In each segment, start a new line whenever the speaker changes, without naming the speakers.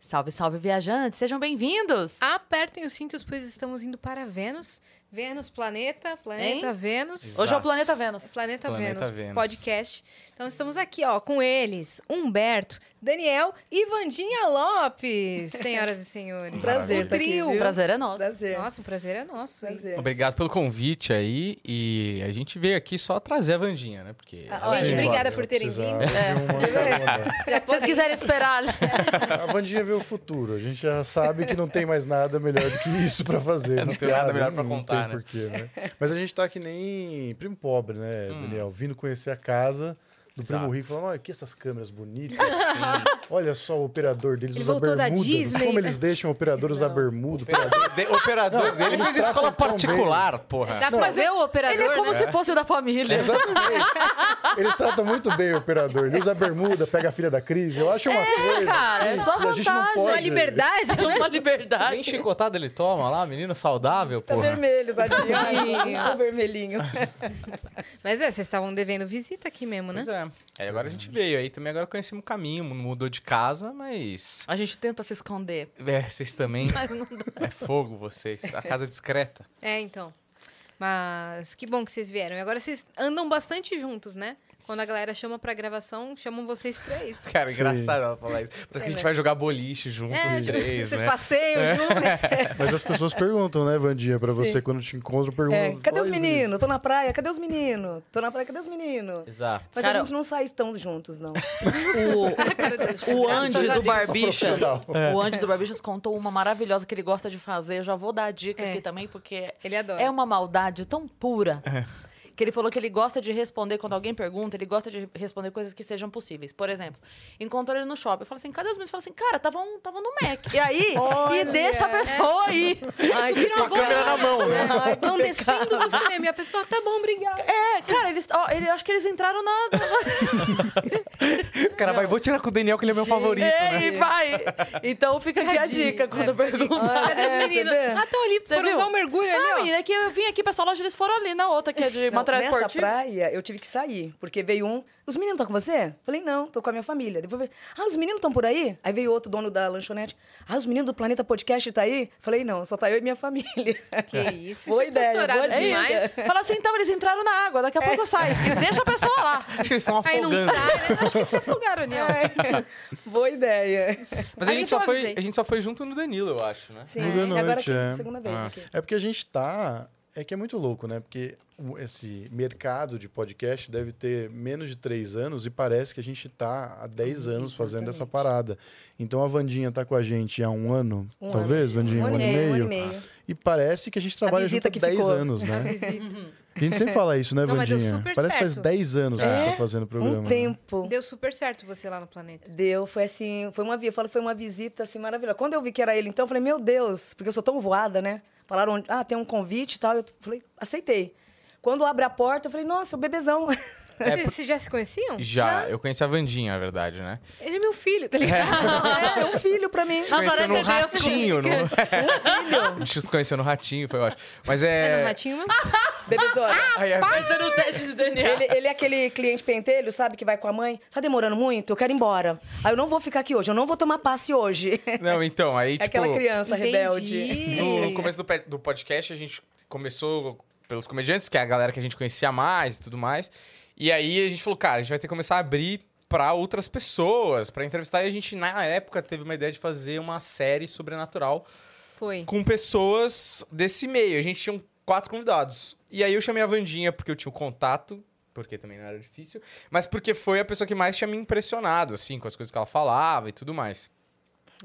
Salve, salve, viajantes! Sejam bem-vindos!
Apertem os cintos, pois estamos indo para Vênus. Vênus, planeta, planeta
Hein? Hoje
Vênus.
é o
Exato.
Planeta Vênus.
Planeta,
Planeta
Vênus,
Vênus.
podcast. Então estamos aqui, ó, com eles, Humberto, Daniel e Vandinha Lopes, senhoras e senhores.
Prazer
O
tá aqui,
trio.
viu?
O prazer é nosso.
Prazer.
Nossa, o prazer é nosso. hein?
prazer.
Obrigado pelo convite aí. E a gente veio aqui só trazer a Vandinha, né? Porque.
Ah,
ela
Gente,
veio
obrigada
embora.
por terem
Precisava
vindo.
de uma ajuda.
Já
Se vocês
podem-
quiserem esperar,
A Vandinha vê o futuro. A gente já sabe que não tem mais nada melhor do que isso pra fazer.
É, não tem nada melhor pra
não
contar,
tem
né?
porquê, né? Mas a gente tá que nem primo pobre, né, Daniel? Vindo conhecer a casa do
Hum. Exato.
primo rico, falando, olha, que essas câmeras bonitas. Olha só o operador deles
Ele
usa
voltou da
bermuda.
Disney,
Como
né?
eles deixam o operador usar bermuda.
Operador, de- operador
Não,
dele
eles
fez escola
tratam tão bem.
particular, porra.
Dá pra ver o operador,
ele é como
né?
se fosse da família.
Exatamente. Eles tratam muito bem o operador. Ele usa bermuda, pega a filha da crise. Eu acho uma coisa.
cara, é
assim,
só
que a gente não
vantagem.
pode-
Uma liberdade, né?
Uma
Nem
liberdade.
chicotada ele toma lá, menino saudável,
Tá
porra.
vermelho, tadinho.
Tadinho.
Tá vermelhinho.
Mas é, vocês estavam devendo visita aqui mesmo, né?
Pois é. Aí agora a gente veio aí também, agora conhecemos o caminho, mudou de casa, mas.
A gente tenta se esconder.
É, vocês também. É fogo, vocês. A casa discreta.
É, então. Mas que bom que vocês vieram. E agora vocês andam bastante juntos, né? Quando a galera chama pra gravação, chamam vocês três.
Cara, é
Sim.
engraçado ela falar isso. Parece que a gente vai jogar boliche juntos,
É,
os
tipo,
três,
vocês
né?
passeiam juntos.
Mas as pessoas perguntam, né, Vandinha, pra você
Sim.
quando te encontram, perguntam.
É, cadê
"Fala
os
aí,
meninos? Tô na praia, cadê os meninos? Tô na praia, cadê os meninos?
Exato.
Mas
Cara,
a gente não sai tão juntos, não.
O,
Cara, Deus,
o
graças a
Andy do
Deus.
Barbichas.
Profissional.
O Andy do Barbichas contou uma maravilhosa que ele gosta de fazer. Eu já vou dar dicas
É.
aqui também, porque
Ele adora.
é uma maldade tão pura.
É.
Que ele falou que ele gosta de responder, quando alguém pergunta, ele gosta de responder coisas que sejam possíveis. Por exemplo, encontrou ele no shopping. Eu falo assim, cadê os meninos? Fala assim, cara, estavam tavam no Mac. E aí, e
Olha.
deixa a pessoa aí.
Ai, que
Com a câmera na mão, né?
Estão descendo no cinema e a pessoa, tá bom, obrigada.
É, cara, eles, ó, ele, acho que eles entraram na,
O cara vai, vou tirar com o Daniel, que ele é meu favorito, né?
Ei, vai! Então fica aqui a
Tadinho,
dica quando
é,
perguntar.
Cadê os
é,
meninos?
você vê?
Ah, estão ali, foram
viu?
dar um mergulho
Ah,
ali, ó.
menina, é que eu vim aqui pra essa loja, eles foram ali na outra, que é de
Não,
material
nessa
esportivo.
praia, eu tive que sair, porque veio um. Os meninos estão com você? Falei, não, tô com a minha família. Depois veio, ah, os meninos estão por aí? Aí veio outro dono da lanchonete. Ah, os meninos do Planeta Podcast tá aí? Falei, não, só tá eu e minha família.
Que isso,
Boa
vocês estão
ideia,
estourados
boa
É
dica.
demais.
isso. Fala assim, então, eles entraram na água, daqui a pouco eu saio. E deixa a pessoa lá.
Acho que eles estão
Aí
Tá afogando.
não sai, né? Acho que se afogaram ali, ó.
É, Boa ideia.
Mas a
Aí
gente,
eu
só foi,
avisei.
a gente só foi junto no Danilo, eu acho, né?
Sim,
Mudou a
agora
noite,
aqui,
é.
segunda vez
Ah.
aqui.
É porque a gente tá. É que é muito louco, né? Porque o- esse mercado de podcast deve ter menos de três anos e parece que a gente tá há 10 anos fazendo essa
Uhum, Exatamente.
parada. Então a Vandinha tá com a gente há um ano,
Um
talvez, Vandinha? Um, ano e meio.
um ano e meio.
E parece que a gente trabalha
visita
junto há
que
10
ficou.
anos,
A
né?
visita.
A gente sempre fala isso, né,
Não, mas deu
Vandinha?
super
parece que faz
certo.
10 anos que a gente tá fazendo o programa.
Um
né?
tempo.
Deu super certo você lá no planeta.
Deu, foi assim, foi uma, vi- eu falo que foi uma visita assim maravilhosa. Quando eu vi que era ele, então eu falei, meu Deus, porque eu sou tão voada, né? Falaram, ah, tem um convite e tal, eu falei, aceitei. Quando abre a porta, eu falei, nossa, o bebezão.
vocês, vocês já se conheciam?
É, Já, eu conheci a Vandinha, na verdade, né?
Ele é meu filho, tá ligado?
é, um filho pra mim.
Ah,
Conheceu no
Glória a Deus,
ratinho, no... é A gente se conheceu no ratinho, foi ótimo. Mas é.
É no ratinho mesmo?
Bebezona.
Ah,
Aí, assim,
Fazendo o teste de DNA.
Ele, ele é aquele cliente pentelho, sabe, que vai com a mãe. Tá demorando muito? Eu quero ir embora. Aí eu não vou ficar aqui hoje, eu não vou tomar passe hoje.
Não, então, aí,
É
tipo.
aquela criança
Entendi.
rebelde.
No, no começo do, pe- do podcast, a gente começou pelos comediantes, que é a galera que a gente conhecia mais e tudo mais. E aí a gente falou, cara, a gente vai ter que começar a abrir pra outras pessoas, pra entrevistar. E a gente, na época, teve uma ideia de fazer uma série sobrenatural
Foi.
com pessoas desse meio. A gente tinha um quatro convidados. E aí eu chamei a Vandinha porque eu tinha o contato, porque também não era difícil, mas porque foi a pessoa que mais tinha me impressionado, assim, com as coisas que ela falava e tudo mais.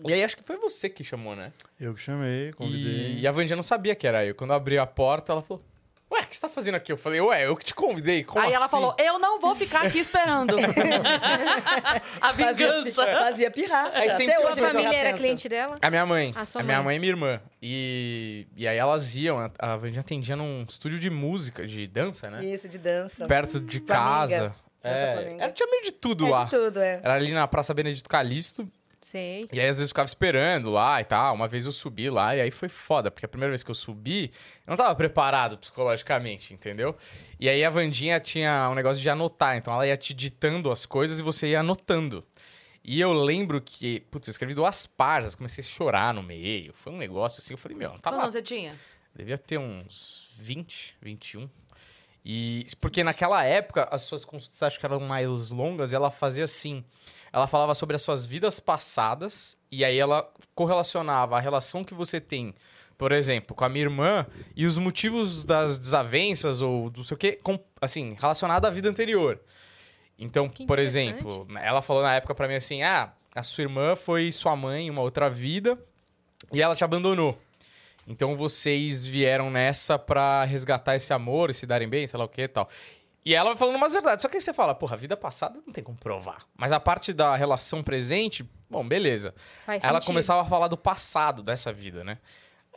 E aí acho que foi você que chamou, né?
Eu que chamei, convidei.
E, e a Vandinha não sabia que era eu. Quando eu abri a porta, ela falou: Ué, o que você tá fazendo aqui? Eu falei: Ué, eu que te convidei. Como
Aí ela
assim?"
falou, eu não vou ficar aqui esperando. a vingança.
é
Fazia, fazia pirraça.
Aí sempre
Até
foi
hoje
É Sua
Hoje
eles
família
ainda
era
tentam.
cliente dela?
A minha mãe.
"Ah,
A sua
minha
mãe.
mãe e minha irmã. E, e aí elas iam. a- A Vandinha atendia num estúdio de música, de dança, né?
Isso, de dança.
Perto de
Flamenga.
casa.
Dança
É,
flamenga.
era, tinha meio de tudo
É
lá.
de tudo, é.
Era ali na Praça Benedito Calixto.
Sei.
E aí, às vezes, eu ficava esperando lá e tal. Uma vez eu subi lá e aí foi foda, porque a primeira vez que eu subi, eu não tava preparado psicologicamente, entendeu? E aí a Vandinha tinha um negócio de anotar, então ela ia te ditando as coisas e você ia anotando. E eu lembro que, putz, eu escrevi duas páginas, comecei a chorar no meio. Foi um negócio assim, eu falei, meu, não tá
Quantos
lá.
anos você tinha?
Devia ter uns 20, 21. E porque naquela época as suas consultas acho que eram mais longas e ela fazia assim. Ela falava sobre as suas vidas passadas e aí ela correlacionava a relação que você tem, por exemplo, com a minha irmã e os motivos das desavenças ou do sei o quê, com- assim, relacionado à vida anterior. Então,
Que
por
interessante.
exemplo, né, ela falou na época pra mim assim: "Ah, a sua irmã foi sua mãe em uma outra vida e ela te abandonou. Então vocês vieram nessa pra resgatar esse amor e se darem bem, sei lá o que e tal. E ela vai falando umas verdades. Só que aí você fala, porra, a vida passada não tem como provar. Mas a parte da relação presente, bom, beleza.
Faz
ela
sentido.
começava a falar do passado dessa vida, né?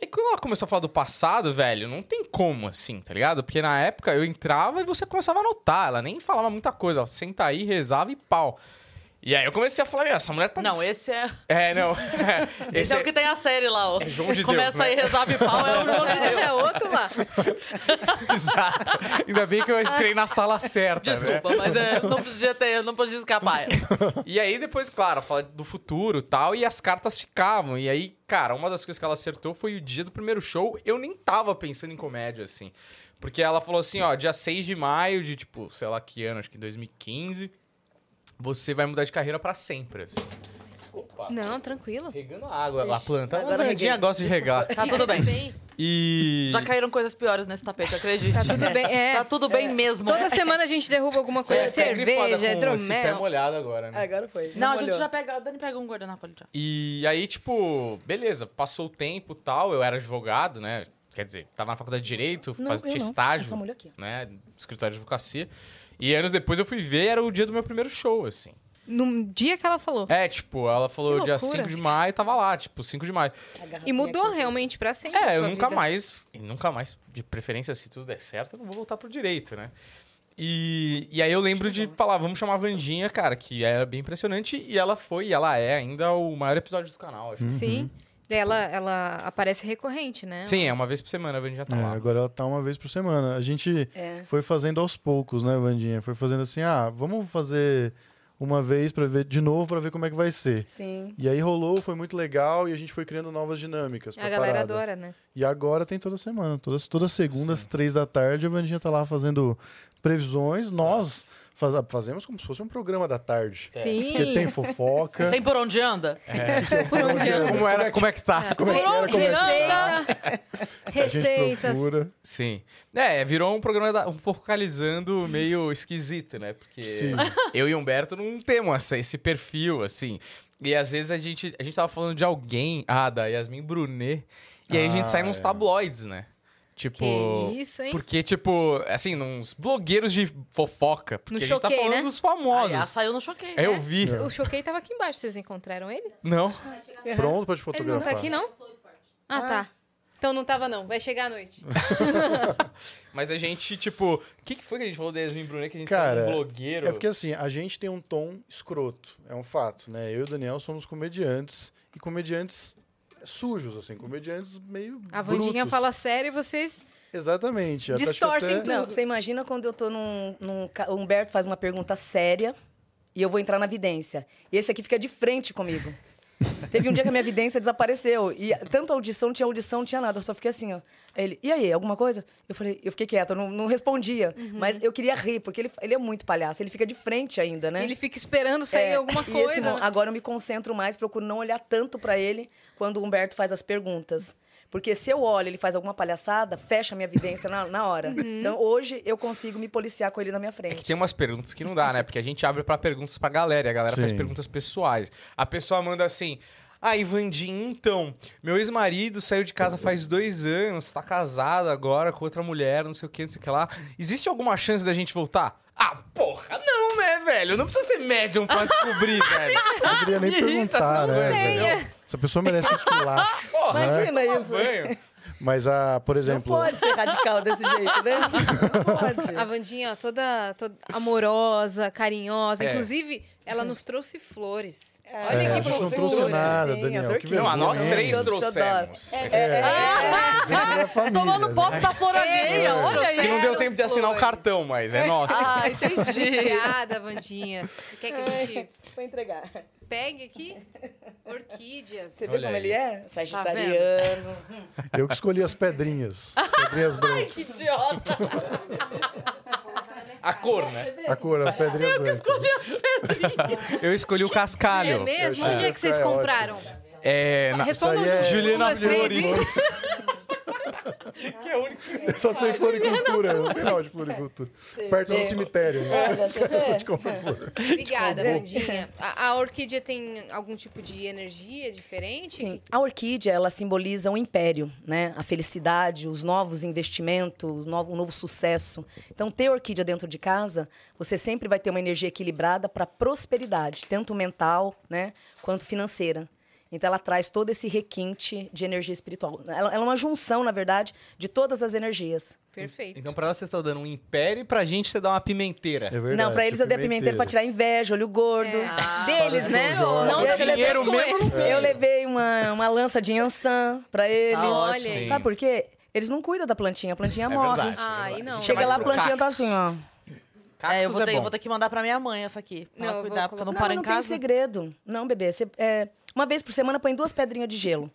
Aí quando ela começou a falar do passado, velho, não tem como assim, tá ligado? Porque na época eu entrava e você começava a notar. Ela nem falava muita coisa. Ela senta aí, rezava e pau. E aí eu comecei a falar, "Meu, essa mulher tá...
Não,
des-
esse é.
É, não.
Esse, é, o que tem a série lá, ó.
É João de
Começa
Deus,
aí,
né?
rezar e pau, é o João de Deus.
É outro lá.
Exato. Ainda bem que eu entrei na sala certa. né?
Desculpa, mas é, não podia ter, não podia escapar.
E aí, depois, claro, fala do futuro e tal, e as cartas ficavam. E aí, cara, uma das coisas que ela acertou foi o dia do primeiro show. Eu nem tava pensando em comédia, assim. Porque ela falou assim, ó, dia 6 de maio de, tipo, sei lá que ano, acho que 2015, você vai mudar de carreira pra sempre, assim. Opa,
Não, tranquilo.
regando a água lá, a planta.
Agora
A Vandinha
reguei.
gosta de regar.
Tá tudo bem.
E...
Já caíram coisas piores nesse tapete, acredito.
Tá tudo bem, é.
Tá tudo bem mesmo.
Toda semana a gente derruba alguma
Você
coisa.
tá gripada com
Cerveja,
esse pé
hidromel.
molhado agora, né?
Ah, agora foi.
Não, a gente
molhou.
já pega. Dani pega um guardanapoli já.
E aí, tipo, beleza, passou o tempo tal, eu era advogado, né? Quer dizer, tava na faculdade de Direito,
Não,
faz,
eu
tinha
não.
estágio,
Eu só molho aqui.
né? Escritório de advocacia. E anos depois eu fui ver, era o dia do meu primeiro show, assim.
No dia que ela falou.
É, tipo, ela falou
Que
dia
loucura.
5 de maio, tava lá, tipo, 5 de maio.
A garrafinha
E mudou
aqui.
realmente pra sempre. a
É, eu
sua
nunca
vida.
mais, e nunca mais, de preferência, se tudo der certo, eu não vou voltar pro direito, né? E, e aí eu lembro de falar, vamos chamar a Vandinha, cara, que era bem impressionante, e ela foi, e ela é ainda o maior episódio do canal, acho.
Sim. Daí Ela, ela aparece recorrente, né?
Sim, é uma vez por semana a Vandinha tá
É,
lá.
agora ela tá uma vez por semana. A gente
É.
foi fazendo aos poucos, né, Vandinha? Foi fazendo assim, ah, vamos fazer uma vez para ver de novo para ver como é que vai ser.
Sim.
E aí rolou, foi muito legal e a gente foi criando novas dinâmicas. pra
A galera
Tá parada.
adora, né?
E agora tem toda semana, todas todas segundas, três da tarde, a Vandinha tá lá fazendo previsões. Nós faz- fazemos como se fosse um programa da tarde.
Sim.
É. Porque tem fofoca.
Tem por onde anda?
Por onde anda?
Como, era, É, como é que tá?
Por onde
como é que
anda?
a gente
Receitas.
procura.
Sim. É, virou um programa da- um focalizando meio esquisito, né? Porque
Sim.
eu e o Humberto não temos essa- esse perfil, assim. E às vezes a gente, a gente tava falando de alguém, ah, da Yasmin Brunet, e aí a gente
Ah,
sai nos
é.
tabloides, né? Tipo.
Que isso, hein?
Porque, tipo, assim, uns blogueiros de fofoca. Porque
No
a gente tá
Choquei,
falando
né?
dos
Aí, ela
famosos. É,
saiu no choquei.
eu
né?
vi.
O Choquei tava aqui embaixo, vocês encontraram ele?
Não.
Pronto pra te
Ele não
fotografar.
tá aqui, não? Ah, tá. Então não tava, não. Vai chegar à noite.
Mas a gente, tipo. O que, que foi que a gente falou da Yasmin Brunet que a gente
Cara,
saiu um blogueiro?
É porque assim, a gente tem um tom escroto, é um fato, né? Eu e o Daniel somos comediantes e comediantes sujos, assim, comediantes meio.
A Vandinha
brutos.
fala sério e vocês...
Exatamente. até- acho que
Distorcem
até-
tudo.
Não, você imagina quando eu tô num, num ca- O Humberto faz uma pergunta séria e eu vou entrar na vidência. E esse aqui fica de frente comigo. Teve um dia que a minha vidência desapareceu. E tanta audição, tinha audição, não tinha nada. Eu só fiquei assim, ó. Aí Ele, e aí, alguma coisa? Eu falei, eu fiquei quieta, eu não, não respondia.
Uhum.
Mas eu queria rir, porque ele, ele é muito palhaço. Ele fica de frente ainda, né?
Ele fica esperando sair
É,
alguma
e
coisa.
esse mo-
né?
agora eu me concentro mais, procuro não olhar tanto pra ele quando o Humberto faz as perguntas. Porque se eu olho e ele faz alguma palhaçada, fecha a minha evidência na, na hora. Então hoje eu consigo me policiar com ele na minha
É
frente.
que tem umas perguntas que não dá, né? Porque a gente abre pra perguntas pra galera, e a galera faz
Sim.
perguntas pessoais. A pessoa manda assim: Ah, Ivandinho, então, meu ex-marido saiu de casa faz dois anos, tá casado agora com outra mulher, não sei o que, não sei o que lá. Existe alguma chance da gente voltar? Ah, porra, não, né, velho? Não precisa ser médium pra descobrir, velho.
Não deveria nem
Me irrita
perguntar,
essas
né?
coisas,
velho? Essa pessoa merece um esculacho.
Porra,
Imagina
toma
isso.
banho.
Mas, a, por
Não
um exemplo,
pode ser radical desse jeito, né? Não
A
pode.
Vandinha, ó, toda, toda amorosa, carinhosa.
É.
Inclusive, ela nos trouxe flores. Olha
É,
que
a gente não
fofura.
trouxe nada,
Sim,
Daniel.
as
que
orquídeas.
Não, a nós
vergonha.
três
Eu- eu
trouxemos. É.
É, é, é família,
Tomando
né?
bosta da flor alheia, olha
É Que
aí.
não deu tempo de assinar o
flores.
cartão, mas é nosso.
Ah, entendi.
Obrigada, Vandinha. Quer que a gente
Vou entregar.
pegue aqui? Orquídeas.
Você
Olha
vê como
aí.
ele é? Sagitariano.
Eu que escolhi as pedrinhas. As pedrinhas brancas.
Idiota.
A cor, né?
A cor, as pedrinhas brancas.
Eu escolhi o
É
cascalho.
mesmo?
achei.
Onde é que vocês
Essa é ótima.
compraram?
É, na-
Isso aí
Respondam
é-
juntos.
Juliana
um, dois, três,
Flores.
e-
Que é o único.
Eu só sei floricultura, eu não sei não de floricultura. Perto do cemitério, né?
Olha, você vê?
De compra flor.
Obrigada, Vandinha. A, a orquídea tem algum tipo de energia diferente?
Sim, a orquídea, ela simboliza o império, né? A felicidade, os novos investimentos, o novo, um novo sucesso. Então, ter orquídea dentro de casa, você sempre vai ter uma energia equilibrada para prosperidade, tanto mental, né, quanto financeira. Então, ela traz todo esse requinte de energia espiritual. Ela, ela é uma junção, na verdade, de todas as energias.
Perfeito.
Então, pra ela, vocês estão dando um império e pra gente você dá uma pimenteira.
É verdade,
Não, para eles eu dei a é pimenteira para tirar inveja, olho gordo.
É. Deles,
Parece
né?
São Jorge. é
Não
Eu
da
levei
dinheiro
com
mesmo,
eles.
Eu levei uma, uma lança de ançã pra eles.
Tá
ótimo. Olha aí.
Sabe por quê? Eles não cuidam da plantinha, a plantinha
É
morre.
verdade.
Ah, aí
é verdade.
não.
A gente é
Chega
mais
lá, a
pro
plantinha tá
cactus.
assim, ó.
É, eu
Cactus
vou, ter,
bom.
eu vou ter que mandar pra minha mãe essa aqui. Pra
Não,
ela
eu vou
cuidar, porque eu não
Não,
paro
não
em casa.
tem segredo. Não, bebê. Você, é, uma vez por semana põe duas pedrinhas de gelo.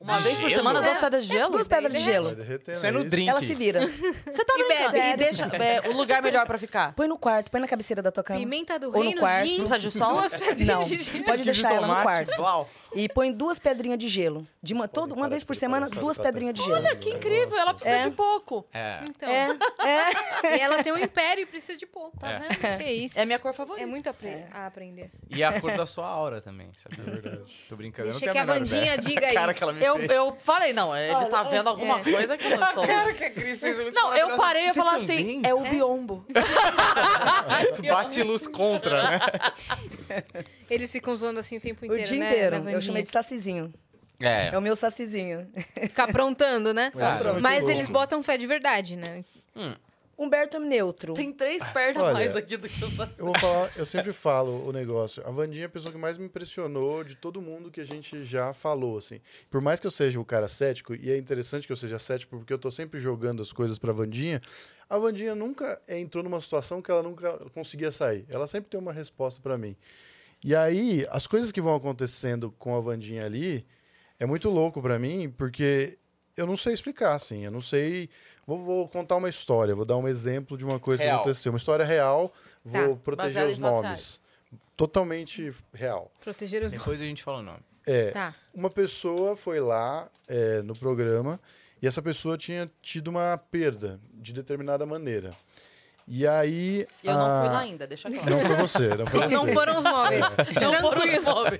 Uma
De
vez por
gelo?
semana, duas
É,
pedras de gelo?
duas pedras de
Vai
gelo.
derretendo,
Isso é no
isso.
drink.
Ela se vira.
Você tá
E
brincando.
bebe.
E deixa é, o lugar melhor pra ficar.
Põe no quarto, põe na cabeceira da tua cama.
Pimenta do
Ou no
reino,
quarto.
gin.
Precisa de sol?
Duas
Não,
pedrinhas de gin.
pode
Queijo,
deixar ela no
tomate,
quarto.
blau.
E põe duas pedrinhas de gelo. De uma, todo, uma
parar
vez por
de
semana,
preparar,
duas
sabe, tá
pedrinhas de
escuro.
gelo.
Olha, que incrível. Ela precisa
É.
de pouco.
É.
Então,
É, é.
e ela tem um império e precisa de pouco, tá
É.
vendo? Que isso.
É minha cor favorita.
É muito apre- a aprender.
E a cor da sua aura também, sabe? É verdade. Tô brincando. eu
Deixa
não
que
tenho
a
menor
Vandinha
ideia.
diga
A cara
isso.
Que ela me
Eu,
fez.
eu falei, não, ele tá vendo alguma
é.
coisa que eu não estou.
Cara, que a Cris fez é muito
Não, eu
maravilhosa.
parei e
Você tá
falar
também?
assim, é o biombo.
Bate luz contra, né?
Eles ficam zoando assim o tempo
O
inteiro,
dia
né?
inteiro.
né,
Eu
Vandinha?
chamei de sacizinho. É
É.
o meu sacizinho.
Ficar aprontando, né?
Claro.
Isso é muito
Mas
bom.
eles botam fé de verdade, né?
Humberto é neutro.
Tem três pernas
Olha.
a mais aqui do que eu
Eu vou falar, eu sempre falo o negócio. A Vandinha é a pessoa que mais me impressionou de todo mundo que a gente já falou, assim. Por mais que eu seja o cara cético, e é interessante que eu seja cético, porque eu tô sempre jogando as coisas pra Vandinha, a Vandinha nunca eh, entrou numa situação que ela nunca conseguia sair. Ela sempre tem uma resposta pra mim. E aí, as coisas que vão acontecendo com a Vandinha ali é muito louco pra mim, porque eu não sei explicar, assim. Eu não sei. Vou, vou contar uma história, vou dar um exemplo de uma coisa
Real.
que aconteceu. Uma história real, vou proteger
Tá, baseado
os
em fatos
nomes. Totalmente real.
Proteger os
Depois a gente fala o nome.
É,
Tá.
uma pessoa foi lá é, no programa e essa pessoa tinha tido uma perda de determinada maneira. E aí.
Eu não
Ah.
fui
a-
lá ainda, deixa claro.
Não foi você, não foi você.
Então, Não foram os móveis.
Não, não foram os nove.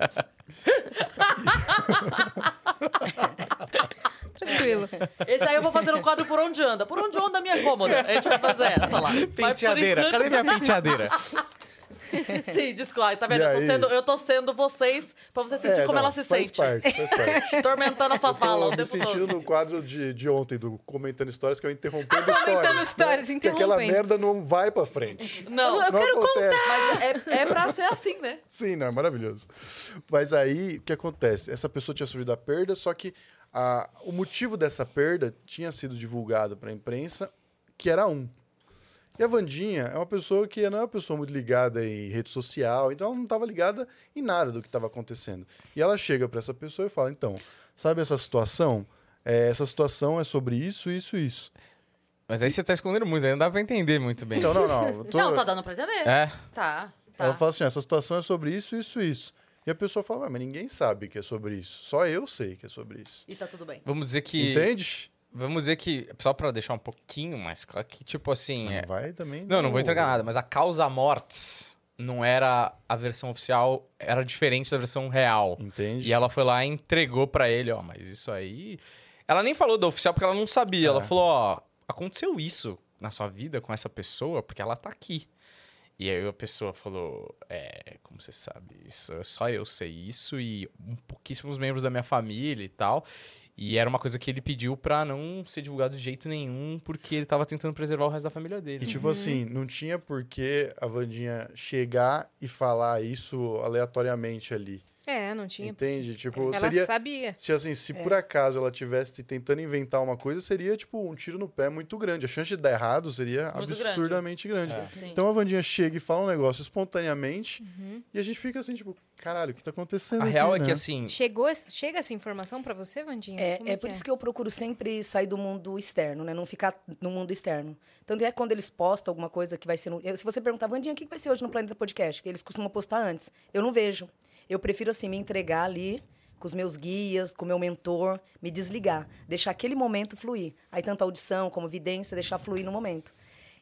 Tranquilo.
Esse aí eu vou fazer um quadro por onde anda. Por onde anda a minha cômoda. A gente vai fazer essa lá. Mas por
Penteadeira.
enquanto-
Cadê minha penteadeira?
Sim, desculpa. Tá vendo?
E
Eu tô,
aí?
sendo, eu tô sendo vocês pra você sentir
É,
assim como
não,
ela se
faz
sente.
Parte, faz parte.
Tormentando a sua fala
Eu
o
me
tempo
sentindo
todo.
no quadro de, de ontem, do Comentando Histórias, que eu interrompendo histórias.
Comentando Histórias,
né? Que aquela
interrompendo.
merda não vai pra frente.
Não,
não acontece.
mas é, é pra ser assim, né?
Sim, não, é maravilhoso. Mas aí, o que acontece? Essa pessoa tinha sofrido a perda, só que a- o motivo dessa perda tinha sido divulgado para a imprensa, que era um. E a Vandinha é uma pessoa que não é uma pessoa muito ligada em rede social, então ela não estava ligada em nada do que estava acontecendo. E ela chega para essa pessoa e fala: então, sabe essa situação? É, essa situação é sobre isso, isso, isso.
Mas aí você tá escondendo muito, aí não dá pra entender muito bem.
Então, não, não. eu tô-
Não, tá dando pra entender.
É.
Tá.
Ela
tá.
fala assim: essa situação é sobre isso, isso, isso. E a pessoa fala, "Ué, mas ninguém sabe que é sobre isso. Só eu sei que é sobre isso.
E tá tudo bem.
Vamos dizer que.
Entende?
Vamos dizer que. Só pra deixar um pouquinho mais claro, que tipo assim. é-
Não vai também.
Não, não vou entregar nada, mas a causa mortes não era a versão oficial, era diferente da versão real.
Entende?
E ela foi lá e entregou pra ele, ó, mas isso aí. Ela nem falou da oficial porque ela não sabia. Ela
É.
falou, ó, aconteceu isso na sua vida com essa pessoa porque ela tá aqui. E aí a pessoa falou, é, como você sabe, isso, só eu sei isso e um pouquíssimos membros da minha família e tal. E era uma coisa que ele pediu pra não ser divulgado de jeito nenhum, porque ele tava tentando preservar o resto da família dele.
E tipo assim, não tinha por que a Vandinha chegar e falar isso aleatoriamente ali.
É, não tinha.
Entende? Tipo,
Ela
seria.
sabia.
Se assim, se por acaso ela tivesse tentando inventar uma coisa, seria tipo um tiro no pé muito grande. A chance de dar errado seria
Muito grande.
absurdamente grande.
É.
Sim.
Então a Vandinha chega e fala um negócio espontaneamente e a gente fica assim, tipo, caralho, o que tá acontecendo?
A real
aqui,
é que
né?
assim,
Chegou, esse- chega essa informação pra você, Vandinha?
É,
Como
é por
que
isso que eu procuro sempre sair do mundo externo, né? Não ficar no mundo externo. Tanto é que quando eles postam alguma coisa que vai ser... No... eu- Se você perguntar, Vandinha, o que que vai ser hoje no Planeta Podcast? Que eles costumam postar antes. Eu não vejo. Eu prefiro, assim, me entregar ali com os meus guias, com o meu mentor, me desligar. Deixar aquele momento fluir. Aí, tanto a audição como a vidência, deixar fluir no momento.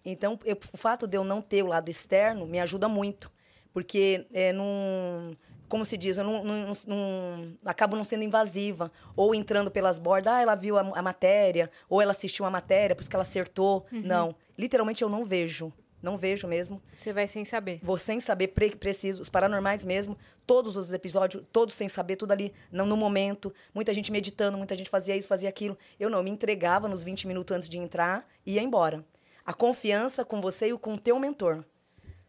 Então, eu- o fato de eu não ter o lado externo me ajuda muito. Porque é, não. Como se diz, eu não, não- não- acabo não sendo invasiva. Ou entrando pelas bordas, ah, ela viu a, a matéria, ou ela assistiu a matéria, por isso que ela acertou. Não. Literalmente eu não vejo. Não vejo mesmo.
é? Você vai sem saber.
Vou sem saber, pre preciso, os paranormais mesmo, todos os episódios, todos sem saber, tudo ali, não no momento. Muita gente meditando, muita gente fazia isso, fazia aquilo. Eu não, eu me entregava nos 20 minutos antes de entrar e ia embora. A confiança com você e com o teu mentor.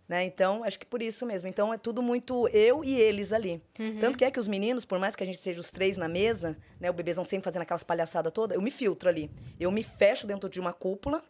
Né? Então, acho que por isso mesmo. Então, é tudo muito eu e eles ali. Tanto que é que os meninos, por mais que a gente seja os três na mesa, né, o bebezão sempre fazendo aquelas palhaçadas todas, eu me filtro ali. Eu me fecho dentro de uma cúpula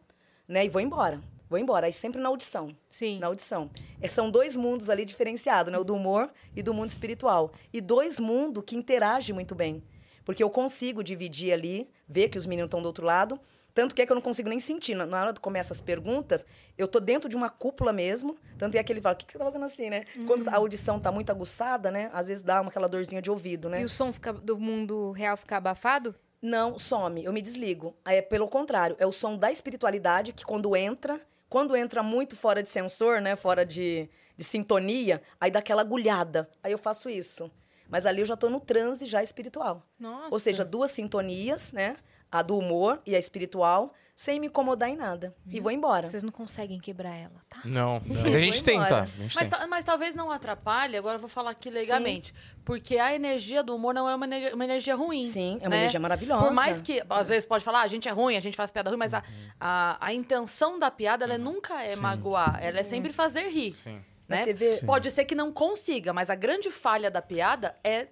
né, e vou embora. Vou embora. Aí sempre na audição
Sim.
na audição. É, são dois mundos ali diferenciados, né? O do humor e do mundo espiritual. E dois mundos que interagem muito bem. Porque eu consigo dividir ali, ver que os meninos estão do outro lado. Tanto que é que eu não consigo nem sentir. Na- Na hora que começa as perguntas, eu tô dentro de uma cúpula mesmo. Tanto é que ele fala, o que, que você tá fazendo assim, né? Quando a audição tá muito aguçada, né? Às vezes dá uma, aquela dorzinha de ouvido, né?
E o som fica- do mundo real fica abafado?
Não, some, eu me desligo. É pelo contrário, é o som da espiritualidade que quando entra, quando entra muito fora de sensor, né, fora de, de sintonia, aí dá aquela agulhada. Aí eu faço isso. Mas ali eu já tô no transe já espiritual.
Nossa.
Ou seja, duas sintonias, né? A do humor e a espiritual, sem me incomodar em nada.
Hum.
E vou embora.
vocês não conseguem quebrar ela, tá?
não. Mas a gente
Foi
tenta.
embora.
A gente
Mas, tá
tenta.
ta- mas talvez não atrapalhe, agora eu vou falar aqui legalmente. Porque a energia do humor não é uma, ener- uma energia ruim.
Sim, é uma
né?
energia maravilhosa.
Por mais que, às vezes, pode falar, "Ah, a gente é ruim, a gente faz piada ruim, mas a,
Uhum.
a, a intenção da piada, ela nunca é magoar. Ela é sempre fazer rir,
Sim.
né?
Você vê-
Pode ser que não consiga, mas a grande falha da piada é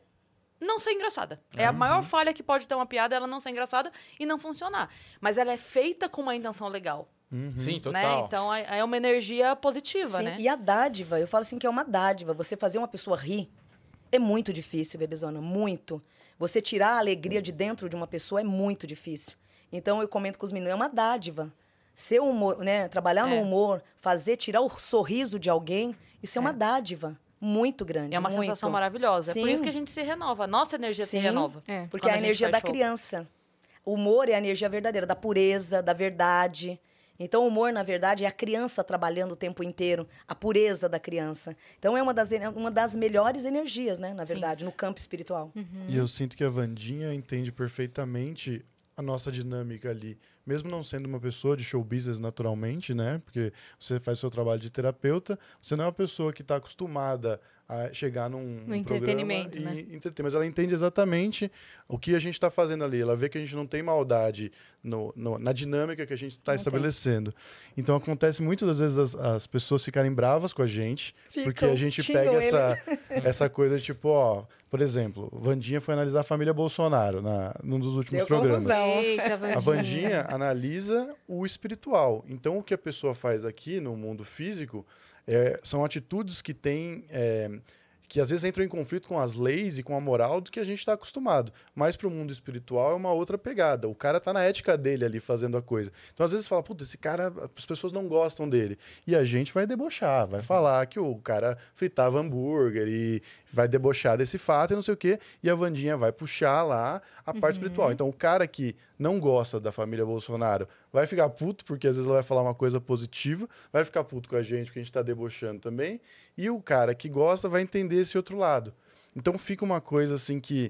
não ser engraçada. É a
Uhum.
maior falha que pode ter uma piada, ela não ser engraçada e não funcionar. Mas ela é feita com uma intenção legal,
Sim,
né?
total.
Então, é é uma energia positiva,
Sim,
né?
E a dádiva, eu falo assim que é uma dádiva. Você fazer uma pessoa rir é muito difícil, bebezona, muito. Você tirar a alegria de dentro de uma pessoa é muito difícil. Então eu comento com os meninos, é uma dádiva. Ser humor, né? Trabalhar
É.
no humor, fazer, tirar o sorriso de alguém, isso é, uma dádiva muito grande.
É uma
muito.
sensação maravilhosa. É por
Sim.
isso que a gente se renova. A nossa energia se
Sim.
renova.
É.
quando
Porque é a
gente
energia
faz
da
show.
criança. O humor é a energia verdadeira, da pureza, da verdade. Então, o humor, na verdade, é a criança trabalhando o tempo inteiro, a pureza da criança. Então, é uma das, é uma das melhores energias, né, na verdade, no campo espiritual.
Hum.
E eu sinto que a Vandinha entende perfeitamente a nossa dinâmica ali. Mesmo não sendo uma pessoa de show business naturalmente, né? Porque você faz seu trabalho de terapeuta, você não é uma pessoa que está acostumada a chegar num
No entretenimento,
programa
né?
e entreter. Mas ela entende exatamente o que a gente está fazendo ali. Ela vê que a gente não tem maldade no- no- na dinâmica que a gente está
Não tem.
estabelecendo. Então acontece muitas das vezes as, as pessoas ficarem bravas com a gente, porque a
Ficam,
gente
xingam
pega essa, essa coisa tipo, ó, por exemplo, Vandinha foi analisar a família Bolsonaro na, num dos últimos
Deu
programas.
confusão. Então.
Eita, Vandinha.
A Vandinha analisa o espiritual. Então, o que a pessoa faz aqui no mundo físico é, são atitudes que têm. é, que às vezes entram em conflito com as leis e com a moral do que a gente está acostumado. Mas para o mundo espiritual é uma outra pegada. O cara tá na ética dele ali fazendo a coisa. Então às vezes fala, puta, esse cara, as pessoas não gostam dele. E a gente vai debochar, vai falar que o cara fritava hambúrguer e vai debochar desse fato e não sei o quê. E a Vandinha vai puxar lá a parte espiritual. Então o cara que não gosta da família Bolsonaro vai ficar puto, porque às vezes ela vai falar uma coisa positiva, vai ficar puto com a gente, porque a gente tá debochando também. E o cara que gosta vai entender esse outro lado. Então fica uma coisa assim que.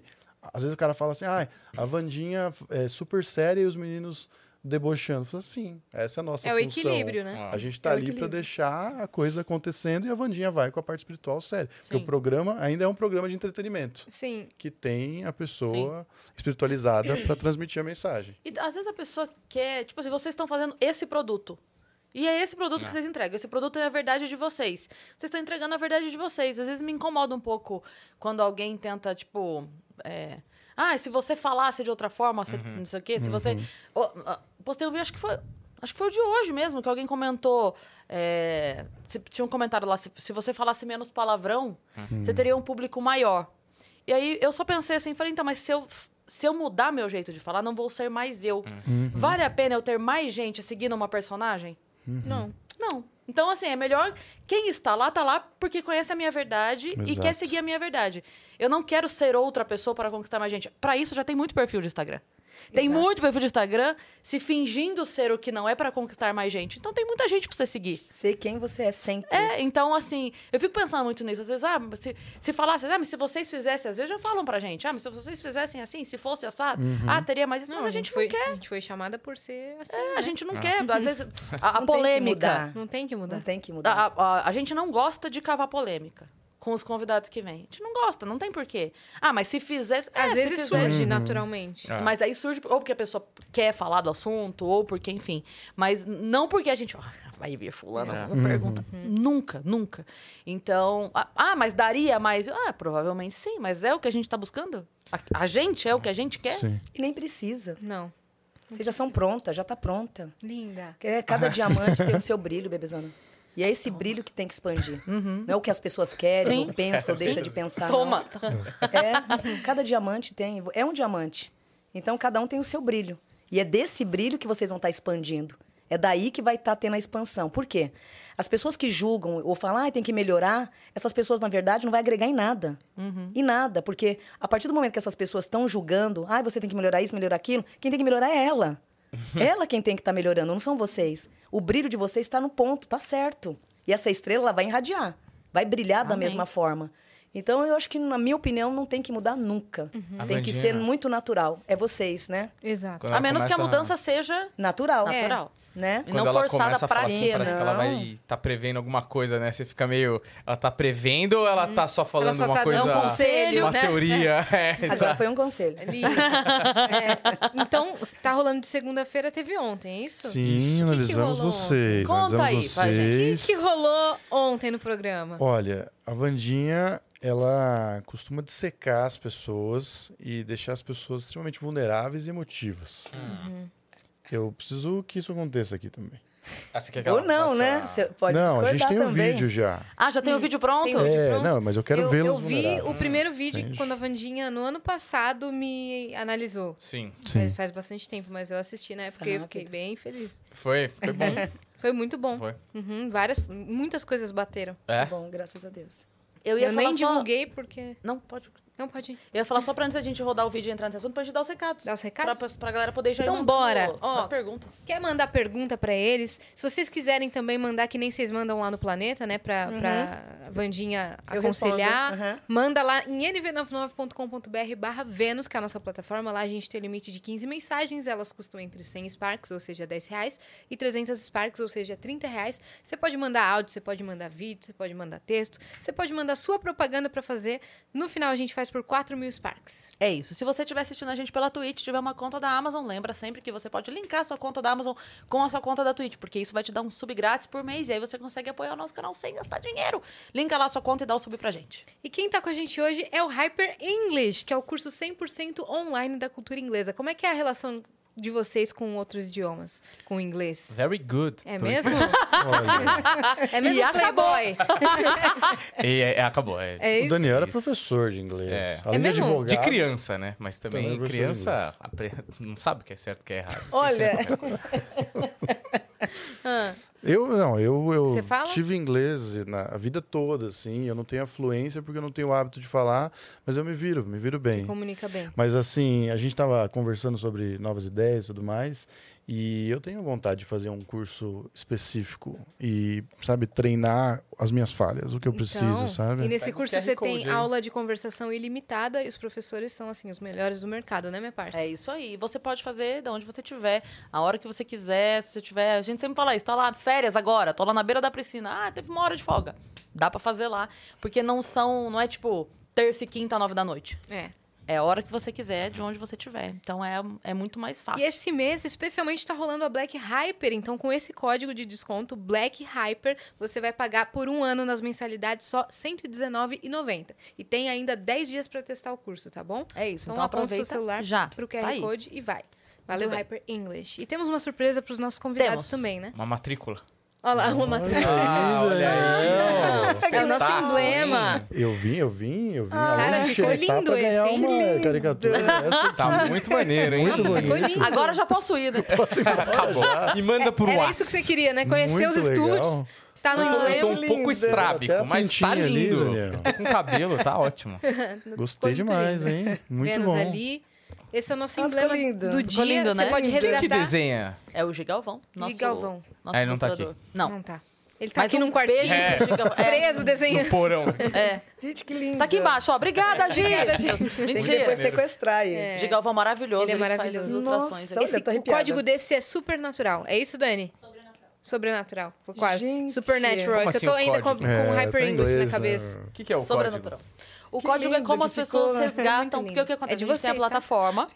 Às vezes o cara fala assim, ah, a Vandinha é super séria e os meninos debochando. Falei, sim, essa é a nossa
É o
função.
equilíbrio, né?
A gente tá
É o
ali pra
equilíbrio.
deixar a coisa acontecendo e a Vandinha vai com a parte espiritual séria. Porque
Sim.
o programa ainda é um programa de entretenimento
Sim.
que tem a pessoa espiritualizada pra transmitir a mensagem.
E às vezes a pessoa quer, tipo assim, vocês estão fazendo esse produto. E é esse produto
É.
que vocês entregam. Esse produto é a verdade de vocês. Vocês estão entregando a verdade de vocês. Às vezes me incomoda um pouco quando alguém tenta, tipo. é, Ah, se você falasse de outra forma, você- não sei o quê. Se você. Ô, ah, postei um vídeo, acho que foi. Acho que foi o de hoje mesmo, que alguém comentou. é, se- tinha um comentário lá, se, se você falasse menos palavrão, você teria um público maior. E aí eu só pensei assim, falei, então, mas se eu, se eu mudar meu jeito de falar, não vou ser mais eu. Vale a pena eu ter mais gente seguindo uma personagem?
Uhum.
Não.
Não. Então, assim, é melhor quem está lá, tá lá porque conhece a minha verdade e
Exato.
quer seguir a minha verdade. Eu não quero ser outra pessoa para conquistar mais gente. Para isso, já tem muito perfil de Instagram. Tem
Exato.
muito perfil de Instagram se fingindo ser o que não é para conquistar mais gente. Então, tem muita gente para você seguir.
Ser quem você é sempre.
É, então, assim, eu fico pensando muito nisso. Às vezes, ah, mas se, se falasse, ah, mas se vocês fizessem, às vezes já falam pra gente, ah, mas se vocês fizessem assim, se fosse assado, ah, teria mais isso. Mas a gente
foi, é.
não quer.
A gente foi chamada por ser assim.
É,
né?
a gente não quer. Às vezes, a, a
Não tem que
polêmica. Ah,
mudar.
É. Não tem que mudar.
Não tem que
A,
mudar.
a- a- a gente não gosta de cavar polêmica com os convidados que vêm. A gente não gosta, não tem porquê. Ah, mas se fizesse. é,
Às
se
vezes
fizesse-
surge
Uhum.
naturalmente.
É.
Mas aí surge, ou porque a pessoa quer falar do assunto, ou porque, enfim. Mas não porque a gente, ó, vai vir fulano,
É.
não pergunta.
Uhum.
Nunca, nunca. Então, ah, ah, mas daria mais? Ah, provavelmente sim, mas é o que a gente tá buscando? A, a gente é o que a gente quer?
Sim.
E nem precisa.
Não.
Vocês já são prontas, já tá pronta.
Linda.
É, cada diamante tem o seu brilho, bebezona. E é esse brilho que tem que expandir. Não é o que as pessoas querem,
Uhum. Sim.
ou pensam, ou deixam de pensar. não.
Toma!
tá
É, cada diamante tem. É um diamante. Então, cada um tem o seu brilho. E é desse brilho que vocês vão estar expandindo. É daí que vai estar tendo a expansão. Por quê? As pessoas que julgam ou falam, ah, tem que melhorar, essas pessoas, na verdade, não vai agregar em nada. Em nada. Porque a partir do momento que essas pessoas estão julgando, ah, você tem que melhorar isso, melhorar aquilo, quem tem que melhorar é ela. Ela quem tem que estar melhorando, não são vocês. O brilho de vocês está no ponto, tá certo. E essa estrela ela vai irradiar, vai brilhar da
Amém.
mesma forma. Então, eu acho que, na minha opinião, não tem que mudar nunca.
A
Tem que
Vandinha-
ser muito natural. É vocês, né?
Exato.
Quando
A
ela
menos que a
começa-
mudança seja
Natural,
É.
natural.
né?
E
Quando
não
ela
forçada
começa a falar
pra
assim,
quê,
parece que ela
não?
vai tá prevendo alguma coisa, né? Você fica meio. Ela tá prevendo ou ela tá só falando
Ela só
uma
tá
coisa.
dando um conselho,
uma
né?
teoria. É,
Agora
exato.
foi um conselho.
Linda. É, Então, tá rolando de segunda-feira, teve ontem, é isso?
Sim,
Isso.
analisamos
Que que rolou
vocês.
ontem? Conta
analisamos
aí pra gente.
vocês.
O que rolou ontem no programa?
Olha, a Vandinha, ela costuma dissecar as pessoas e deixar as pessoas extremamente vulneráveis e emotivas.
Hum.
Eu preciso que isso aconteça aqui também.
Ah, você quer que
Ou
ela
não,
faça-
né? Você pode
não, a
discordar
gente tem o
também.
vídeo já.
Ah, já tem o vídeo pronto?
Hum, Tem o vídeo.
É,
pronto.
não, mas eu quero
eu,
vê-los
eu vi
vulneráveis. É.
o primeiro vídeo
Entende?
quando a Vandinha, no ano passado, me analisou.
Sim.
Sim.
Faz, faz bastante tempo, mas eu assisti na época e eu fiquei bem feliz.
Foi. Foi bom.
Foi muito bom.
Foi.
Uhum, várias, muitas coisas bateram.
Tá
É.
Bom, graças a Deus.
Eu
Eu,
ia falar
nem
só-
divulguei porque.
Não, pode.
Não pode ir.
Eu ia falar só pra antes da gente rodar o vídeo e entrar nesse assunto, pra gente dar os recados.
Dar os recados?
Pra, pra galera poder já
Então
ir no-
bora.
no-
Ó.
nas perguntas.
Quer mandar pergunta pra eles? Se vocês quiserem também mandar, que nem vocês mandam lá no planeta, né? Pra,
Uhum.
pra Vandinha
Eu
aconselhar.
respondo, aham.
Manda lá em nv99.com.br barra Vênus, que é a nossa plataforma. Lá a gente tem o limite de 15 mensagens. Elas custam entre 100 Sparks, ou seja, 10 reais, e 300 Sparks, ou seja, 30 reais. Você pode mandar áudio, você pode mandar vídeo, você pode mandar texto. Você pode mandar sua propaganda pra fazer. No final, a gente faz por 4 mil Sparks.
É isso. Se você estiver assistindo a gente pela Twitch, tiver uma conta da Amazon, lembra sempre que você pode linkar a sua conta da Amazon com a sua conta da Twitch, porque isso vai te dar um sub grátis por mês e aí você consegue apoiar o nosso canal sem gastar dinheiro. Linka lá a sua conta e dá o sub pra gente.
E quem tá com a gente hoje é o Hyper English, que é o curso 100% online da cultura inglesa. Como é que é a relação de vocês com outros idiomas, com o inglês?
Very good.
É mesmo?
Olha,
É mesmo
E acabou.
Playboy?
E, é, é, acabou. É.
É
o
isso?
Daniel era professor de inglês.
É.
Além de
mesmo?
advogado.
De criança, né? Mas também
Também é professor de
criança apre- não sabe o que é certo e o que é errado. Você
Olha.
ensina qualquer coisa.
Ah,
Eu não, eu,
Você
eu
fala?
tive inglês na a vida toda, assim. Eu não tenho a fluência porque eu não tenho o hábito de falar, mas eu me viro, me viro bem.
comunica bem.
Mas assim, a gente tava conversando sobre novas ideias e tudo mais, E eu tenho vontade de fazer um curso específico e, sabe, treinar as minhas falhas, o que eu preciso,
Então, E
sabe?
nesse
Pega um
curso
QR
você
Code
tem
aí.
aula de conversação ilimitada e os professores são, assim, os melhores do mercado, né, minha parça?
É isso aí. Você pode fazer de onde você tiver, a hora que você quiser, se você tiver. A gente sempre fala isso, tá lá, férias agora, tô lá na beira da piscina. Ah, teve uma hora de folga. Dá pra fazer lá. Porque não são, não é tipo terça e quinta, nove da noite.
É.
É a hora que você quiser, de onde você tiver. Então é, é muito mais fácil.
E esse mês, especialmente, tá rolando a Black Hyper. Então, com esse código de desconto, Black Hyper, você vai pagar por um ano nas mensalidades só R$ 119,90. E tem ainda 10 dias para testar o curso, tá bom?
É isso.
Então,
Então,
aponta
aproveita
o seu celular
já.
pro
Tá
QR
aí.
Code e vai. Valeu,
bem.
Hyper English. E temos uma surpresa para os nossos convidados
Temos.
também, né?
Uma matrícula.
Olha lá, uma matriz.
Ah, olha aí. ó.
É o nosso
Espetáculo, hein?
emblema.
Eu vim, eu vim, eu vim.
Ah,
aonde
cara, ficou
ajeitar
lindo
pra ganhar
esse, hein?
uma
Que lindo.
caricatura é dessa?
Tá muito maneiro, hein?
Muito
Nossa, ficou
bonito.
lindo.
Agora já posso ir, né?
Posso ir embora
Acabou.
já?
Me manda por um
Era
WhatsApp.
isso que você queria, né? Conhecer
Muito
os
legal.
estúdios. Tá no
Eu tô, eu tô
emblema.
um pouco
Lindo.
né? Até a
estrábico, mas tá
pintinha ali,
lindo.
Daniel.
eu tô com cabelo, tá ótimo.
Gostei
Ficou muito
demais,
lindo.
hein? Muito
Vênus
bom.
ali. Esse é o nosso
Nossa, ficou
emblema
lindo.
do dia.
Ficou lindo,
você
né?
pode
Quem que
Quem que
resgatar.
desenha?
É o Gigalvão. Nosso,
Gui Galvão.
Nosso
Ah, ele não tá
ilustrador.
Não.
Não.
tá. Ele tá
Mas
aqui
um
num quartinho.
beijo
É.
pro Gigalvão. É.
Preso, desenhando.
No porão.
É.
Gente, que lindo.
Tá aqui embaixo, ó. Obrigada, Gi.
Tem que
Mentira.
depois sequestrar ele.
Gigalvão maravilhoso.
Ele é
Ele,
maravilhoso.
faz as ilustrações.
Nossa,
ali.
Esse,
tô
o
arrepiada.
código desse é supernatural. É isso, Dani? Sobrenatural. Foi Quase.
Gente.
Supernatural.
Como
é que
assim
eu tô
o
ainda com,
código?
com
É,
Hyper
tá em
English na
inglês,
cabeça.
né?
O que, que é o
Sobrenatural. O
Que
código é
lindo
como
que
as pessoas
ficou.
Muito
resgatam,
lindo.
porque o que acontece?
É de
a gente tem a
vocês, tá?
plataforma.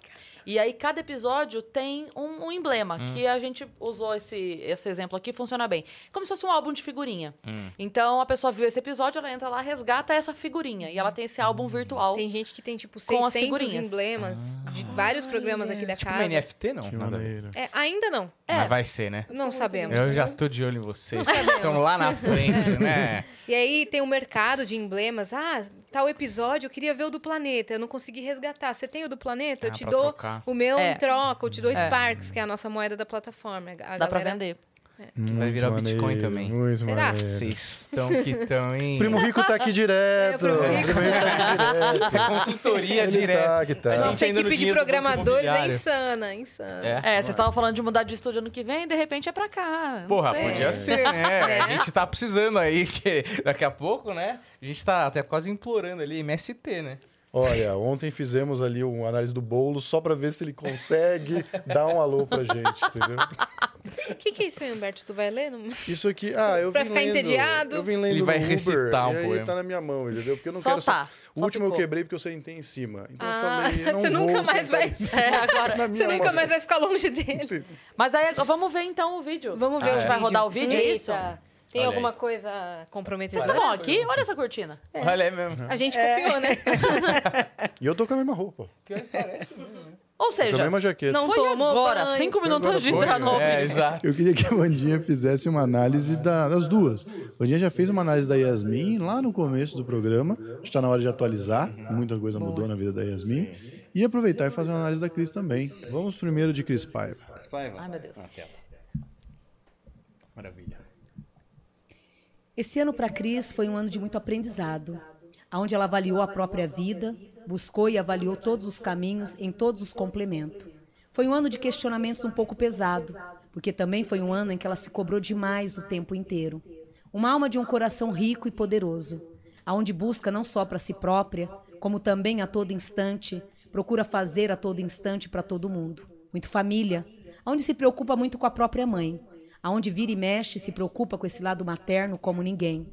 E aí, cada episódio tem um, um emblema,
Hum.
que a gente usou esse, esse exemplo aqui, funciona bem. Como se fosse um álbum de figurinha.
Hum.
Então, a pessoa viu esse episódio, ela entra lá, resgata essa figurinha. E ela tem esse álbum virtual.
Tem gente que tem, tipo,
Com as
600
figurinhas.
emblemas de vários programas aqui da
Tipo uma
casa.
NFT, não?
Que
Nada a ver.
maneiro.
É, ainda não.
Mas vai ser, né?
Não sabemos.
Eu já tô de olho em vocês.
Não
Vocês estão
sabemos. É.
lá na frente, né?
E aí tem o mercado de emblemas. Ah, tal episódio eu queria ver o do planeta, eu não consegui resgatar. Você tem o do planeta? eu
Ah,
te
pra
dou
trocar.
o meu
É.
em troca, eu te dou Sparks, que é a nossa moeda da plataforma. A
Dá
galera-
pra vender.
Muito
vai virar o Bitcoin
maneiro,
também.
Muito
Será?
maneiro.
Vocês estão que estão, hein?
Primo Rico tá aqui direto. tá
É, o Primo Rico.
É consultoria
Ele
direta.
tá, que tá.
A gente
Nossa
indo no
equipe de
dinheiro do Banco
programadores é
Imobiliário.
insana, insana.
É,
É, vocês estavam falando de mudar de estúdio ano que vem, de repente é pra cá. não
Porra,
sei.
podia ser, né?
Né?
A gente tá precisando aí, que daqui a pouco, né? A gente tá até quase implorando ali, MST, né?
Olha, ontem fizemos ali uma análise do bolo só pra ver se ele consegue dar um alô pra gente, entendeu?
O que, que é isso aí, Humberto? Tu vai ler? Não-
Isso aqui, ah, eu
Pra
vim
ficar
lendo,
entediado.
Eu vim lendo
Ele vai
no Uber,
recitar um
e aí
poema.
tá na minha mão, entendeu? Porque eu não
Só
quero
tá,
O
só
último
ficou.
eu quebrei porque eu sentei em cima. Então
Ah,
eu falei, eu não
você
vou
nunca
tá
mais
sentar
vai.
em cima
É, agora.
na
Você
minha
nunca
mão.
mais vai ficar longe dele.
Mas aí, vamos ver então o vídeo.
Vamos ver
A
o
gente vai
vídeo.
rodar o vídeo, é isso?
Eita, Tem
Ah, Olha
alguma
aí.
coisa
Vocês
comprometedora?
tá bom aqui? Olha essa cortina.
Olha aí mesmo.
A gente copiou, né?
E eu tô com a mesma roupa.
Ou
Com a
seja,
mesma jaqueta.
Não
foi
tomou
agora,
banho.
cinco minutos
agora
antes de entrar no
É,
vídeo.
exato.
Eu queria que a Vandinha fizesse uma análise da- das duas. A Vandinha já fez uma análise da Yasmin lá no começo do programa. Está na hora de atualizar. Muita coisa mudou na vida da Yasmin. E aproveitar e fazer uma análise da Cris também. Vamos primeiro de Cris Paiva.
Ai, meu Deus.
Maravilha.
Esse ano para a Cris foi um ano de muito aprendizado, onde ela avaliou a própria vida, buscou e avaliou todos os caminhos em todos os complementos. Foi um ano de questionamentos um pouco pesado, porque também foi um ano em que ela se cobrou demais o tempo inteiro. Uma alma de um coração rico e poderoso, aonde busca não só para si própria, como também a todo instante, procura fazer a todo instante para todo mundo. Muito família, aonde se preocupa muito com a própria mãe, aonde vira e mexe se preocupa com esse lado materno como ninguém.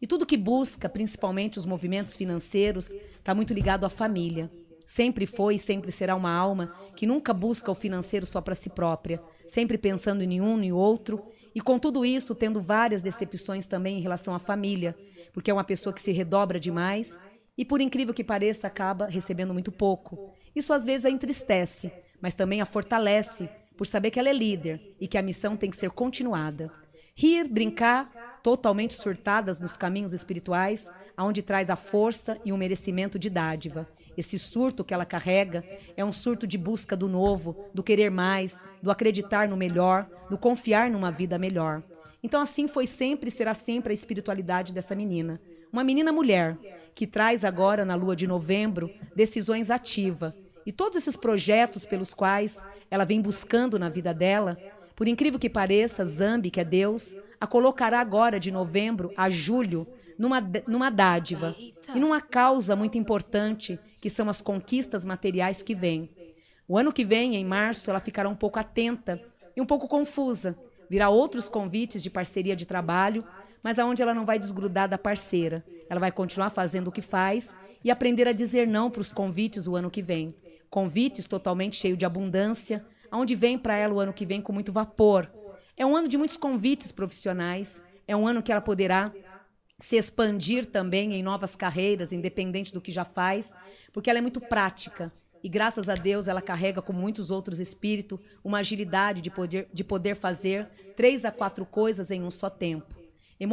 E tudo que busca, principalmente os movimentos financeiros, está muito ligado à família. Sempre foi e sempre será uma alma que nunca busca o financeiro só para si própria, sempre pensando em um e outro, e com tudo isso tendo várias decepções também em relação à família, porque é uma pessoa que se redobra demais e, por incrível que pareça, acaba recebendo muito pouco. Isso às vezes a entristece, mas também a fortalece, por saber que ela é líder e que a missão tem que ser continuada. Rir, brincar, totalmente surtadas nos caminhos espirituais, aonde traz a força e o merecimento de dádiva. Esse surto que ela carrega é um surto de busca do novo, do querer mais, do acreditar no melhor, do confiar numa vida melhor. Então assim foi sempre e será sempre a espiritualidade dessa menina. Uma menina mulher que traz agora na lua de novembro decisões ativas E todos esses projetos pelos quais ela vem buscando na vida dela, por incrível que pareça, Zambi, que é Deus, a colocará agora de novembro a julho numa, d- numa dádiva e numa causa muito importante, que são as conquistas materiais que vêm. O ano que vem, em março, ela ficará um pouco atenta e um pouco confusa. Virá outros convites de parceria de trabalho, mas aonde ela não vai desgrudar da parceira. Ela vai continuar fazendo o que faz e aprender a dizer não para os convites o ano que vem. Convites totalmente cheios de abundância, aonde vem para ela o ano que vem com muito vapor. É um ano de muitos convites profissionais, é um ano que ela poderá se expandir também em novas carreiras, independente do que já faz, porque ela é muito prática. E graças a Deus ela carrega, como muitos outros espíritos, uma agilidade de poder, de poder fazer três a quatro coisas em um só tempo.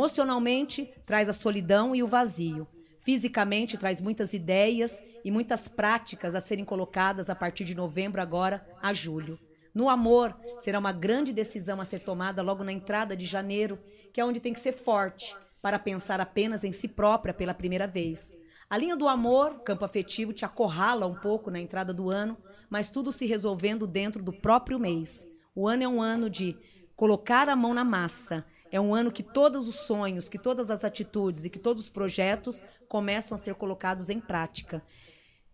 Emocionalmente, traz a solidão e o vazio. Fisicamente, traz muitas ideias e muitas práticas a serem colocadas a partir de novembro agora a julho. No amor, será uma grande decisão a ser tomada logo na entrada de janeiro, que é onde tem que ser forte para pensar apenas em si própria pela primeira vez. A linha do amor, campo afetivo, te acorrala um pouco na entrada do ano, mas tudo se resolvendo dentro do próprio mês. O ano é um ano de colocar a mão na massa. É um ano que todos os sonhos, que todas as atitudes e que todos os projetos começam a ser colocados em prática.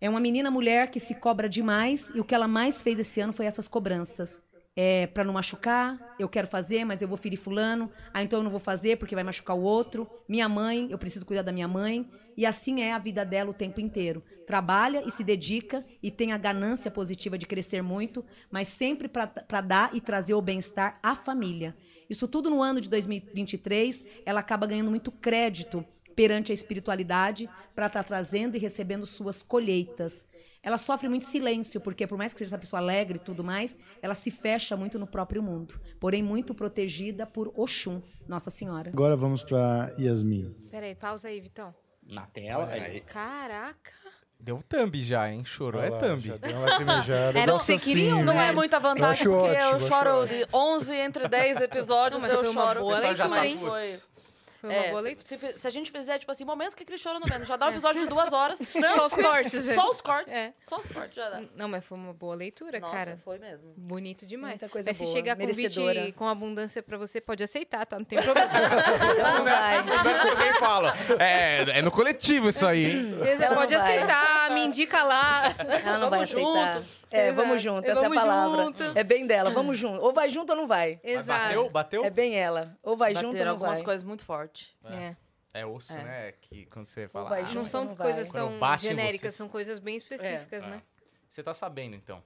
É uma menina mulher que se cobra demais e o que ela mais fez esse ano foi essas cobranças. É, para não machucar, eu quero fazer, mas eu vou ferir fulano, ah, então eu não vou fazer porque vai machucar o outro. Minha mãe, eu preciso cuidar da minha mãe. E assim é a vida dela o tempo inteiro. Trabalha e se dedica e tem a ganância positiva de crescer muito, mas sempre para dar e trazer o bem-estar à família. Isso tudo no ano de 2023, ela acaba ganhando muito crédito perante a espiritualidade para estar trazendo e recebendo suas colheitas. Ela sofre muito silêncio, porque por mais que seja essa pessoa alegre e tudo mais, ela se fecha muito no próprio mundo, porém muito protegida por Oxum, Nossa Senhora.
Agora vamos pra Yasmin.
Peraí, pausa aí, Vitão.
Na tela, velho.
Caraca.
Deu thumb já, hein? Chorou,
Olha
é
lá,
thumb.
já deu uma lacrimejada.
Era o que você
Nossa
queria um ou
Não é
Senhora.
muita vantagem,
Eu acho
porque
ótimo,
eu
acho
choro
ótimo.
de 11 entre 10 episódios,
Não, mas foi
eu
uma
choro.
boa
o pessoal já
leitura,
tá,
hein?
"Putz".
Foi tipo, uma
É,
boa
se-
leitura.
se, se a gente fizer, tipo assim, momentos que aquele chora no vento, já dá um episódio de duas horas. tranquilo.
os cortes, né?
Só os cortes.
É.
Só os cortes já dá.
Não, mas foi uma boa leitura,
Nossa,
cara.
foi mesmo.
Bonito demais.
Muita coisa
mas se
boa,
chegar
merecedora.
convite com abundância pra você, pode aceitar, tá? Não tem problema.
Ela não vai.
Alguém fala. É, é no coletivo isso aí, hein?
Você
Ela
pode
não vai.
aceitar, me indica lá.
Ela não vai
Vamos
aceitar.
junto.
É,
Exato.
vamos junto,
É,
essa
vamos
é a palavra.
junto.
É bem dela, vamos junto. Ou vai junto ou não vai.
Mas
Exato.
Bateu? Bateu?
É bem ela. Ou vai junto ou
Bateram
não
algumas
vai.
coisas muito fortes.
É.
É osso, né? Que quando você fala.
vai
ah,
junto.
Não
mas
são
não vai.
coisas
Quando
tão
bate em
genéricas,
você.
são coisas bem específicas,
É.
né?
Você tá sabendo, então.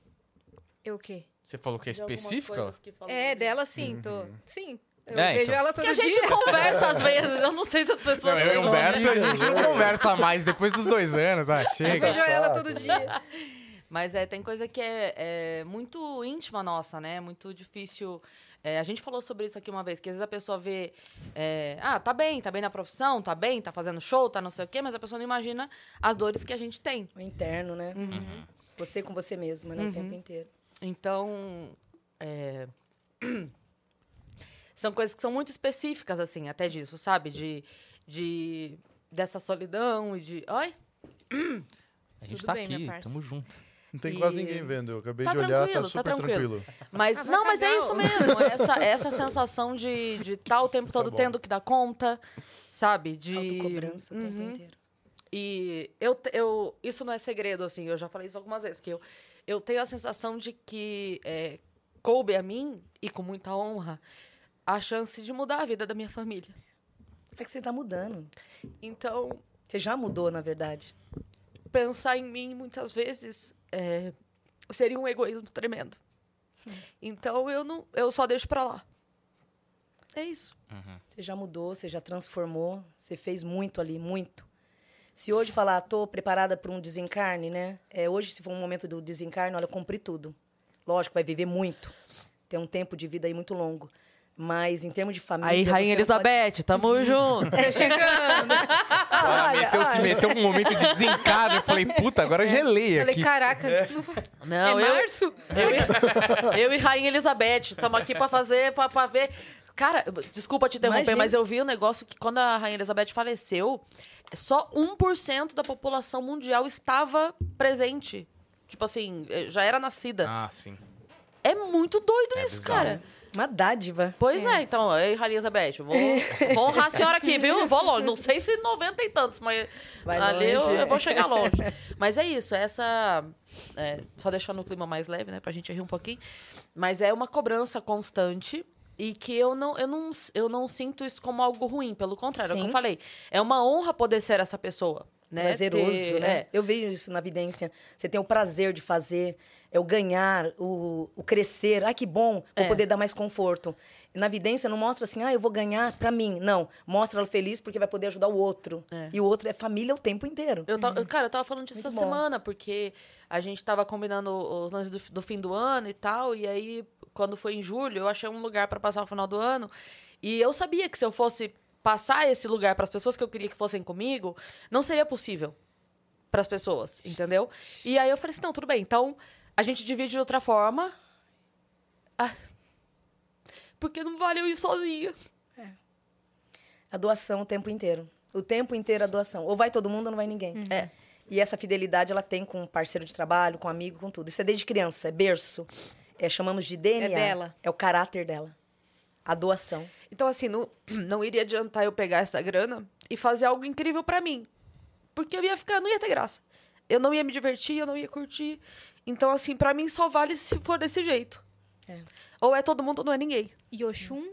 Eu o quê?
Você falou que é
De algumas
específica?
coisas que falam
É,
ali.
dela sim, tô. Sim. Eu
É,
vejo
então.
ela todo
Que a gente
dia.
conversa às vezes. Eu não sei se as pessoas.
Não, eu e o
são
Humberto, a gente não
amigas.
conversa mais depois dos dois anos. Ah,
Eu
chega.
vejo ela
Engraçado.
todo dia.
Mas é, tem coisa que é, é muito íntima nossa, né? Muito difícil. É, a gente falou sobre isso aqui uma vez, que às vezes a pessoa vê. é, ah, tá bem, tá bem na profissão, tá bem, tá fazendo show, tá não sei o quê, mas a pessoa não imagina as dores que a gente tem.
O interno, né? Você com você mesma, né? O tempo inteiro.
Então. é, são coisas que são muito específicas, assim, até disso, sabe? De. de dessa solidão e de. Oi?
A gente
Tudo
tá
bem, minha
aqui,
parça.
tamo junto.
Não tem
E-
quase ninguém vendo. Eu acabei
Tá
de olhar, tá
tranquilo, tá
super
tranquilo.
tranquilo.
Mas,
Ah, vai
não, mas é
cagar
isso
o-
mesmo. Essa, essa sensação de estar de tá o tempo todo
bom.
tendo que dar conta, sabe? De.
Autocobrança o tempo inteiro.
E eu, te- eu. Isso não é segredo, assim, eu já falei isso algumas vezes, que eu, eu tenho a sensação de que é, coube a mim, e com muita honra, a chance de mudar a vida da minha família.
É que você tá mudando.
Então,
Você já mudou, na verdade.
pensar em mim muitas vezes é, seria um egoísmo tremendo.
Hum.
Então eu não, eu só deixo pra lá. É isso.
Você já mudou, você já transformou, você fez muito ali, muito. Se hoje falar, "Ah, tô preparada para um desencarne, né? É, hoje, se for um momento do desencarne, olha, eu cumpri tudo. Lógico, vai viver muito. Tem um tempo de vida aí muito longo. Mas em termos de família.
Aí, Rainha
você não pode- Uhum.
Elizabeth, tamo junto.
Tá chegando.
Ah,
Ah,
olha,
meteu, se
olha. É.
meteu um momento de desencargo. Eu falei, puta, agora eu gelei
Falei,
aqui.
caraca, não vai.
Não,
é
eu,
março?
eu, e, eu e Rainha Elizabeth, tamo aqui pra fazer, pra, pra ver. Cara, eu- desculpa te interromper,
Imagina.
mas eu vi um negócio que quando a Rainha Elizabeth um faleceu, só 1% da população mundial estava presente tipo assim, eh, já era nascida.
Ah, sim.
É muito doido
É
isso,
bizarro.
cara.
Uma dádiva.
Pois é, então, ei, Rainha Elizabeth, vou,
É.
vou honrar a senhora aqui, viu? Vou longe. Não sei se 90 e tantos, mas
Vai
ali eu,
longe.
eu vou chegar longe. Mas é isso, essa. é, só deixando o clima mais leve, né? Pra gente rir um pouquinho. Mas é uma cobrança constante. E que eu não, eu, não, eu não sinto isso como algo ruim, pelo contrário, é o que
Sim.
eu falei. É uma honra poder ser essa pessoa. Né?
Prazeroso,
Ter-
né?
é.
Eu vejo isso na vidência. Você tem o prazer de fazer, é o ganhar, o, o crescer. Ai, que bom, vou
É.
poder dar mais conforto. Na vidência não mostra assim, ah, eu vou ganhar pra mim. Não, mostra ela feliz porque vai poder ajudar o outro.
É.
E o outro é família o tempo inteiro.
Eu ta- eu- Cara, eu tava falando disso
Uhum. Muito
essa
bom.
semana, porque a gente tava combinando os lances do, fi- do fim do ano e tal, e aí, quando foi em julho, eu achei um lugar pra passar o final do ano, e eu sabia que se eu fosse passar esse lugar pras pessoas que eu queria que fossem comigo, não seria possível pras pessoas, entendeu? E aí eu falei assim, não, tudo bem, então a gente divide de outra forma, Ah, porque não valeu ir sozinha.
A doação o tempo inteiro. O tempo inteiro a doação. Ou vai todo mundo ou não vai ninguém.
É.
E essa fidelidade ela tem com parceiro de trabalho, com amigo, com tudo. Isso é desde criança, é berço. É, chamamos de DNA.
dela.
É o caráter dela. A doação.
Então, assim, não, não iria adiantar eu pegar essa grana e fazer algo incrível pra mim. Porque eu ia ficar, não ia ter graça. Eu não ia me divertir, eu não ia curtir. Então, assim, pra mim só vale se for desse jeito.
É.
Ou é todo mundo ou não é ninguém.
E Oxum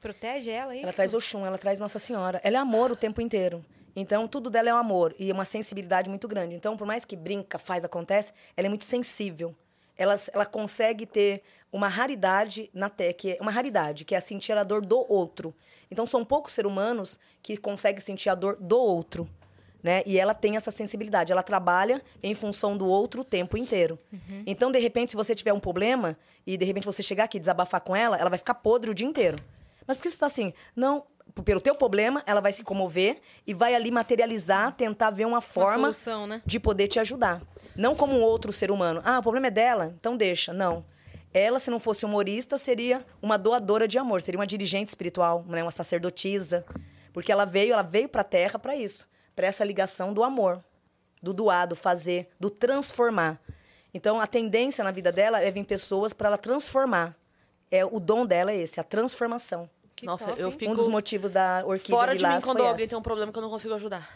protege ela, é isso?
Ela traz Oxum, ela traz Nossa Senhora. Ela é amor o tempo inteiro. Então, tudo dela é um amor e uma sensibilidade muito grande. Então, por mais que brinca, faz, acontece, ela é muito sensível. Ela, ela consegue ter uma raridade na te, que é uma raridade, que é sentir a dor do outro. Então, são poucos seres humanos que conseguem sentir a dor do outro. Né? E ela tem essa sensibilidade, ela trabalha em função do outro o tempo inteiro. Então, de repente, se você tiver um problema e de repente você chegar aqui e desabafar com ela, ela vai ficar podre o dia inteiro. Mas por que você tá assim? Não, p- pelo teu problema, ela vai se comover e vai ali materializar, tentar ver uma forma
solução, né?
de poder te ajudar. Não como um outro ser humano. Ah, o problema é dela, então deixa. Não. Ela, se não fosse humorista, seria uma doadora de amor, seria uma dirigente espiritual, né? uma sacerdotisa. Porque ela veio, ela veio para a Terra para isso, para essa ligação do amor, do doar, do fazer, do transformar. Então, a tendência na vida dela é vir pessoas para ela transformar. É o dom dela é esse, a transformação.
Que
Nossa,
top,
eu
hein?
fico
Um dos motivos da orquídea
fora de mim
lilás
quando
foi
alguém
essa.
tem um problema que eu não consigo ajudar.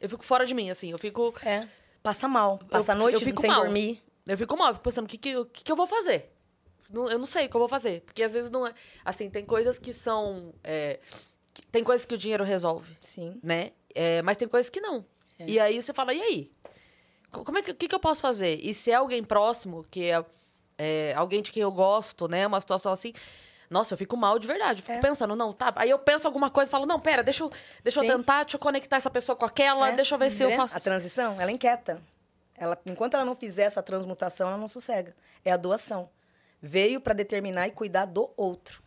Eu fico fora de mim, assim. Eu fico.
É. Passa mal, passa
um- eu
a noite
fico
sem
mal.
dormir.
Eu fico mal, eu fico pensando, o que, que, eu- o que, que eu vou fazer? Não- eu não sei o que eu vou fazer. Porque às vezes não é. Assim, tem coisas que são. é, que- tem coisas que o dinheiro resolve.
Sim.
né? É, mas tem coisas que não.
É.
E aí você fala, e aí? Co- Como é que, o que, que eu posso fazer? E se é alguém próximo, que é, é, alguém de quem eu gosto, né? Uma situação assim. Nossa, eu fico mal de verdade. Eu
É.
fico pensando, não, tá. Aí eu penso alguma coisa e falo, não, pera, deixa eu, deixa eu
Sim.
tentar, deixa eu conectar essa pessoa com aquela,
É.
deixa eu ver se
Tá
eu
vendo?
faço.
A transição, ela inquieta. Ela, enquanto ela não fizer essa transmutação, ela não sossega. É a doação. Veio para determinar e cuidar do outro.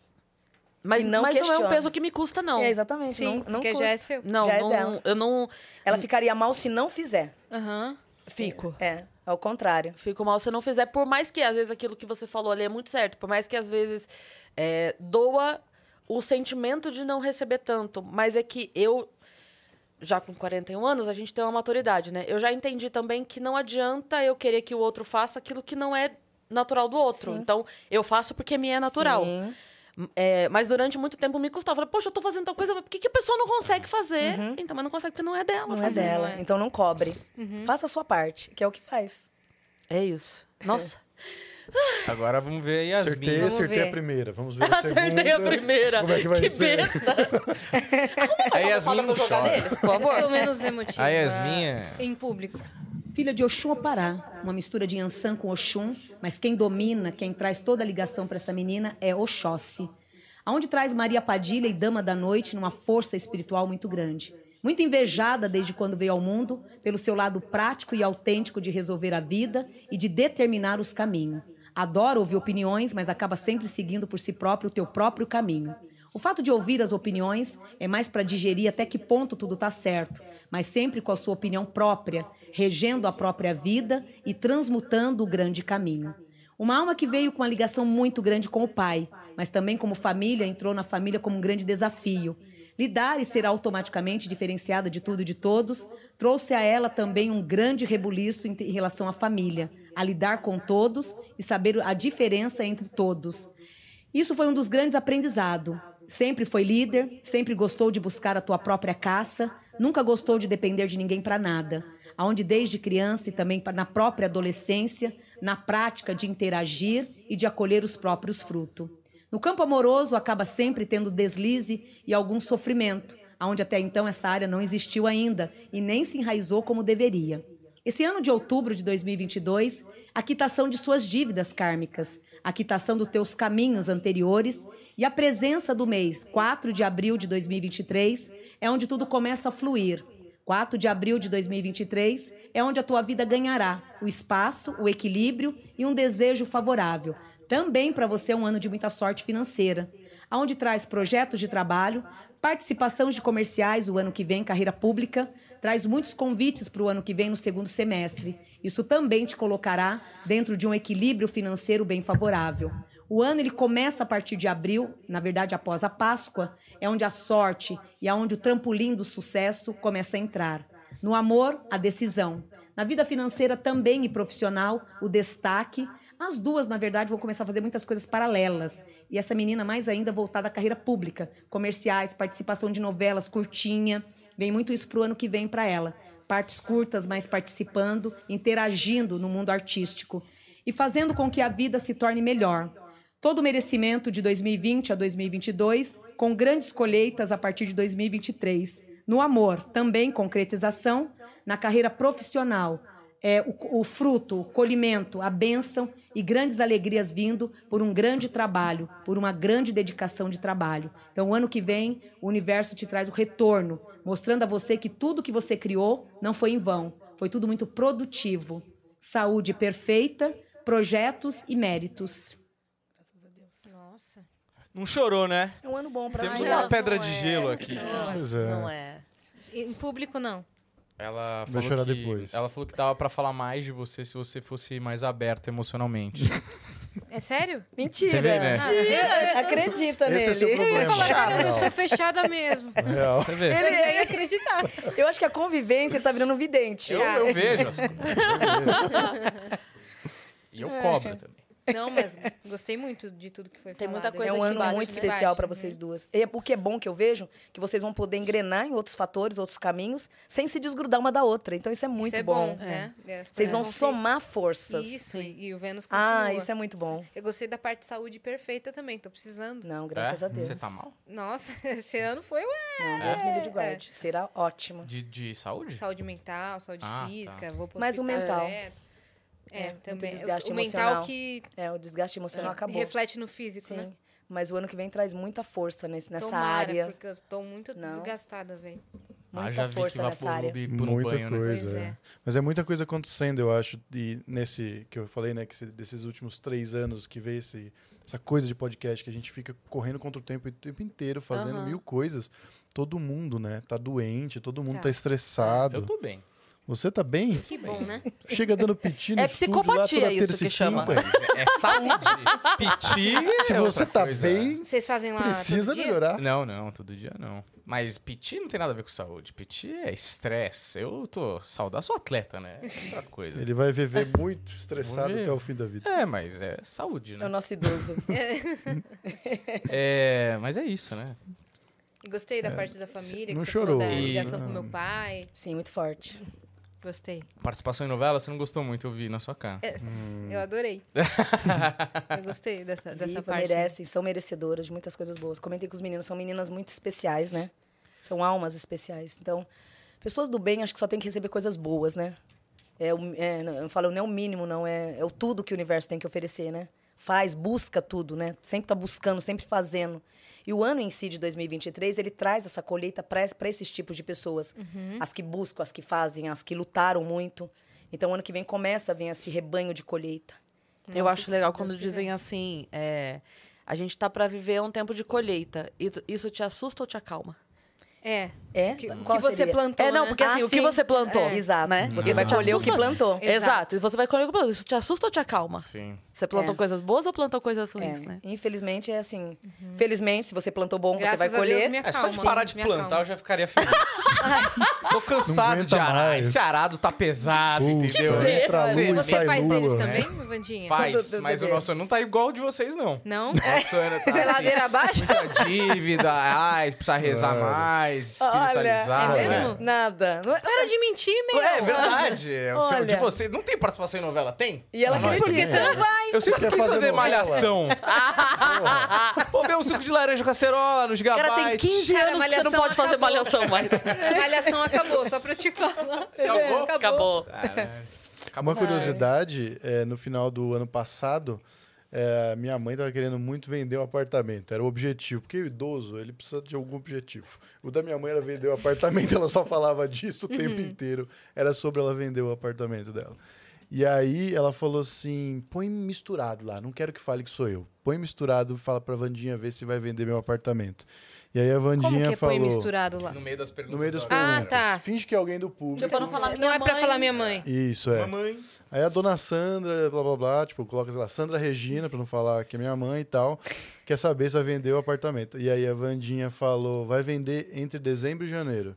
Mas,
e não
mas não é um
questiona.
peso que me custa, não.
É, exatamente.
Sim,
não, não
porque
custa.
já é seu.
não,
Já é
não
dela.
eu não
Ela ficaria mal se não fizer.
Aham.
fico.
É, ao contrário.
Fico mal se não fizer, por mais que às vezes aquilo que você falou ali é muito certo, por mais que às vezes é, doa o sentimento de não receber tanto, mas é que eu, já com 41 anos, a gente tem uma maturidade, né? Eu já entendi também que não adianta eu querer que o outro faça aquilo que não é natural do outro. Então, eu faço porque me é natural.
Sim.
É, mas durante muito tempo me custava. Eu Falei, poxa, eu tô fazendo tal coisa, mas por que, que a pessoa não consegue fazer? Então, mas não consegue porque não é dela.
Uhum. Não é
fazer.
dela.
não é.
Então não cobre.
Uhum.
Faça a sua parte, que é o que faz.
É isso. Nossa.
Agora vamos ver a Yasmin.
Acertei,
Vamos
acertei
ver.
a primeira. Vamos ver a
Acertei a
segunda.
primeira.
Como é que vai ser?
besta. É
A Yasmin não
jogar
chora.
neles, por favor.
Pelo É menos emotiva.
A Yasmin é-
Em público.
Filha de Oxum Opará, uma mistura de Ansan com Oxum, mas quem domina, quem traz toda a ligação para essa menina é Oxóssi. Aonde traz Maria Padilha e Dama da Noite numa força espiritual muito grande. Muito invejada desde quando veio ao mundo, pelo seu lado prático e autêntico de resolver a vida e de determinar os caminhos. Adora ouvir opiniões, mas acaba sempre seguindo por si próprio o teu próprio caminho. O fato de ouvir as opiniões é mais para digerir até que ponto tudo está certo, mas sempre com a sua opinião própria, regendo a própria vida e transmutando o grande caminho. Uma alma que veio com uma ligação muito grande com o pai, mas também como família entrou na família como um grande desafio. Lidar e ser automaticamente diferenciada de tudo e de todos trouxe a ela também um grande rebuliço em em relação à família, a lidar com todos e saber a diferença entre todos. Isso foi um dos grandes aprendizados. Sempre foi líder, sempre gostou de buscar a tua própria caça, nunca gostou de depender de ninguém para nada. Onde desde criança e também na própria adolescência, na prática de interagir e de acolher os próprios frutos. No campo amoroso, acaba sempre tendo deslize e algum sofrimento, onde até então essa área não existiu ainda e nem se enraizou como deveria. Esse ano de outubro de 2022, a quitação de suas dívidas kármicas, a quitação dos teus caminhos anteriores e a presença do mês 4 de abril de 2023 é onde tudo começa a fluir. 4 de abril de 2023 é onde a tua vida ganhará o espaço, o equilíbrio e um desejo favorável, também para você é um ano de muita sorte financeira, aonde traz projetos de trabalho, participação de comerciais o ano que vem, carreira pública, traz muitos convites para o ano que vem no segundo semestre. Isso também te colocará dentro de um equilíbrio financeiro bem favorável. O ano ele começa a partir de abril, na verdade após a Páscoa, é onde a sorte e aonde é o trampolim do sucesso começa a entrar. No amor, a decisão. Na vida financeira também e profissional, o destaque, as duas, na verdade, vão começar a fazer muitas coisas paralelas. E essa menina, mais ainda, voltada à carreira pública, comerciais, participação de novelas, curtinha. Vem muito isso pro ano que vem para ela. Partes curtas, mas participando, interagindo no mundo artístico e fazendo com que a vida se torne melhor. Todo o merecimento de 2020 a 2022, com grandes colheitas a partir de 2023. No amor, também concretização, na carreira profissional, é, o, o fruto, o colhimento, a bênção e grandes alegrias vindo por um grande trabalho, por uma grande dedicação de trabalho. Então, o ano que vem, o universo te traz o retorno, mostrando a você que tudo que você criou não foi em vão, foi tudo muito produtivo. Saúde perfeita, projetos e méritos.
Nossa.
Não chorou, né?
É um ano bom pra
Temos
Ai,
você.
uma
não,
pedra
não
de
é,
gelo aqui.
Pois é.
Não é.
Em público, não.
Ela
Vai
falou
chorar
que,
depois.
Ela falou que dava pra falar mais de você se você fosse mais aberta emocionalmente.
É sério?
Mentira.
Você vê, né?
Ah, eu, eu,
Acredita
Esse é
nele.
seu
eu ia
problema.
falar que era uma
Não.
pessoa fechada mesmo.
Real.
Você vê?
Eu já ia acreditar.
Eu acho que a convivência ele tá virando um vidente.
Eu, eu vejo as coisas. e eu cobro também.
Não, mas gostei muito de tudo que foi
Tem
falado.
muita coisa
é um
aqui
ano
embaixo,
muito
né?
especial para
Uhum.
vocês duas. E o que é bom que eu vejo, que vocês vão poder engrenar em outros fatores, outros caminhos, sem se desgrudar uma da outra. Então isso é muito
isso é
bom.
né? É, as
Vocês
coisas
vão
se-
somar forças.
Isso, e e o Vênus continua.
Ah, isso é muito bom.
Eu gostei da parte de saúde perfeita também, tô precisando.
Não, graças
É?
a Deus.
Você tá mal? É.
Nossa, esse ano foi
Não, Deus me livre
É.
e guarde. Será ótimo.
De, de saúde?
saúde mental, saúde
Ah, tá.
física, vou pro
Mas o
hospital
mental.
direto. É,
É, muito
também.
desgaste
o mental
emocional.
que
É, o desgaste emocional acabou.
reflete no físico,
Sim.
né?
Mas o ano que vem traz muita força nesse, nessa
Tomara,
área.
porque eu tô muito
Não.
desgastada, velho.
ah,
Muita
já vi que
força
vai
nessa área.
por, por um
Muita
banho, né?
coisa.
Pois é.
é. Mas é muita coisa acontecendo, eu acho. E nesse que eu falei, né? Que se- desses últimos três anos que veio esse, essa coisa de podcast, que a gente fica correndo contra o tempo o tempo inteiro, fazendo
Aham.
mil coisas. Todo mundo, né? Tá doente, todo mundo
É.
Tá.
tá, estressado.
Eu tô bem.
Você tá bem?
Que bom, né?
Chega dando piti no
É
estúdio lá toda
psicopatia isso
terça e
que chama.
quinta.
É saúde. Piti.
Se
é
você
outra
tá
coisa.
bem, tá.
Vocês fazem
Ah,
lá
precisa
todo dia?
melhorar.
Não, não, todo dia não. Mas piti não tem nada a ver com saúde. Piti é estresse. Eu tô saudável, sou atleta, né? É outra coisa.
Ele vai viver muito estressado
ver.
até o fim da vida.
É, mas é saúde,
É o
né?
nosso idoso.
É, mas é isso, né?
E Gostei da parte da família,
É. não
que você falou
chorou.
da
E-
ligação com meu pai.
Sim, muito forte.
Gostei. É,
Participação em novela, você não gostou muito, eu vi na sua cara.
Hum.
Eu adorei. eu gostei dessa, dessa
Viva,
parte.
merecem, são merecedoras de muitas coisas boas. Comentei com os meninos, são meninas muito especiais, né? São almas especiais. Então, pessoas do bem acho que só tem que receber coisas boas, né? É, o- é, não, eu falo, não é o mínimo, não. É, é o tudo que o universo tem que oferecer, né? Faz, busca tudo, né? Sempre tá buscando, sempre fazendo. E o ano em si de 2023, ele traz essa colheita para esses tipos de pessoas.
Uhum.
As que buscam, as que fazem, as que lutaram muito. Então, ano que vem começa a vir esse rebanho de colheita.
Nossa,
Eu acho
se
legal
Deus
quando
quiser.
dizem assim, é, a gente tá pra viver um tempo de colheita. E tu- Isso te assusta ou te acalma?
É.
É?
O que, o
Qual
que você
seria?
plantou.
é, não,
né?
porque assim,
Ah,
o que
sim.
você plantou?
É.
Exato.
Uhum.
Né?
Você vai
Isso te
colher o que
assusta?
plantou.
Exato. E você vai colher o que plantou. Isso te assusta ou te acalma?
Sim.
Você plantou
É.
coisas boas ou plantou coisas ruins,
É,
né?
Infelizmente é assim. Felizmente, se você plantou bom,
Graças
você vai
a Deus,
colher.
me
É só de
acalma,
parar de
me
plantar,
acalma.
eu já ficaria feliz. Tô cansado
aguenta
de arar.
mais.
Esse arado tá pesado,
Puta,
entendeu?
entra
desse?
lua e
Você
sai
faz
lua. né?
deles também, Vandinha?
Faz,
Do- do
mas o
bebê.
nosso ano não tá igual o de vocês, não.
Não?
Nosso ano tá
Peladeira abaixo?
Muita dívida, ai, precisa rezar
Olha.
mais,
é
espiritualizar.
mesmo?
né?
Nada. Não é-
Para de mentir, meu.
É verdade. O seu- de
Olha.
você não tem participação em novela, tem?
E ela
Pra nós?
Porque
acredita.
você não vai.
Eu sempre
Quer
quis
fazer
fazer
novela?
malhação. Pô, meu suco de laranja com acerola nos
O
gabites.
cara tem 15
Cara,
anos que você não
Malhação
pode fazer
acabou.
malhação mais.
A malhação acabou, só pra eu te falar.
Acabou?
Acabou.
Caralho.
É.
Uma curiosidade, é, no final do ano passado, é, minha mãe estava querendo muito vender um apartamento. Era o objetivo. Porque o idoso, ele precisa de algum objetivo. O da minha mãe era vender o apartamento. Ela só falava disso o
Uhum.
tempo inteiro. Era sobre ela vender o apartamento dela. E aí ela falou assim, põe misturado lá. Não quero que fale que sou eu. Põe misturado, fala pra Vandinha ver se vai vender meu apartamento. E aí a
Como
Vandinha
que é põe
falou...
misturado lá?
No meio das perguntas.
No meio das
da-
perguntas.
tá.
Finge que é alguém do público.
Tipo, eu não falar minha
Não é pra
mãe.
falar minha mãe.
Isso, é.
Mamãe.
Aí a dona Sandra, blá blá blá, tipo, coloca, sei lá, Sandra Regina, pra não falar que é minha mãe e tal, quer saber se vai vender o apartamento. E aí a Vandinha falou, vai vender entre dezembro e janeiro.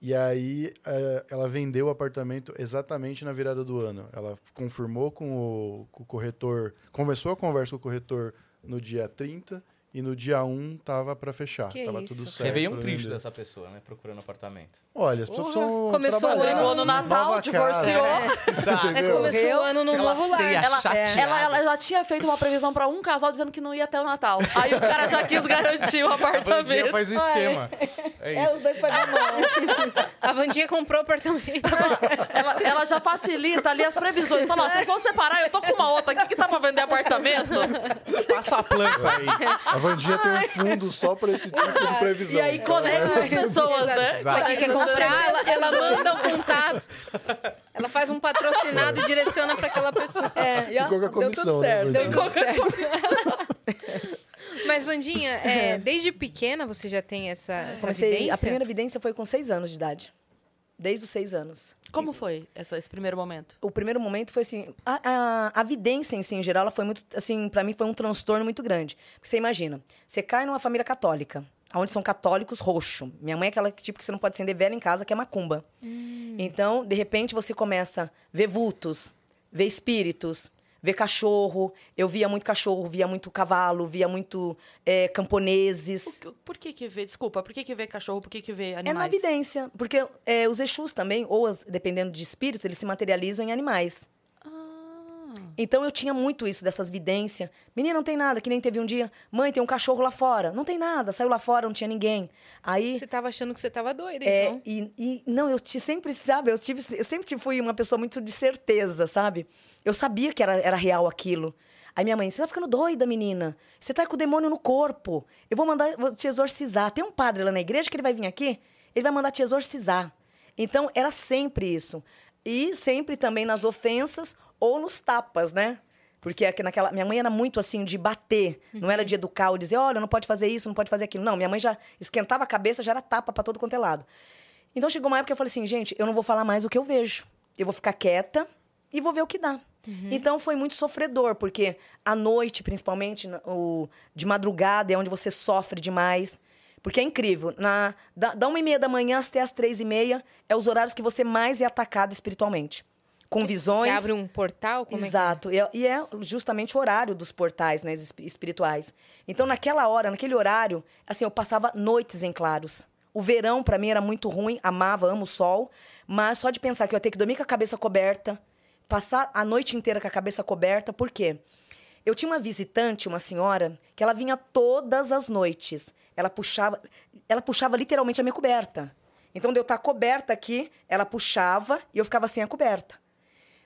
E aí eh, ela vendeu o apartamento exatamente na virada do ano. Ela confirmou com o, com o corretor, começou a conversa com o corretor no dia 30 e no dia 1 tava pra fechar.
Que
tava
isso,
tudo
cara.
certo.
veio um
pra
triste
vender.
dessa pessoa, né? Procurando apartamento.
Olha, as pessoas precisam
Começou o ano-
trabalhar,
Pegou no Natal,
nova
Ah,
divorciou.
é.
casa.
Exato.
Mas
Entendeu?
começou o ano no
Aquela
novo lar.
ceia
Ela, é.
chateada.
ela, ela- ela tinha feito uma previsão pra um casal dizendo que não ia até o Natal. Aí o cara já quis garantir o
A Vandinha
apartamento.
faz o esquema. É
É, os
isso.
dois pegam a mão.
A Vandinha comprou o apartamento.
Ela, ela já facilita ali as previsões. Fala, ó, se vocês vão separar, eu tô com uma outra aqui que tá pra vender apartamento.
Passa a planta aí.
A Vandinha tem um fundo só pra esse tipo de previsão.
E é aí conecta as pessoas, né?
Isso aqui quer comprar, ela, ela manda o contato. Ela faz um patrocinado e direciona pra aquela pessoa.
É, e ó,
Ficou com a
deu tudo
comissão, né,
certo.
Vandinha?
Deu tudo certo.
Mas, Vandinha, é, desde pequena você já tem essa, essa
Comecei,
evidência?
a primeira evidência foi com seis anos de idade. Desde os seis anos.
Como foi essa- esse primeiro momento?
O primeiro momento foi assim, a, a, a vidência em si, em geral, ela foi muito, assim, para mim foi um transtorno muito grande. Porque você imagina, você cai numa família católica, onde são católicos roxo. Minha mãe é aquela que, tipo que você não pode acender vela em casa, que é macumba. Então, de repente, você começa a ver vultos, ver espíritos, ver cachorro. Eu via muito cachorro, via muito cavalo, via muito eh, camponeses.
Por, por que que vê? Desculpa, por que que vê cachorro? Por que que vê
É na
animais?
evidência, porque eh, os Exus também, ou as- dependendo de espíritos, eles se materializam em animais. Então eu tinha muito isso, dessas vidências. Menina, não tem nada, que nem teve um dia. Mãe, tem um cachorro lá fora. Não tem nada, saiu lá fora, não tinha ninguém. Aí.
Você tava achando que você tava doida,
É,
então.
e, e- não, eu te, sempre, sabe, eu, tive, eu sempre te- fui uma pessoa muito de certeza, sabe? Eu sabia que era, era real aquilo. Aí minha mãe, você tá ficando doida, menina. Você tá com o demônio no corpo. Eu vou mandar vou te exorcizar. Tem um padre lá na igreja que ele vai vir aqui, ele vai mandar te exorcizar. Então, era sempre isso. E sempre também nas ofensas ou nos tapas, né? Porque aqui naquela, minha mãe era muito assim de bater, não era de educar ou dizer, olha, não pode fazer isso, não pode fazer aquilo. Não, minha mãe já esquentava a cabeça, já era tapa pra todo quanto é lado. Então chegou uma época que eu falei assim, gente, eu não vou falar mais o que eu vejo. Eu vou ficar quieta e vou ver o que dá. Então foi muito sofredor, porque à noite, principalmente, na- o, de madrugada é onde você sofre demais. Porque é incrível. Na, da, da uma e meia da manhã até as três e meia é os horários que você mais é atacado espiritualmente. Com
Você
visões.
abre um portal? Como
Exato. E é- E é justamente o horário dos portais né, esp- espirituais. Então, naquela hora, naquele horário, assim, eu passava noites em claros. O verão, pra mim, era muito ruim. Amava, amo o sol. Mas só de pensar que eu ia ter que dormir com a cabeça coberta, passar a noite inteira com a cabeça coberta, por quê? Eu tinha uma visitante, uma senhora, que ela vinha todas as noites. Ela puxava, ela puxava literalmente a minha coberta. Então, de eu estar coberta aqui, ela puxava e eu ficava sem a coberta.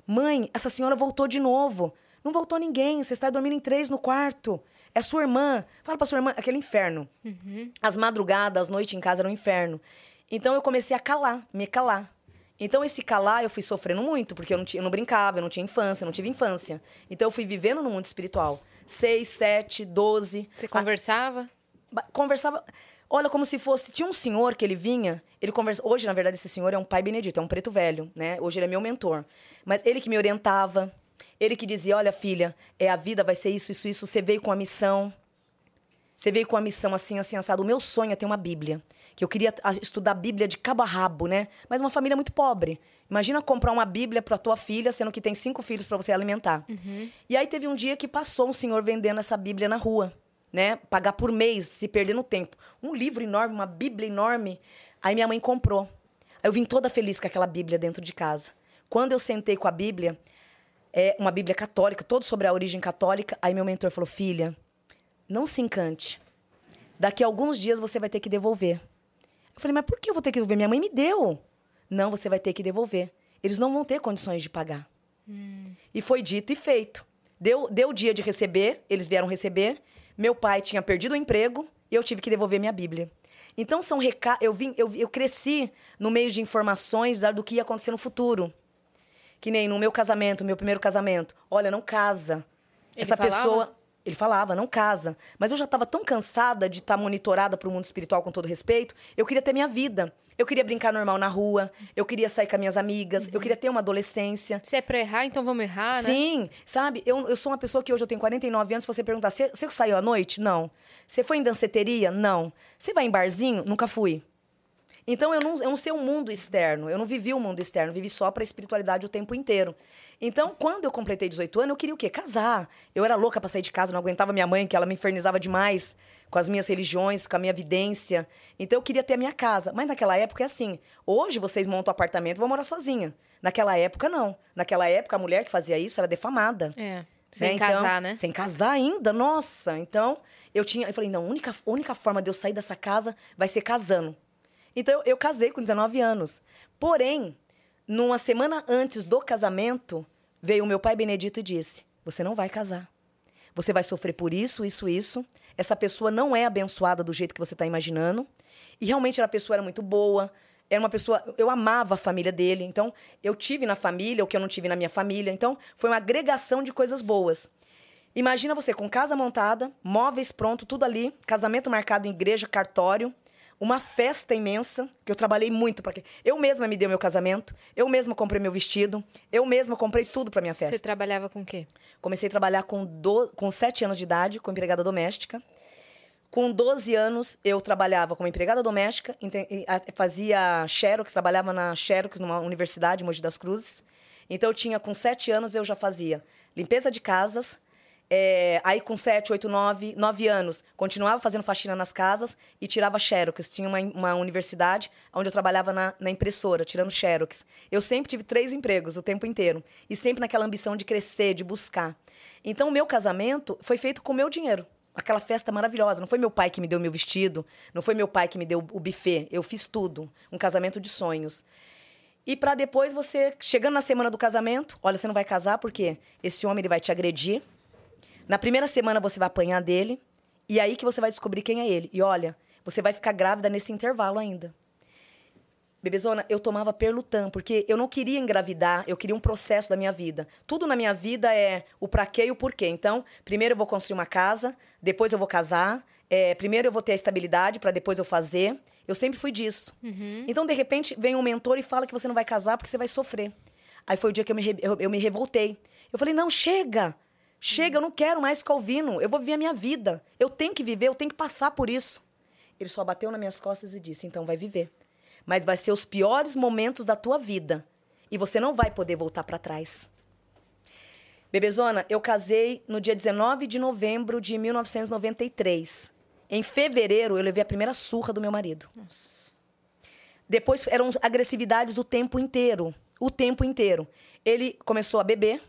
Mãe, essa senhora voltou de novo. Não voltou ninguém. Você está dormindo em três no quarto. É sua irmã. Fala pra sua irmã. Aquele é inferno. As madrugadas, as noites em casa eram um inferno. Então eu comecei a calar, me calar. Então esse calar eu fui sofrendo muito, porque eu não, tinha, eu não brincava, eu não tinha infância, eu não tive infância. Então eu fui vivendo no mundo espiritual. Seis, sete, doze.
é? Você
a-
conversava?
Ba- conversava. Olha, como se fosse. Tinha um senhor que ele vinha, ele conversa. Hoje, na verdade, esse senhor é um pai benedito, é um preto velho, né? Hoje ele é meu mentor. Mas ele que me orientava, ele que dizia: olha, filha, é a vida vai ser isso, isso, isso. Você veio com a missão. Você veio com a missão assim, assim, assado. O meu sonho é ter uma Bíblia. Que Eu queria a- estudar Bíblia de cabo a rabo, né? Mas uma família muito pobre. Imagina comprar uma Bíblia para tua filha, sendo que tem cinco filhos para você alimentar. E aí teve um dia que passou um senhor vendendo essa Bíblia na rua, né? Pagar por mês, se perder no tempo. Um livro enorme, uma Bíblia enorme. Aí minha mãe comprou. Aí eu vim toda feliz com aquela Bíblia dentro de casa. Quando eu sentei com a Bíblia, é uma Bíblia católica, todo sobre a origem católica. Aí meu mentor falou: Filha, não se encante. Daqui a alguns dias você vai ter que devolver. Eu falei: Mas por que eu vou ter que devolver? Minha mãe me deu. Não, você vai ter que devolver. Eles não vão ter condições de pagar. E foi dito e feito. Deu, deu o dia de receber, eles vieram receber. Meu pai tinha perdido o emprego e eu tive que devolver minha Bíblia. Então são reca... eu, vim, eu, eu cresci no meio de informações da- do que ia acontecer no futuro. Que nem no meu casamento, meu primeiro casamento. Olha, não casa.
Ele
Essa
falava?
pessoa. Ele falava, não casa. Mas eu já estava tão cansada de estar monitorada para o mundo espiritual, com todo respeito. Eu queria ter minha vida. Eu queria brincar normal na rua. Eu queria sair com as minhas amigas. Eu queria ter uma adolescência.
Se é pra errar, então vamos errar, né?
Sim, sabe? Eu, eu sou uma pessoa que hoje eu tenho 49 anos. Se você perguntar, você você saiu à noite? Não. Você foi em danceteria? Não. Você vai em barzinho? Nunca fui. Então eu não, eu não sei o mundo externo, eu não vivi o mundo externo, eu vivi só para espiritualidade o tempo inteiro. Então, quando eu completei 18 anos, eu queria o quê? Casar. Eu era louca para sair de casa, não aguentava minha mãe, que ela me infernizava demais com as minhas religiões, com a minha vidência. Então eu queria ter a minha casa. Mas naquela época é assim. Hoje vocês montam apartamento, e vão morar sozinha. Naquela época não. Naquela época a mulher que fazia isso era defamada.
É. Sem
Né, então,
casar, né?
Sem casar ainda, nossa. Então, eu tinha. Eu falei, não, a única, a única forma de eu sair dessa casa vai ser casando. Então, eu, eu casei com 19 anos. Porém, numa semana antes do casamento, veio o meu pai Benedito e disse: Você não vai casar. Você vai sofrer por isso, isso, isso. Essa pessoa não é abençoada do jeito que você está imaginando. E realmente a pessoa era muito boa. Era uma pessoa. Eu amava a família dele. Então, eu tive na família o que eu não tive na minha família. Então, foi uma agregação de coisas boas. Imagina você com casa montada, móveis pronto, tudo ali, casamento marcado em igreja, cartório, uma festa imensa, que eu trabalhei muito para que. Eu mesma me dei o meu casamento, eu mesma comprei meu vestido, eu mesma comprei tudo para minha festa. Tipo
Você trabalhava com o quê?
Comecei a trabalhar com, do... com 7 anos de idade, como empregada doméstica. Com 12 anos, eu trabalhava como empregada doméstica, inte- e a- fazia Xerox, trabalhava na Xerox, numa universidade, em Mogi das Cruzes. Então, eu tinha, com 7 anos, eu já fazia limpeza de casas. é, aí, com 7, 8, 9, 9 anos, continuava fazendo faxina nas casas e tirava Xerox. Tinha uma, uma universidade onde eu trabalhava na, na impressora, tirando Xerox. Eu sempre tive três empregos o tempo inteiro. E sempre naquela ambição de crescer, de buscar. Então, o meu casamento foi feito com o meu dinheiro aquela festa maravilhosa. Não foi meu pai que me deu meu vestido, não foi meu pai que me deu o buffet. Eu fiz tudo, um casamento de sonhos. E para depois você, chegando na semana do casamento, olha, você não vai casar porque esse homem ele vai te agredir. Na primeira semana você vai apanhar dele e aí que você vai descobrir quem é ele. E olha, você vai ficar grávida nesse intervalo ainda. Bebezona, eu tomava perlutan, porque eu não queria engravidar, eu queria um processo da minha vida. Tudo na minha vida é o pra quê e o porquê. Então, primeiro eu vou construir uma casa, depois eu vou casar, é, primeiro eu vou ter a estabilidade pra depois eu fazer. Eu sempre fui disso. Então, de repente, vem um mentor e fala que você não vai casar porque você vai sofrer. Aí foi o dia que eu me, re- eu- eu me revoltei. Eu falei, não, chega! Chega, eu não quero mais ficar ouvindo. Eu vou viver a minha vida. Eu tenho que viver, eu tenho que passar por isso. Ele só bateu nas minhas costas e disse: então vai viver. Mas vai ser os piores momentos da tua vida. E você não vai poder voltar para trás. Bebezona, eu casei no dia 19 de novembro de 1993. Em fevereiro, eu levei a primeira surra do meu marido. Depois eram agressividades o tempo inteiro. O tempo inteiro. Ele começou a beber,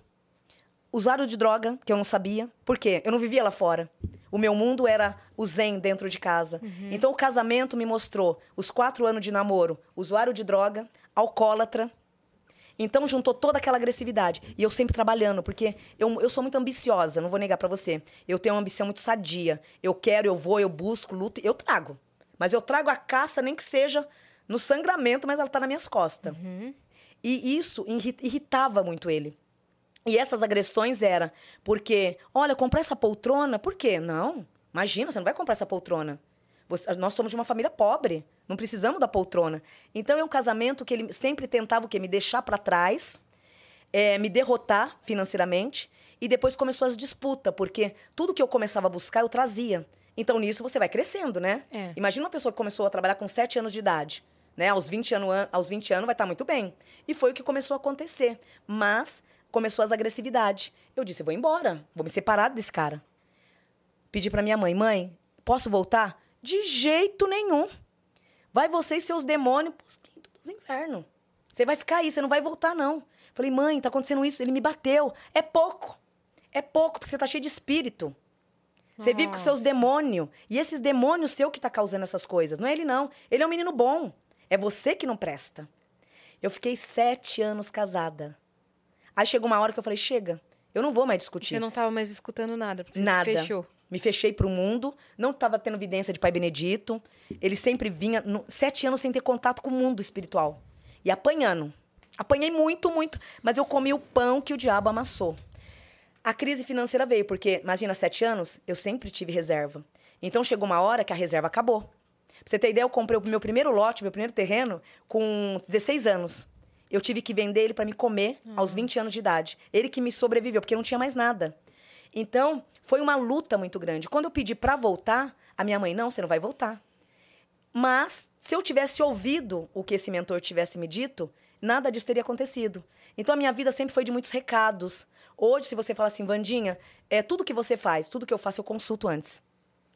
usaram de droga, que eu não sabia. Por quê? Eu não vivia lá fora. O meu mundo era o zen dentro de casa. Então, o casamento me mostrou os quatro anos de namoro, usuário de droga, alcoólatra. Então, juntou toda aquela agressividade. E eu sempre trabalhando, porque eu, eu sou muito ambiciosa, não vou negar pra você. Eu tenho uma ambição muito sadia. Eu quero, eu vou, eu busco, luto, eu trago. Mas eu trago a caça, nem que seja no sangramento, mas ela tá nas minhas costas. E isso irri- irritava muito ele. E essas agressões era porque, olha, comprar essa poltrona, por quê? Não. Imagina, você não vai comprar essa poltrona. Você- nós somos de uma família pobre, não precisamos da poltrona. Então é um casamento que ele sempre tentava o quê? Me deixar para trás, eh, me derrotar financeiramente. E depois começou as disputas, porque tudo que eu começava a buscar, eu trazia. Então, nisso você vai crescendo, né?
É.
Imagina uma pessoa que começou a trabalhar com 7 anos de idade. Né? Aos, 20 ano, aos 20 anos vai estar muito bem. E foi o que começou a acontecer. Mas começou as agressividades. Eu disse, eu vou embora. Vou me separar desse cara. Pedi pra minha mãe, mãe, posso voltar? De jeito nenhum. Vai você e seus demônios pros quintos dos infernos. Você vai ficar aí, você não vai voltar, não. Falei, mãe, tá acontecendo isso. Ele me bateu. É pouco. É pouco, porque você tá cheio de espírito. Você vive com seus demônios. E esses demônios seu que tá causando essas coisas. Não é ele, não. Ele é um menino bom. É você que não presta. Eu fiquei sete anos casada. Aí chegou uma hora que eu falei, chega. Eu não vou mais discutir.
Você não tava mais escutando nada, porque você se
Nada.
fechou.
Me fechei pro mundo, não estava tendo vidência de Pai Benedito. Ele sempre vinha, no- sete anos sem ter contato com o mundo espiritual. E apanhando. Apanhei muito, muito. Mas eu comi o pão que o diabo amassou. A crise financeira veio, porque, imagina, sete anos, eu sempre tive reserva. Então chegou uma hora que a reserva acabou. Pra você ter ideia, eu comprei o meu primeiro lote, meu primeiro terreno, com 16 anos. Eu tive que vender ele para me comer aos 20 anos de idade. Ele que me sobreviveu, porque eu não tinha mais nada. Então, foi uma luta muito grande. Quando eu pedi para voltar, a minha mãe, não, você não vai voltar. Mas, se eu tivesse ouvido o que esse mentor tivesse me dito, nada disso teria acontecido. Então, a minha vida sempre foi de muitos recados. Hoje, se você fala assim, Vandinha, é, tudo que você faz, tudo que eu faço, eu consulto antes.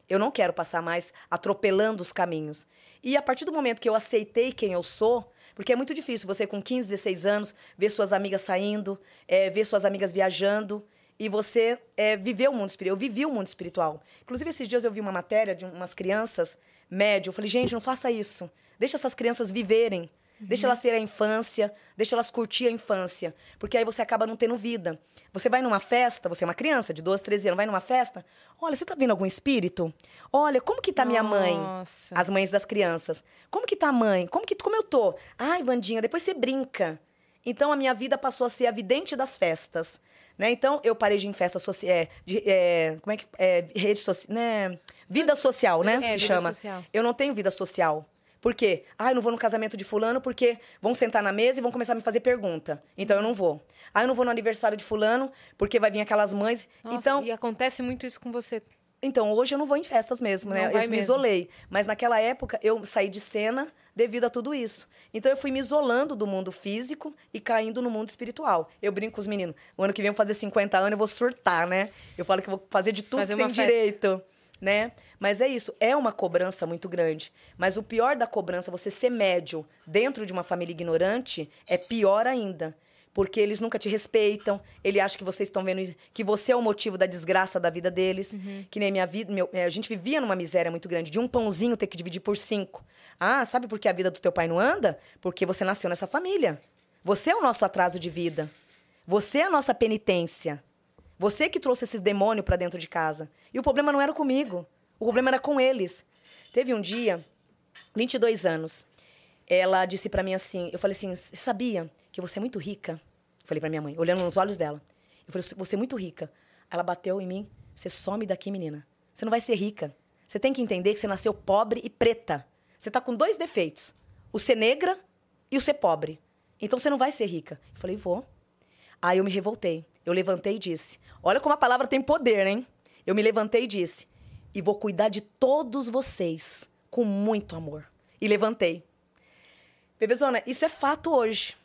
Eu não quero passar mais atropelando os caminhos. E a partir do momento que eu aceitei quem eu sou, porque é muito difícil você com 15, 16 anos ver suas amigas saindo, eh, ver suas amigas viajando e você eh, viver o mundo espiritual. Eu vivi o mundo espiritual. Inclusive, esses dias eu vi uma matéria de umas crianças médio. Eu falei, gente, não faça isso. Deixa essas crianças viverem. Deixa elas terem a infância, deixa elas curtir a infância. Porque aí você acaba não tendo vida. Você vai numa festa, você é uma criança de 12, 13 anos, vai numa festa. Olha, você tá vendo algum espírito? Olha, como que tá minha mãe?
Nossa.
As mães das crianças. Como que tá a mãe? Como que como eu tô? Ai, Vandinha, depois você brinca. Então a minha vida passou a ser a vidente das festas, né? Então eu parei de ir em festa social, como é que é, rede social, né? Vida social, né?
É,
que
vida
chama.
social.
Eu não tenho vida social. Por quê? Ah, eu não vou no casamento de fulano porque vão sentar na mesa e vão começar a me fazer pergunta. Então eu não vou. Ah, eu não vou no aniversário de fulano porque vai vir aquelas mães.
Nossa,
então,
e acontece muito isso com você.
então, hoje eu não vou em festas mesmo, né?
Não
Eu
vai
me
mesmo.
isolei. Mas naquela época eu saí de cena devido a tudo isso. Então eu fui me isolando do mundo físico e caindo no mundo espiritual. Eu brinco com os meninos. O ano que vem eu vou fazer 50 anos, eu vou surtar, né? Eu falo que eu vou fazer de tudo
Fazer
que tem
uma festa.
direito, né? Mas é isso, é uma cobrança muito grande. Mas o pior da cobrança, você ser médio dentro de uma família ignorante, é pior ainda. Porque eles nunca te respeitam, ele acha que vocês estão vendo isso- que você é o motivo da desgraça da vida deles. Que nem minha vida. meu- eh, a gente vivia numa miséria muito grande, de um pãozinho ter que dividir por cinco. Ah, sabe por que a vida do teu pai não anda? Porque você nasceu nessa família. Você é o nosso atraso de vida. Você é a nossa penitência. Você que trouxe esse demônio pra dentro de casa. E o problema não era comigo. O problema era com eles. Teve um dia, 22 anos, ela disse pra mim assim, eu falei assim, "Você sabia que você é muito rica? Falei pra minha mãe, olhando nos olhos dela. Eu falei, você é muito rica. Ela bateu em mim, você some daqui, menina. Você não vai ser rica. Você tem que entender que você nasceu pobre e preta. Você tá com dois defeitos. O ser negra e o ser pobre. Então você não vai ser rica. Eu falei, vou. Aí eu me revoltei. Eu levantei e disse: Olha como a palavra tem poder, hein? Eu me levantei e disse: E vou cuidar de todos vocês com muito amor. E levantei. Bebezona, isso é fato hoje.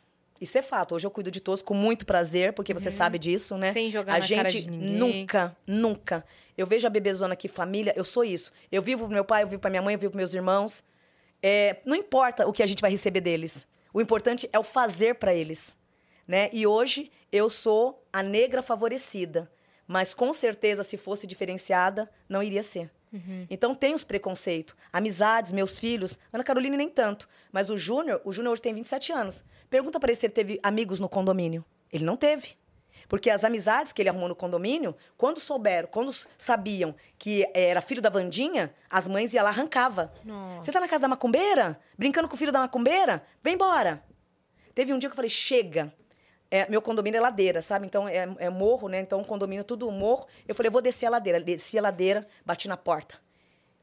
Isso é fato. Hoje eu cuido de todos com muito prazer, porque você sabe disso, né?
Uhum. Sem jogar
a
na
gente
cara de ninguém.
nunca, nunca. Eu vejo a bebezona aqui, família, eu sou isso. Eu vivo pro meu pai, eu vivo pra minha mãe, eu vivo pros meus irmãos. É, não importa o que a gente vai receber deles. O importante é o fazer pra eles, né? E hoje eu sou a negra favorecida, mas com certeza se fosse diferenciada não iria ser. Então tem os preconceitos, amizades, meus filhos, Ana Carolina nem tanto, mas o Júnior, o Júnior hoje tem 27 anos. Pergunta pra ele se ele teve amigos no condomínio. Ele não teve. Porque as amizades que ele arrumou no condomínio, quando souberam, quando s- sabiam que era filho da Vandinha, as mães iam lá e arrancava.
Nossa.
Você tá na casa da macumbeira? Brincando com o filho da macumbeira? Vem embora. Teve um dia que eu falei, chega. É, meu condomínio é ladeira, sabe? Então é, é morro, né? Então o condomínio é tudo morro. Eu falei, eu vou descer a ladeira. Desci a ladeira, bati na porta.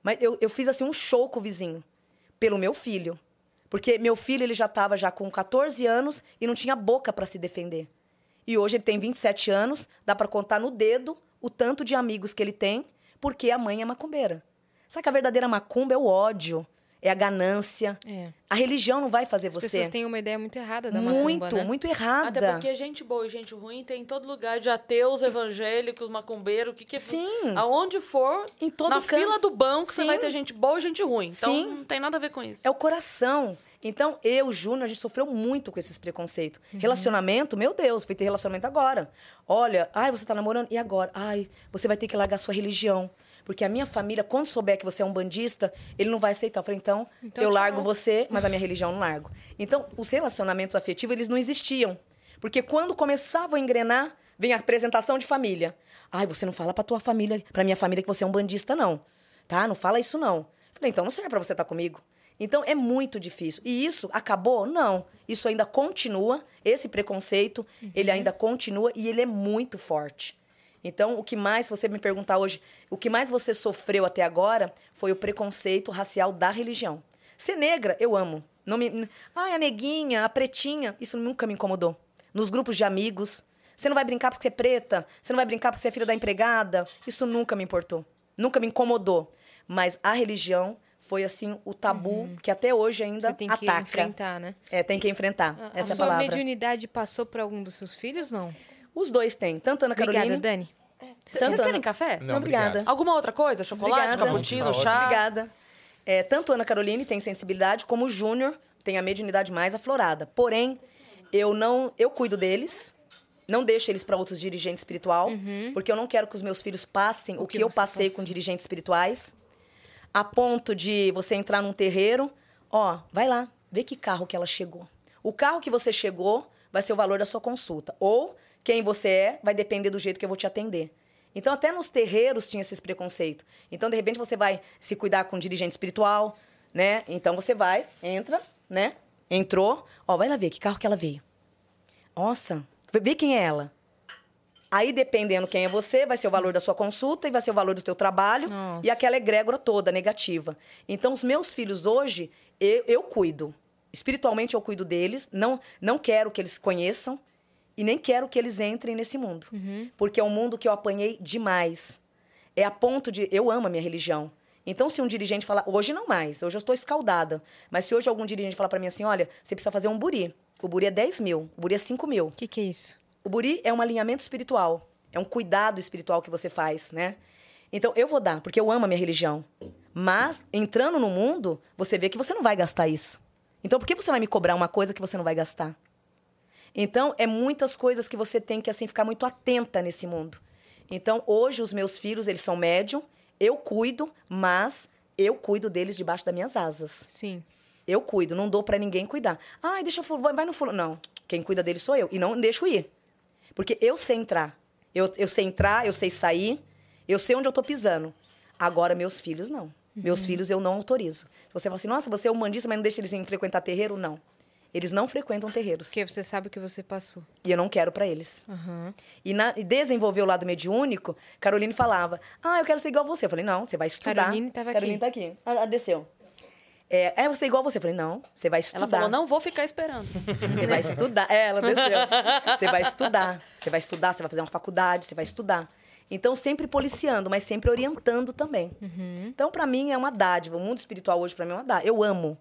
Mas eu, eu fiz assim um show com o vizinho. Pelo meu filho. Porque meu filho ele já estava já com 14 anos e não tinha boca para se defender. E hoje ele tem 27 anos, dá para contar no dedo o tanto de amigos que ele tem, porque a mãe é macumbeira. Sabe que a verdadeira macumba é o ódio, é a ganância.
É.
A religião não vai fazer
As
você.
pessoas têm uma ideia muito errada da
muito,
macumba, né?
muito
Até
errada.
porque gente boa e gente ruim tem em todo lugar de ateus, evangélicos, macumbeiros, o que que é.
Sim.
Aonde for,
Em todo
na
canto.
fila do banco, você
Sim.
vai ter gente boa e gente ruim. Então
Sim.
não tem nada a ver com isso.
É o coração. Então, eu, Júnior, a gente sofreu muito com esses preconceitos. Relacionamento, meu Deus, fui ter relacionamento agora. Olha, ai, você tá namorando, e agora? Ai, você vai ter que largar sua religião. Porque a minha família, quando souber que você é um bandista, ele não vai aceitar. Eu falei, então,
Então,
eu
tchau.
largo você, mas a minha religião eu não largo. Então, os relacionamentos afetivos, eles não existiam. Porque quando começavam a engrenar, vem a apresentação de família. Ai, você não fala pra tua família, pra minha família que você é um bandista, não. Tá? Não fala isso, não. Falei, então não serve pra você estar comigo. Então é muito difícil. E isso acabou? Não. Isso ainda continua. Esse preconceito,
Uhum.
ele ainda continua e ele é muito forte. Então, o que mais, se você me perguntar hoje, o que mais você sofreu até agora foi o preconceito racial da religião. Ser negra, eu amo. Não me... Ai, a neguinha, a pretinha, isso nunca me incomodou. Nos grupos de amigos. Você não vai brincar porque você é preta, você não vai brincar porque você é filha da empregada. Isso nunca me importou. Nunca me incomodou. Mas a religião foi, assim, o tabu que até hoje ainda
Uhum. Você tem que
ataca.
enfrentar, né?
É, tem que enfrentar.
A-
essa é
a
a
sua
palavra.
mediunidade passou pra algum dos seus filhos, não?
Os dois têm, tanto Ana Carolina.
Obrigada, Dani.
Vocês
Santana.
querem café?
Não, obrigada.
Alguma outra coisa? Chocolate,
Obrigada.
cappuccino,
Não, tá
chá?
Obrigada. É, tanto Ana Caroline tem sensibilidade, como o Júnior tem a mediunidade mais aflorada. Porém, eu não, eu cuido deles, não deixo eles para outros dirigentes espiritual, porque eu não quero que os meus filhos passem o,
que
que, eu
você
passei
passou.
com dirigentes espirituais, a ponto de você entrar num terreiro, ó, vai lá, vê que carro que ela chegou. O carro que você chegou vai ser o valor da sua consulta, ou quem você é vai depender do jeito que eu vou te atender. Então, até nos terreiros tinha esses preconceito. Então, de repente, você vai se cuidar com um dirigente espiritual, né? Então, você vai, entra, né? Entrou, ó, vai lá ver que carro que ela veio. Nossa, vê quem é ela. Aí, dependendo quem é você, vai ser o valor da sua consulta e vai ser o valor do teu trabalho
Nossa.
e aquela egrégora toda negativa. Então, os meus filhos hoje, eu, eu cuido. Espiritualmente, eu cuido deles. Não, não quero que eles conheçam e nem quero que eles entrem nesse mundo. Porque é um mundo que eu apanhei demais. É a ponto de... Eu amo a minha religião. Então, se um dirigente falar... Hoje não mais, hoje eu estou escaldada. Mas se hoje algum dirigente falar para mim assim, olha, você precisa fazer um buri. O buri é 10 mil, o buri é 5 mil.
O que, que é isso?
O buri é um alinhamento espiritual, é um cuidado espiritual que você faz, né? Então eu vou dar, porque eu amo a minha religião. Mas entrando no mundo, você vê que você não vai gastar isso. Então por que você vai me cobrar uma coisa que você não vai gastar? Então é muitas coisas que você tem que assim ficar muito atenta nesse mundo. Então hoje os meus filhos, eles são médium, eu cuido, mas eu cuido deles debaixo das minhas asas.
Sim.
Eu cuido, não dou pra ninguém cuidar. Ai, deixa eu ful... vai vai no fulano. Não, quem cuida dele sou eu. E não deixo ir. Porque eu sei entrar. Eu, eu sei entrar, eu sei sair, eu sei onde eu tô pisando. Agora, meus filhos, não. Meus filhos eu não autorizo. Se você fala assim, nossa, você é humandista, mas não deixa eles em frequentar terreiro? Não. Eles não frequentam terreiros.
Porque você sabe o que você passou.
E eu não quero pra eles.
Aham.
E, na, e desenvolver o lado mediúnico, Caroline falava: Ah, eu quero ser igual a você. Eu falei: Não, você vai estudar.
Caroline tava
Caroline
aqui.
tá aqui. Ah, ah, desceu. É, é, você é igual a você. Eu falei: Não, você vai estudar.
Ela falou, não vou ficar esperando.
Você vai estudar. É, ela desceu. Você vai estudar. Você vai estudar, você vai fazer uma faculdade, você vai estudar. Então, sempre policiando, mas sempre orientando também. Então, pra mim, é uma dádiva. O mundo espiritual hoje, pra mim, é uma dádiva. Eu amo.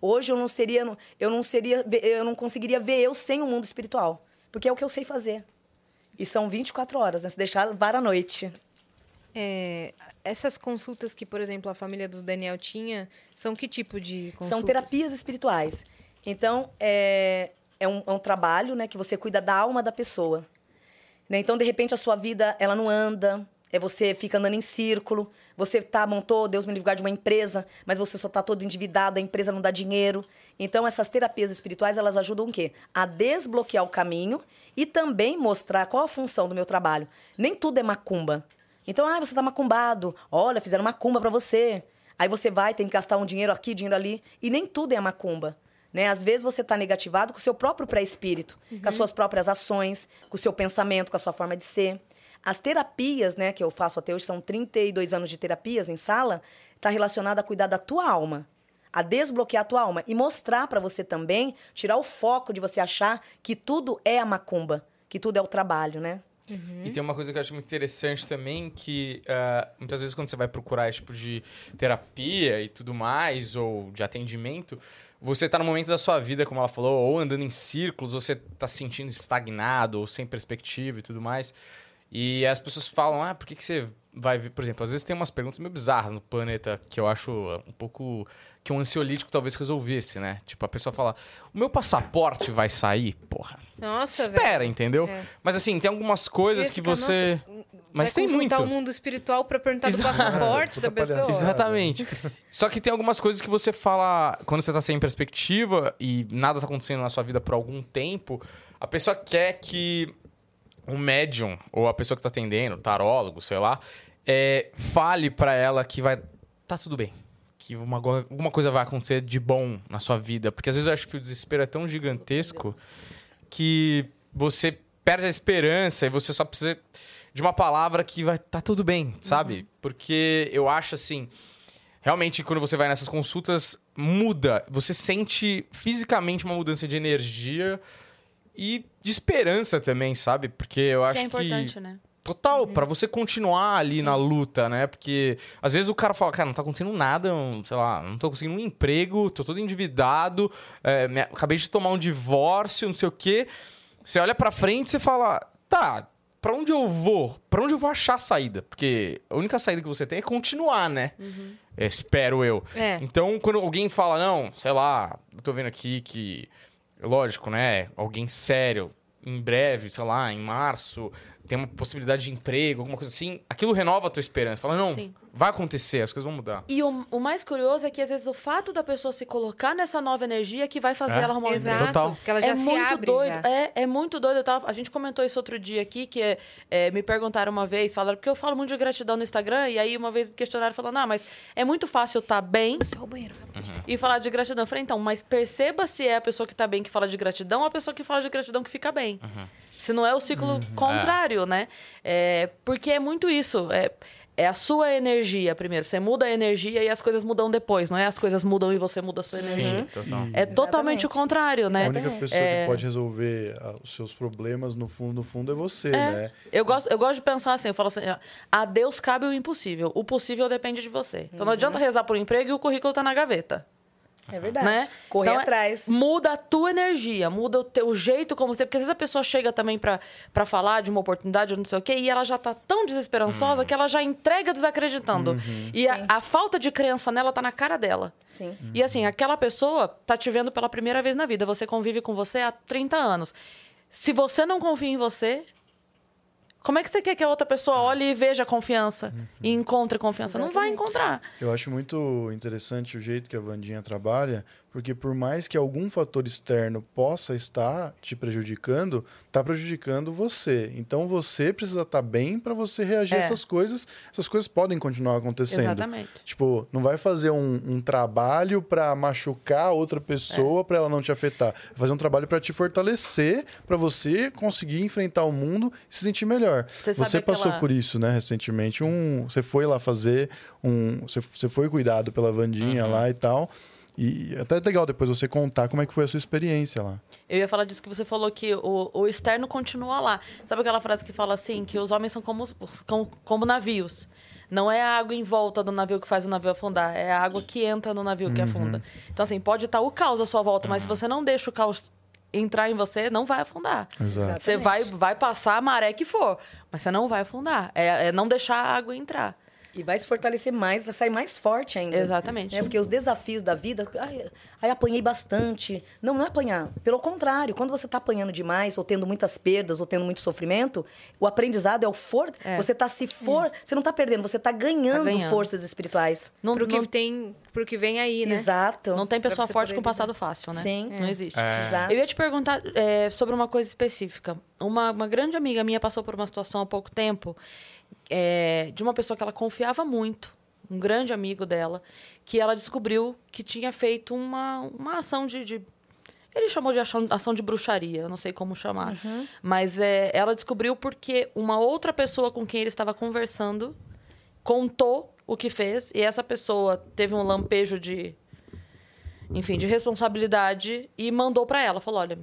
Hoje eu não seria, eu não seria, eu não conseguiria ver eu sem o mundo espiritual. Porque é o que eu sei fazer. E são 24 horas, né? Se deixar vara a noite.
É, essas consultas que, por exemplo, a família do Daniel tinha, são que tipo de consultas?
São terapias espirituais. Então, é, é, um, é um trabalho né, que você cuida da alma da pessoa. Né? Então, de repente, a sua vida ela não anda, é você fica andando em círculo, você tá, montou, Deus me livre guarde, uma empresa, mas você só está todo endividado, a empresa não dá dinheiro. Então, essas terapias espirituais, elas ajudam o quê? A desbloquear o caminho e também mostrar qual a função do meu trabalho. Nem tudo é macumba. Então, ah, você tá macumbado. Olha, fizeram macumba para você. Aí você vai, tem que gastar um dinheiro aqui, dinheiro ali. E nem tudo é macumba. Né? Às vezes você está negativado com o seu próprio pré-espírito, com as suas próprias ações, com o seu pensamento, com a sua forma de ser. As terapias né, que eu faço até hoje, são 32 anos de terapias em sala, está relacionada a cuidar da tua alma, a desbloquear a tua alma e mostrar para você também, tirar o foco de você achar que tudo é a macumba, que tudo é o trabalho, né?
E tem uma coisa que eu acho muito interessante também, que ah, muitas vezes quando você vai procurar esse tipo de terapia e tudo mais, ou de atendimento, você tá no momento da sua vida, como ela falou, ou andando em círculos, ou você tá se sentindo estagnado, ou sem perspectiva e tudo mais. E as pessoas falam, ah, por que, que você vai ver? Por exemplo, às vezes tem umas perguntas meio bizarras no planeta que eu acho um pouco. que um ansiolítico talvez resolvesse, né? Tipo, a pessoa fala, o meu passaporte vai sair? Porra.
Nossa, velho.
Espera, entendeu?
É.
Mas assim, tem algumas coisas
Eu ia
que
ficar,
você.
nossa, hum,
Mas
vai
tem
consultar um
muito.
o mundo espiritual pra perguntar do
Exato.
passaporte da
Puta
pessoa.
palhaçada.
Exatamente. Só que tem algumas coisas que você fala quando você tá sem perspectiva e nada tá acontecendo na sua vida por algum tempo, a pessoa quer que o médium ou a pessoa que tá atendendo, tarólogo, sei lá, é, fale pra ela que vai tá tudo bem. Que uma, go- alguma coisa vai acontecer de bom na sua vida. Porque às vezes eu acho que o desespero é tão gigantesco que você perde a esperança e você só precisa de uma palavra que vai tá tudo bem, sabe?
Uhum.
Porque eu acho assim, realmente quando você vai nessas consultas muda, você sente fisicamente uma mudança de energia e de esperança também, sabe? Porque eu acho
que é importante,
que
né?
total pra você continuar ali na luta, né? Porque às vezes o cara fala, cara, não tá acontecendo nada, um, sei lá, não tô conseguindo um emprego, tô todo endividado, é, me- acabei de tomar um divórcio, não sei o quê. Você olha pra frente e você fala, tá, pra onde eu vou? Pra onde eu vou achar a saída? Porque a única saída que você tem é continuar, né? É, espero eu.
É.
Então, quando alguém fala, não, sei lá, eu tô vendo aqui que, lógico, né? Alguém sério, em breve, sei lá, em março, tem uma possibilidade de emprego, alguma coisa assim, aquilo renova a tua esperança. Fala, não,
Sim.
vai acontecer, as coisas vão mudar.
E o, o mais curioso é que, às vezes, o fato da pessoa se colocar nessa nova energia é que vai fazer
É.
ela arrumar um emprego.
Exato.
Total.
Que ela já
é
se
muito
abre.
doido.
já.
É, é muito doido. Eu tava- a gente comentou isso outro dia aqui, que é, é, me perguntaram uma vez, falaram, porque eu falo muito de gratidão no Instagram, e aí uma vez me questionaram falando, ah, mas é muito fácil estar bem
Só o banheiro. rapidinho.
e falar de gratidão. Eu falei, então, mas perceba se é a pessoa que tá bem que fala de gratidão ou a pessoa que fala de gratidão que fica bem. Se não é o ciclo contrário, né? É, porque é muito isso. É, é a sua energia primeiro. Você muda a energia e as coisas mudam depois, não é? As coisas mudam e você muda a sua energia.
total.
É totalmente o contrário, né?
É A única pessoa que pode resolver ah, os seus problemas no fundo, no fundo é você, né?
Eu gosto, eu gosto de pensar assim, eu falo assim, ó, a Deus cabe o impossível. O possível depende de você. Então não
Uhum.
adianta rezar por um emprego e o currículo tá na gaveta.
É verdade.
Né?
Correr
Então, é-
atrás.
Muda a tua energia, muda o teu jeito como você. Porque às vezes a pessoa chega também pra pra falar de uma oportunidade ou não sei o quê, e ela já tá tão desesperançosa
Uhum.
que ela já entrega desacreditando. E a, a falta de crença nela tá na cara dela.
Sim.
E assim, aquela pessoa tá te vendo pela primeira vez na vida. Você convive com você há 30 anos. Se você não confia em você, como é que você quer que a outra pessoa olhe e veja a confiança?
Uhum.
E encontre confiança? Não vai encontrar.
Eu acho muito interessante o jeito que a Vandinha trabalha, porque por mais que algum fator externo possa estar te prejudicando, tá prejudicando você. Então você precisa estar bem para você reagir
É.
a essas coisas. Essas coisas podem continuar acontecendo.
Exatamente.
Tipo, não vai fazer um, um trabalho para machucar outra pessoa
É.
pra para ela não te afetar. Vai fazer um trabalho para te fortalecer, para você conseguir enfrentar o mundo e se sentir melhor.
Você sabe
Você passou
aquela-
por isso, né, recentemente. Um, você foi lá fazer um, você, você foi cuidado pela
Uhum.
Vandinha lá e tal. E até é legal depois você contar como é que foi a sua experiência lá.
Eu ia falar disso que você falou, que o, o externo continua lá. Sabe aquela frase que fala assim, que os homens são como, os- os- como, como navios. Não é a água em volta do navio que faz o navio afundar, é a água que entra no navio que afunda. Então, assim, pode estar o caos à sua volta, mas se você não deixa o caos entrar em você, não vai afundar.
Exato.
Você vai, vai passar a maré que for, mas você não vai afundar. É, é não deixar a água entrar.
E vai se fortalecer mais, sai mais forte ainda.
Exatamente.
É, porque os desafios da vida. Ai, ai, apanhei bastante. Não, não é apanhar. Pelo contrário, quando você está apanhando demais, ou tendo muitas perdas, ou tendo muito sofrimento, o aprendizado é o for.
É.
Você tá se for. Você não está perdendo, você está ganhando,
Tá ganhando.
forças espirituais.
Não,
Pro que
não,
tem, pro que vem aí, né?
Exato.
não tem
Pra
pessoa
você
forte
poder É.
com passado fácil, né?
Sim.
Não existe.
Exato.
Eu ia te perguntar é, sobre uma coisa específica. Uma, uma grande amiga minha passou por uma situação há pouco tempo é, de uma pessoa que ela confiava muito, um grande amigo dela, que ela descobriu que tinha feito uma, uma ação de, de- Ele chamou de ação, ação de bruxaria, eu não sei como chamar. Mas é, ela descobriu porque uma outra pessoa com quem ele estava conversando contou o que fez e essa pessoa teve um lampejo de enfim, de responsabilidade e mandou pra ela, falou: "Olha,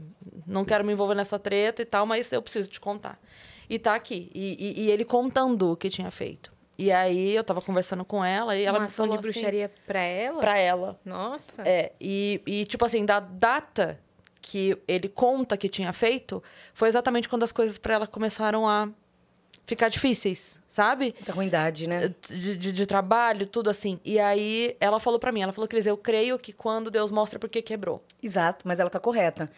não quero me envolver nessa treta e tal, mas eu preciso te contar". E tá aqui. E, e- e ele contando o que tinha feito. E aí eu tava conversando com ela e ela
Uma
me
ação
falou
de
assim,
bruxaria Ah. pra ela?
pra ela.
Nossa.
É, e, e, tipo assim, da data que ele conta que tinha feito, foi exatamente quando as coisas pra ela começaram a ficar difíceis, sabe?
Muita ruindade,
É.
né?
De, de- de trabalho, tudo assim. E aí ela falou pra mim, ela falou, Cris, eu creio que quando Deus mostra porque quebrou.
Exato, mas ela tá correta.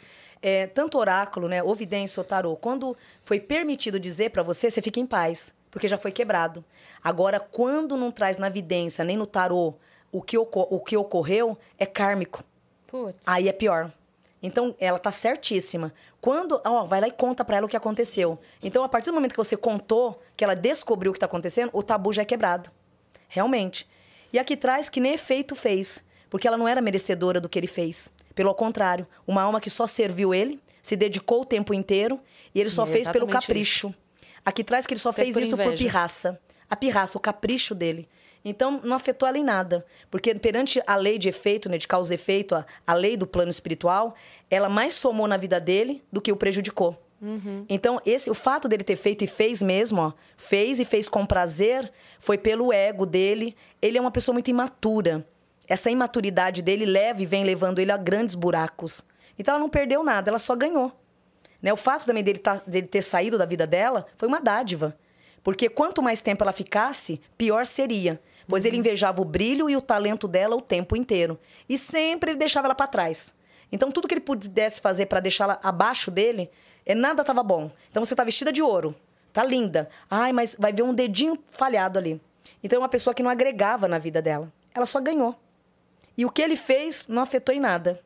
É, tanto oráculo, né, ovidência ou tarô, quando foi permitido dizer para você, você fica em paz, porque já foi quebrado. Agora, quando não traz na vidência nem no tarô o que, oco- o que ocorreu, é kármico.
Putz.
Aí é pior. Então, ela tá certíssima. Quando, ó, vai lá e conta pra ela o que aconteceu. Então, a partir do momento que você contou, que ela descobriu o que tá acontecendo, o tabu já é quebrado. Realmente. E aqui traz que nem efeito fez, porque ela não era merecedora do que ele fez. Pelo contrário, uma alma que só serviu ele, se dedicou o tempo inteiro e ele só
É
fez pelo
exatamente isso.
capricho. Aqui traz que ele só
Fez
fez
por
isso por
inveja.
pirraça. A pirraça, o capricho dele. Então, não afetou ela em nada. Porque perante a lei de efeito, né, de causa e efeito, a, a lei do plano espiritual, ela mais somou na vida dele do que o prejudicou.
Uhum.
Então, esse, o fato dele ter feito e fez mesmo, ó, fez e fez com prazer, foi pelo ego dele. Ele é uma pessoa muito imatura. Essa imaturidade dele leva e vem levando ele a grandes buracos. Então, ela não perdeu nada, ela só ganhou. Né? O fato também dele, tá- dele ter saído da vida dela foi uma dádiva. Porque quanto mais tempo ela ficasse, pior seria. Pois ele invejava o brilho e o talento dela o tempo inteiro. E sempre ele deixava ela para trás. Então, tudo que ele pudesse fazer para deixá-la abaixo dele, é, nada estava bom. Então, você tá vestida de ouro. Tá linda. Ai, mas vai ver um dedinho falhado ali. Então, é uma pessoa que não agregava na vida dela. Ela só ganhou. E o que ele fez não afetou em nada.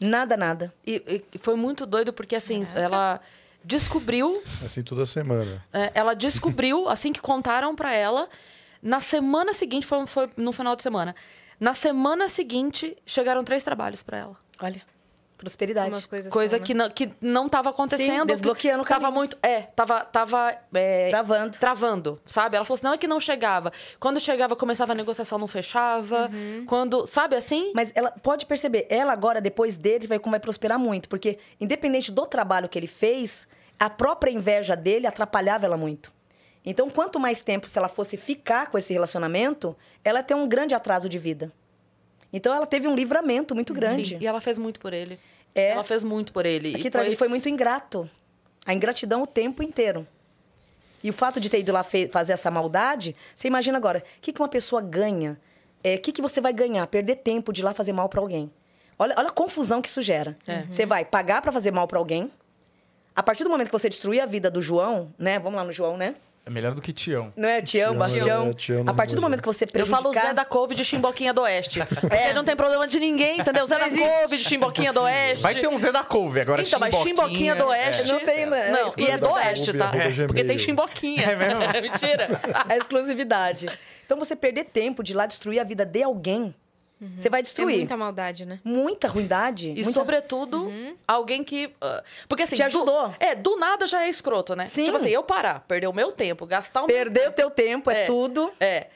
Nada, nada.
E, e foi muito doido porque, assim, ela descobriu
Assim toda semana.
É, ela descobriu, assim que contaram pra ela, na semana seguinte, foi, um, foi no final de semana. Na semana seguinte, chegaram três trabalhos pra ela.
Olha, prosperidade.
Umas coisas
Coisa
são, né?
que, não, que não tava acontecendo.
Sim, desbloqueando o
Tava
caminho.
muito. É, tava. tava é,
Travando.
Travando, sabe? Ela falou assim: não é que não chegava. Quando chegava, começava a negociação, não fechava.
Uhum.
Quando. Sabe assim?
Mas ela pode perceber, ela agora, depois dele, vai, vai prosperar muito, porque independente do trabalho que ele fez, a própria inveja dele atrapalhava ela muito. Então, quanto mais tempo se ela fosse ficar com esse relacionamento, ela tem um grande atraso de vida. Então, ela teve um livramento muito grande.
Sim, e ela fez muito por ele.
É.
Ela fez muito por ele.
Aqui
e
atrás ele foi muito ingrato. A ingratidão o tempo inteiro. E o fato de ter ido lá fe- fazer essa maldade, você imagina agora, o que, que uma pessoa ganha? É, O que, que você vai ganhar? Perder tempo de ir lá fazer mal pra alguém. Olha, olha a confusão que isso gera.
É.
Uhum. Você vai pagar pra fazer mal pra alguém. A partir do momento que você destruir a vida do João, né? Vamos lá no João, né?
É melhor do que Tião.
Não é? Tião,
Tião,
Bastião.
é, Tião, não
a partir do
vou
momento que você
Eu
prejudicar... É.
falo Zé da Couve de Chimboquinha do Oeste. Porque não tem problema de ninguém, entendeu? Zé
Não
da
existe.
Couve de Chimboquinha do Oeste.
Vai ter um Zé da Couve agora. é.
Então, mas Chimboquinha do Oeste.
Não tem, né?
Não, e é do
da
Oeste,
Ubi,
tá?
arroba gmail.
Porque tem Chimboquinha. É mesmo? Mentira.
a exclusividade. Então, você perder tempo de ir lá destruir a vida de alguém, você vai
Tem
destruir.
muita maldade, né?
muita ruindade.
Uhum. É E,
muita-
sobretudo, alguém que. ah, porque assim.
Uhum. Te ajudou.
Do, é, do nada já é escroto, né?
Sim.
Tipo assim, eu parar, perder o meu tempo, gastar o
Um
meu
Perder o teu tempo é,
É.
tudo.
É.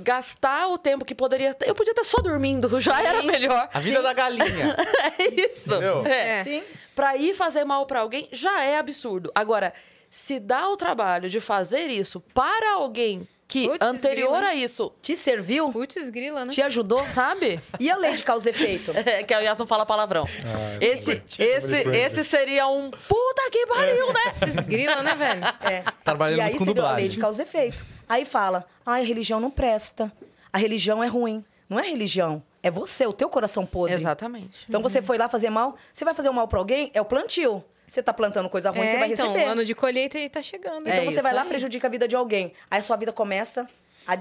Gastar o tempo que poderia. ter- Eu podia estar só dormindo, já era melhor.
A vida da galinha.
É isso.
Entendeu?
É.
É.
Sim.
Pra ir fazer mal pra alguém já é absurdo. Agora, se dá o trabalho de fazer isso para alguém que
Putz,
anterior
grila.
a isso,
Te serviu?
Putz, grila, né?
Te ajudou?
sabe?
E a lei de causa e efeito?
É, que aliás não fala palavrão. esse, esse,
Lembrei.
esse seria um puta que pariu, né?
Putz, grila, né, velho?
Tá
É.
Trabalhando
e aí
muito com
seria a
dublagem.
lei de causa e efeito. Aí fala, ai, a religião não presta. A religião é ruim. Não é religião, é você, o teu coração podre.
Exatamente.
Então
Uhum.
você foi lá fazer mal, você vai fazer o mal pra alguém, é o plantio. Você tá plantando coisa ruim,
É,
você vai
então,
receber.
o ano de colheita aí tá chegando.
É
Então você
isso
vai lá,
aí.
prejudica a vida de alguém. Aí sua vida começa a,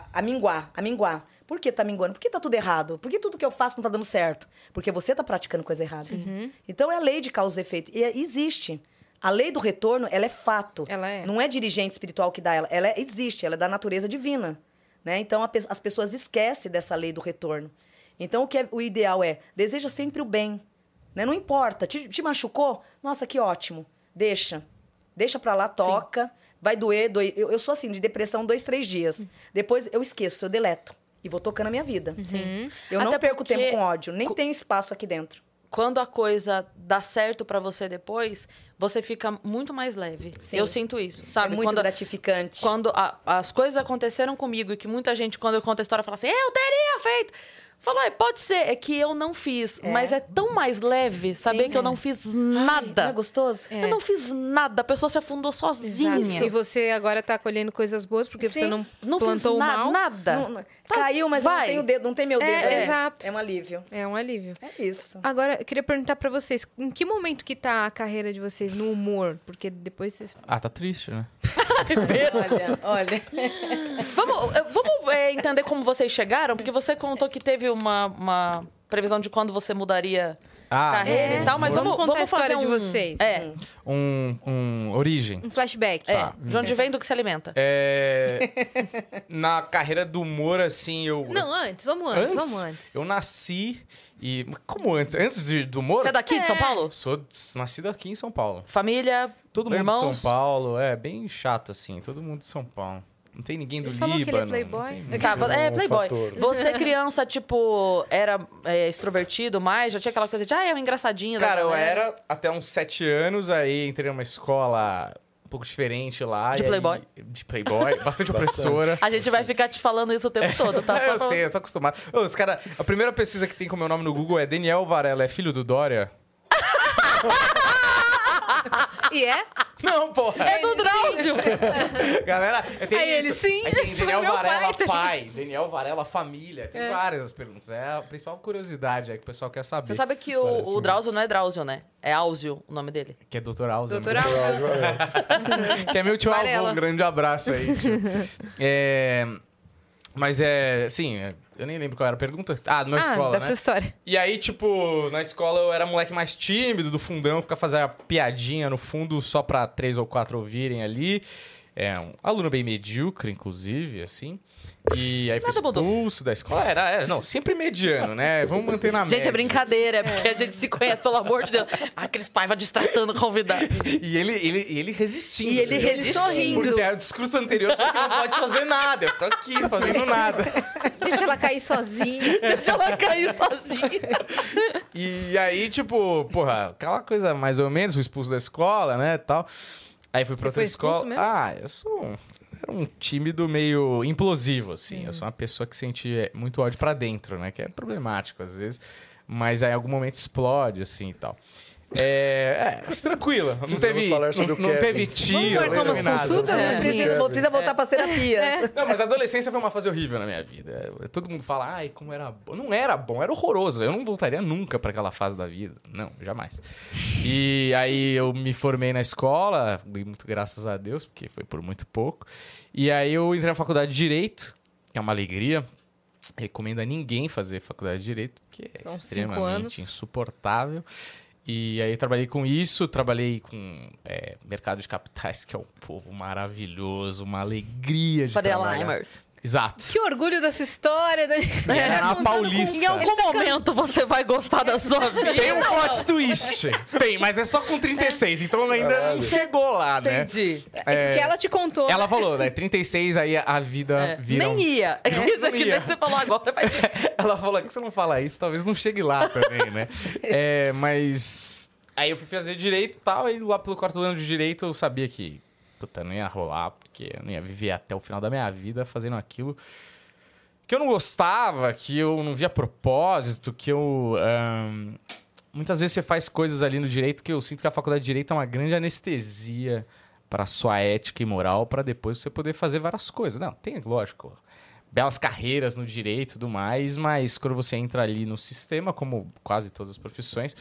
a, a minguar, a minguar. Por que tá minguando? Por que tá tudo errado? Por que tudo que eu faço não tá dando certo? Porque você tá praticando coisa errada.
Uhum.
Então é a lei de causa e efeito. E é- existe. A lei do retorno, ela é fato.
Ela é.
Não é dirigente espiritual que dá ela. Ela é- existe, ela é da natureza divina. Né? Então a pe- as pessoas esquecem dessa lei do retorno. Então o que é- o ideal é, deseja sempre o bem. né? Não importa, te, te machucou? Nossa, que ótimo. Deixa. Deixa pra lá, toca. Vai doer, doer. Eu, eu sou assim, de depressão, dois, três dias.
Hum.
Depois eu esqueço, eu deleto. E vou tocando a minha vida. Eu não
Uhum. Até
perco
porque
tempo com ódio, nem
co-
tem espaço aqui dentro.
quando a coisa dá certo pra você depois, você fica muito mais leve.
Sim.
Eu sinto isso,
É
sabe?
muito
Tá, quando
gratificante.
quando a- as coisas aconteceram comigo e que muita gente, quando eu conto a história, fala assim, eu teria feito. Fala, "Ai, pode ser, é que eu não fiz. Mas é tão mais leve saber
Sim,
que eu não fiz nada.
Não é gostoso?
Eu não fiz nada, a pessoa se afundou sozinha.
Exato. Se você agora tá colhendo coisas boas porque você
Sim.
não,
Não
plantou
fiz na-
mal,
nada.
um Não- não-
Tá,
Caiu, mas eu não
vai.
tenho dedo, não tem meu
É,
dedo. né?
exato.
É um alívio.
é um alívio.
É isso.
Agora, eu queria perguntar pra vocês, em que momento que tá a carreira de vocês no humor? Porque depois vocês...
Ah, tá triste, né?
É.
Olha, olha.
Vamos, eh, vamos eh, entender como vocês chegaram, porque você contou que teve uma, uma previsão de quando você mudaria
Ah,
carreira
é.
Tá e tal, mas
Vamos
vamos,
contar a
vamos fazer
história de
um-
vocês.
É,
Um, um origem.
Um flashback.
é. De onde vem do que se alimenta.
É, na carreira do humor, assim, eu...
Não, antes, vamos antes, vamos antes.
Eu nasci e... mas Como antes? Antes de- do humor?
Você é daqui de São Paulo?
Sou s- nascido aqui em São Paulo.
Família,
Todo mundo
irmãos?
de São Paulo. É, bem chato, assim. Todo mundo de São Paulo. Não tem ninguém do
Ele falou que ele é
Líbano. não
playboy.
tem-
Tá, é,
um
playboy.
fator.
Você criança, tipo, era é, extrovertido mais? Já tinha aquela coisa de, ah, é um engraçadinho. da
Cara, eu
galera"?
era até uns sete anos, aí entrei numa escola um pouco diferente lá.
De
e aí-
playboy? Ah,
de playboy, bastante opressora.
A gente vai ficar te falando isso o tempo todo, tá?
É,
Só
eu
pra-
sei, eu tô acostumado. Ô, Os cara, a primeira pesquisa que tem com o meu nome no Google é Daniel Varela, é filho do Dória?
E é?
Não, porra!
É do Drauzio!
Galera, tem
Aí ele,
isso.
sim,
Aí tem
sou
Daniel
meu
Varela
pai, tá
pai, Daniel Varela família. Tem várias as perguntas. É a principal curiosidade aí que o pessoal quer saber.
Você sabe que o,
Parece
o
um-
Drauzio não é Drauzio, né? É Áuzio o nome dele.
Que é Dr. Alza.
Doutor Alves.
Que é meu tio
Varela.
avô, um grande abraço aí. tio. É, mas é, sim, é, eu nem lembro qual era a pergunta. Ah, do meu
Ah,
escola,
da
né?
sua história.
E aí, tipo, na escola eu era moleque mais tímido, do fundão, ficar fazendo a piadinha no fundo só pra três ou quatro ouvirem ali. É um aluno bem medíocre, inclusive, assim. E aí foi
Nada mudou.
expulso da escola. Era, era, não, sempre mediano, né? Vamos manter na
Gente,
média.
é brincadeira, é porque a gente se conhece, pelo amor de Deus. Ah, Cris Paiva distratando o convidado.
E ele, ele, ele resistindo.
E ele
assim,
resistindo.
Porque é, o discurso anterior foi que não pode fazer nada. Eu tô aqui fazendo nada.
Deixa ela cair sozinha.
Deixa ela cair sozinha.
E aí, tipo, porra, aquela coisa mais ou menos, fui expulso da escola, né, tal. Aí fui pra
Você
outra
foi expulso
escola.
mesmo?
Ah, eu sou um, era um tímido meio implosivo, assim. Eu sou uma pessoa que sente é, muito ódio pra dentro, né, que é problemático às vezes. Mas aí em algum momento explode, assim, e tal. É, é mas tranquilo. Não
Precisamos
teve,
falar sobre
não,
o é,
não
Kevin.
teve tiro,
marcar
não
umas
teve nada.
consultas, né?
Precisa,
Kevin.
precisa voltar para terapias.
Não, mas a adolescência foi uma fase horrível na minha vida. É, Todo mundo fala, ai, como era bom. Não era bom, era horroroso. Eu não voltaria nunca pra aquela fase da vida. Não, jamais. E aí eu me formei na escola, dei muito graças a Deus, porque foi por muito pouco. E aí eu entrei na faculdade de Direito, que é uma alegria. Recomendo a ninguém fazer faculdade de Direito, porque é
São cinco anos.
extremamente insuportável. E aí eu trabalhei com isso, trabalhei com é, mercado de capitais, que é um povo maravilhoso, uma alegria de
Varela
trabalhar.
Imers.
Exato.
Que orgulho dessa história. Da...
Era na
Contando
Paulista.
Em algum momento você vai gostar da sua vida.
Tem um plot twist. Tem, mas é só com 36, então ainda não
Caralho.
chegou lá, né?
Entendi.
com- É porque ela te contou.
Ela falou, né? 36, aí a vida
É.
vira. um-
Nem ia. É que
Não
que
ia.
nem você falou agora. Vai...
Ela falou "É que se eu não falar isso, talvez não chegue lá também, né? É, mas. Aí eu fui fazer direito e tal, e lá pelo quarto ano de direito eu sabia que, puta, não ia rolar, porque eu não ia viver até o final da minha vida fazendo aquilo que eu não gostava, que eu não via propósito, que eu. ahn, muitas vezes você faz coisas ali no direito que eu sinto que a faculdade de direito é uma grande anestesia para sua ética e moral, para depois você poder fazer várias coisas. Não, tem, lógico, belas carreiras no direito e tudo mais, mas quando você entra ali no sistema, como quase todas as profissões,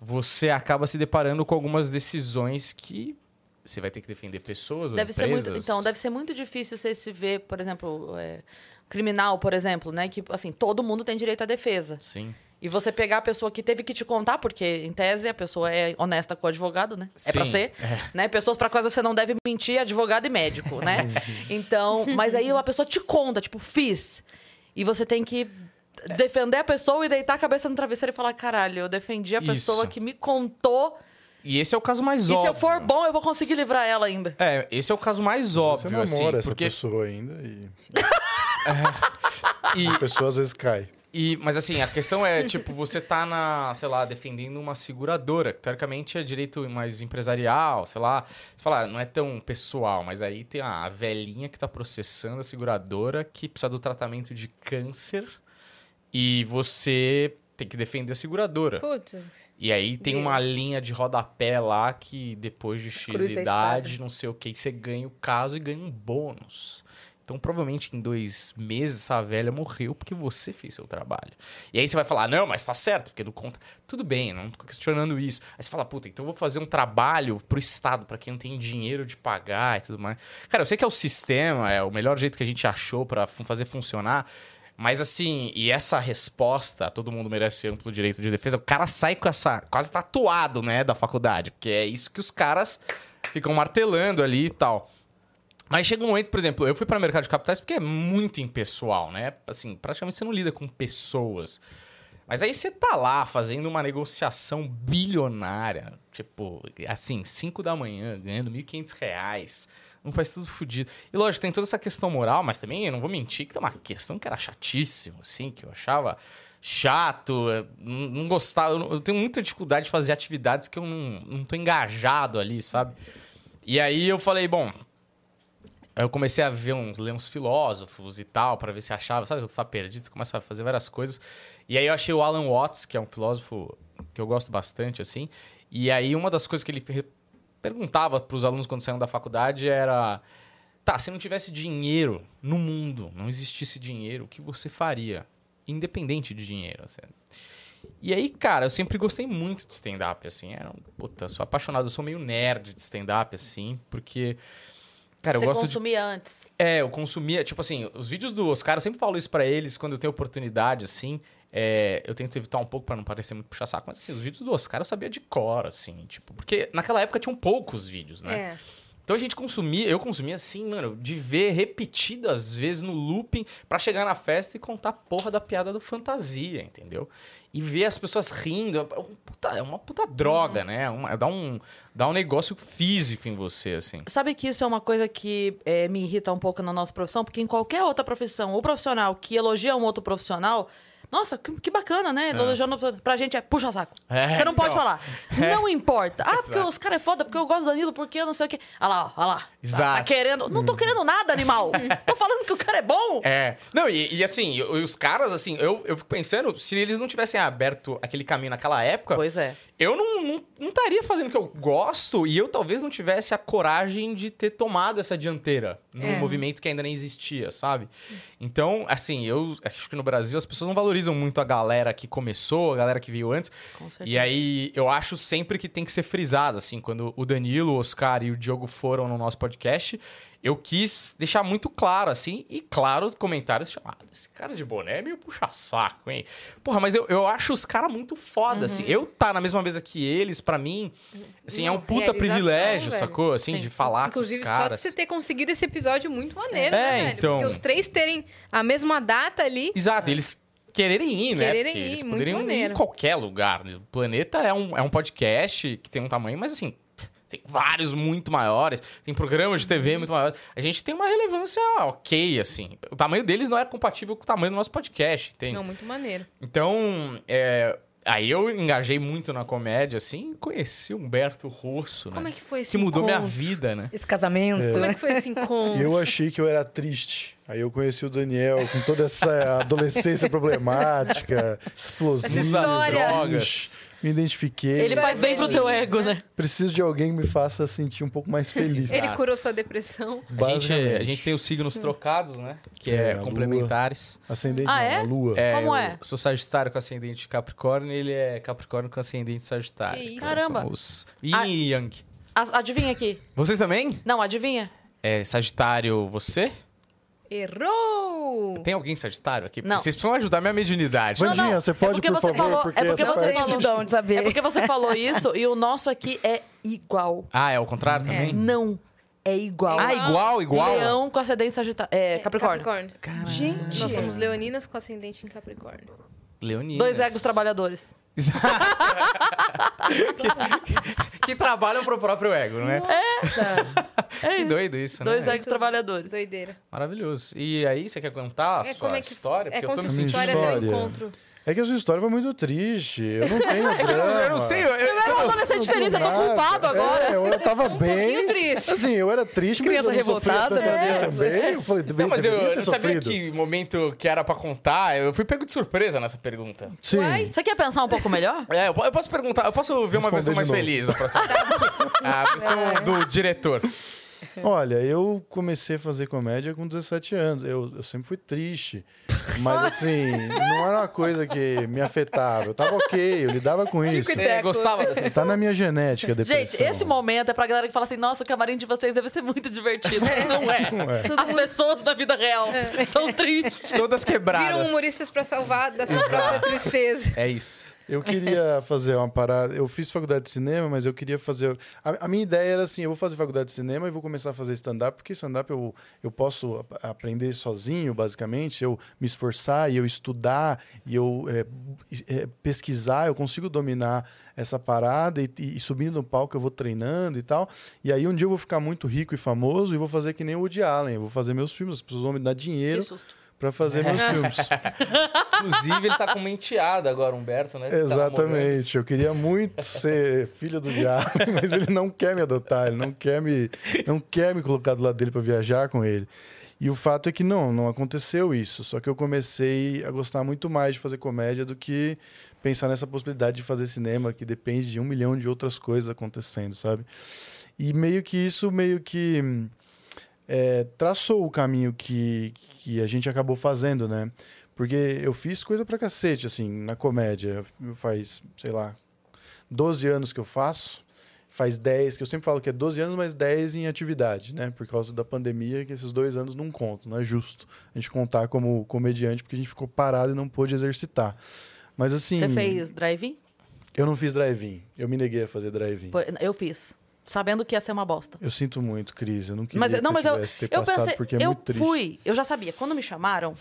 você acaba se deparando com algumas decisões que você vai ter que defender pessoas ou
Deve ser muito,
empresas.
então, deve ser muito difícil você se ver, por exemplo, é, criminal, por exemplo, né? Que, assim, todo mundo tem direito à defesa.
Sim.
E você pegar a pessoa que teve que te contar, porque, em tese, a pessoa é honesta com o advogado, né? É pra
Sim,
ser. Né? Pessoas pra quais você não deve mentir, advogado e médico, né? então, mas aí a pessoa te conta, tipo, fiz. E você tem que defender a pessoa e deitar a cabeça no travesseiro e falar, caralho, eu defendi a
Isso.
pessoa que me contou.
E esse é o caso mais
E se
óbvio.
eu for bom, eu vou conseguir livrar ela ainda.
É, esse é o caso mais óbvio,
Você
assim,
namora essa
porque
pessoa ainda e
e
a pessoa às vezes cai.
E, mas assim, a questão é, tipo, você tá na, sei lá, defendendo uma seguradora, que teoricamente é direito mais empresarial, sei lá. Você fala, ah, não é tão pessoal, mas aí tem a velhinha que tá processando a seguradora que precisa do tratamento de câncer e você tem que defender a seguradora.
né? Putz.
E aí tem uma linha de rodapé lá que depois de X
Cruza a
idade, não sei o que, você ganha o caso e ganha um bônus. Então, provavelmente em dois meses, essa velha morreu porque você fez seu trabalho. E aí você vai falar, não, mas tá certo, porque do contra. Tudo bem, não tô questionando isso. Aí você fala, puta, então eu vou fazer um trabalho pro Estado, pra quem não tem dinheiro de pagar e tudo mais. Cara, eu sei que é o sistema, é o melhor jeito que a gente achou pra fun- fazer funcionar. Mas assim, e essa resposta, todo mundo merece amplo direito de defesa, o cara sai com essa. quase tatuado, né, da faculdade. Porque é isso que os caras ficam martelando ali e tal. Mas chega um momento, por exemplo, eu fui para o mercado de capitais porque é muito impessoal, né? Assim, praticamente você não lida com pessoas. Mas aí você tá lá fazendo uma negociação bilionária, tipo, assim, 5 da manhã, ganhando 1.500 reais, um país tudo fodido. E lógico, tem toda essa questão moral, mas também eu não vou mentir que tem uma questão que era chatíssimo, assim, que eu achava chato, eh, não não gostava. eu não- Eu tenho muita dificuldade de fazer atividades que eu não, não tô engajado ali, sabe? E aí eu falei, bom, Aí eu comecei a ver uns, ler uns filósofos e tal, pra ver se achava, sabe, quando você tá perdido, você começa a fazer várias coisas. E aí eu achei o Alan Watts, que é um filósofo que eu gosto bastante, assim. E aí uma das coisas que ele per- perguntava pros alunos quando saíam da faculdade era: tá, se não tivesse dinheiro no mundo, não existisse dinheiro, o que você faria? Independente de dinheiro, assim. E aí, cara, eu sempre gostei muito de stand-up, assim. Era um, puta, eu sou apaixonado, eu sou meio nerd de stand-up, assim, porque. Cara,
Você
eu gosto de
consumia antes.
é, eu consumia, tipo assim, os vídeos do Oscar, eu sempre falo isso pra eles quando eu tenho oportunidade, assim. é, eu tento evitar um pouco pra não parecer muito puxa saco, mas assim, os vídeos do Oscar eu sabia de cor, assim, tipo, porque naquela época tinham poucos vídeos, né?
É.
Então a gente consumia, eu consumia assim, mano, de ver repetidas vezes no looping pra chegar na festa e contar a porra da piada do fantasia, entendeu? E ver as pessoas rindo, é um puta- é uma puta droga, né? Uma- dá, um, dá um negócio físico em você, assim.
Sabe que isso é uma coisa que é, me irrita um pouco na nossa profissão, porque em qualquer outra profissão, o profissional que elogia um outro profissional, nossa, que, que bacana, né? Elogiando o profissional. Pra gente é puxa saco.
É,
Você não pode
então.
falar. Não importa. Ah, porque
Exato.
os caras é foda, porque eu gosto do Danilo, porque eu não sei o quê. Ah lá, ó, ah lá. Tá- Tá,
Exato.
querendo. Não tô querendo nada, animal. tô falando que o cara é bom.
É. Não, e, e assim, e os caras, assim, eu, eu fico pensando, se eles não tivessem aberto aquele caminho naquela época,
Pois é.
eu não, não, não estaria fazendo o que eu gosto e eu talvez não tivesse a coragem de ter tomado essa dianteira num
É.
movimento que ainda nem existia, sabe? Então, assim, eu acho que no Brasil as pessoas não valorizam muito a galera que começou, a galera que veio antes.
Com
E aí, eu acho sempre que tem que ser frisado, assim, quando o Danilo, o Oscar e o Diogo foram no nosso podcast, eu quis deixar muito claro, assim, e claro, comentários, ah, esse cara de boné é meio puxa-saco, hein? Porra, mas eu, eu acho os caras muito foda, assim, eu tá na mesma mesa que eles, pra mim, assim, é
Uhum.
um
Uma
puta
realização,
privilégio,
velho.
sacou? Assim,
Sim.
de falar
Inclusive,
com os caras.
só de você ter conseguido esse episódio muito maneiro,
É,
né, velho?
então.
Porque os três terem a mesma data ali.
Exato, eles quererem ir, né?
Quererem
Porque
ir,
eles
muito
poderiam ir em
maneiro.
qualquer lugar. O planeta é um, é um podcast que tem um tamanho, mas assim, tem vários muito maiores, tem programas de TV muito maiores. A gente tem uma relevância ok, assim. O tamanho deles não era compatível com o tamanho do nosso podcast, entende?
Não, muito maneiro.
Então, é, aí eu engajei muito na comédia, assim, e conheci o Humberto Rosso,
Como
né?
é que foi esse
que mudou minha
encontro?
vida, né?
Esse casamento,
Como é
né?
que foi esse
E
encontro?
eu achei que eu era triste. Aí eu conheci o Daniel com toda essa adolescência problemática, explosiva.
Essa história.
Drogas.
Me identifiquei.
Ele
História
faz bem pro teu ego, né?
Preciso de alguém que me faça sentir um pouco mais feliz.
Ele curou sua depressão.
A gente,
Basicamente.
a gente tem os signos trocados, né? Que é,
É, a lua.
complementares.
Ascendente
Ah,
não,
é?
a lua.
É,
Como
eu
é?
Sou Sagitário com ascendente de Capricórnio, ele é Capricórnio com ascendente Sagitário.
Que isso?
Então,
Caramba.
são Os Yin
Ah.
e Yang.
A- Adivinha aqui.
Vocês também?
Não, adivinha?
É Sagitário, você?
Errou!
Tem alguém Sagitário aqui?
Não.
Vocês precisam ajudar minha mediunidade.
Não,
Vandinha,
não.
você
É
pode,
porque
por
você
favor?
falou-
porque
é porque
essa
você
parte...
Não tem
falou-
dom de saber.
É porque você falou isso e o nosso aqui é igual.
Ah, é o contrário também?
Não, é igual.
Ah, igual, igual.
Leão com ascendente sagitário. É, Capricórnio.
Gente,
Nós somos leoninas com ascendente em Capricórnio.
Leoninas.
Dois egos trabalhadores.
que, que, que trabalham pro próprio ego, né?
Nossa! É.
Que doido isso,
Dois
é.
né?
ex trabalhadores.
Doideira.
Maravilhoso. E aí, você quer contar Tá a
É,
sua
como é que
história?
É,
Porque eu tô
conta
me
sua história né? até o
história.
encontro.
É que a sua história foi muito triste. Eu não tenho drama.
Eu não sei, eu, eu,
Eu era um adolescente feliz, eu tô
Nada.
culpado agora.
É, eu, eu tava bem.
pouquinho triste.
Assim, eu era triste,
Criança
mas eu não sofria
revoltada.
tanto assim
É.
também. Eu falei,
Não, mas eu,
deveria
eu
ter
não sabia
tá sofrido.
que momento que era pra contar. Eu fui pego de surpresa nessa pergunta.
Sim.
Uai.
Você quer pensar um pouco melhor?
É, eu po- eu posso perguntar, eu posso ver uma
Responder
versão
de
mais
novo.
feliz da próxima. Ah, a versão
É.
do diretor.
Olha, eu comecei a fazer comédia com 17 anos. Eu, eu sempre fui triste. Mas assim, não era uma coisa que me afetava. Eu tava ok, eu lidava com isso.
Você gostava?
Tá na minha genética, a depressão.
Gente, esse momento é pra galera que fala assim: nossa, o camarim de vocês deve ser muito divertido. Não é.
é.
As pessoas da vida real são tristes.
Todas quebradas.
Viram um humoristas pra salvar da sua própria tristeza.
É isso.
Eu queria fazer uma parada. Eu fiz faculdade de cinema, mas eu queria fazer. A, a minha ideia era assim: eu vou fazer faculdade de cinema e vou começar a fazer stand-up, porque stand-up eu, eu posso ap- aprender sozinho, basicamente. Eu me esforçar e eu estudar e eu é, e- é, pesquisar, eu consigo dominar essa parada e, e subindo no palco eu vou treinando e tal. E aí um dia eu vou ficar muito rico e famoso e vou fazer que nem o Woody Allen. Eu vou fazer meus filmes, as pessoas vão me dar dinheiro pra fazer meus filmes.
Inclusive, ele tá com uma enteada agora, Humberto, né? Que tava morando.
Exatamente. Eu queria muito ser filho do diabo, mas ele não quer me adotar, ele não quer me, não quer me colocar do lado dele para viajar com ele. E o fato é que não, não aconteceu isso. Só que eu comecei a gostar muito mais de fazer comédia do que pensar nessa possibilidade de fazer cinema, que depende de um milhão de outras coisas acontecendo, sabe? E meio que isso, meio que hum, é, traçou o caminho que, que a gente acabou fazendo, né? Porque eu fiz coisa pra cacete, assim, na comédia. Faz, sei lá, 12 anos que eu faço. Faz 10, que eu sempre falo que é 12 anos, mas 10 em atividade, né? Por causa da pandemia, que esses dois anos não contam, não é justo a gente contar como comediante, porque a gente ficou parado e não pôde exercitar. Mas assim.
Você fez drive-in?
Eu não fiz drive-in. Eu me neguei a fazer drive-in.
Pô, Eu fiz. Sabendo que ia ser uma bosta.
Eu sinto muito, Cris. Eu não queria
Mas,
que
não,
você
mas eu,
tivesse ter
eu
passado,
pensei,
porque é
eu
muito triste.
fui, eu já sabia. Quando me chamaram,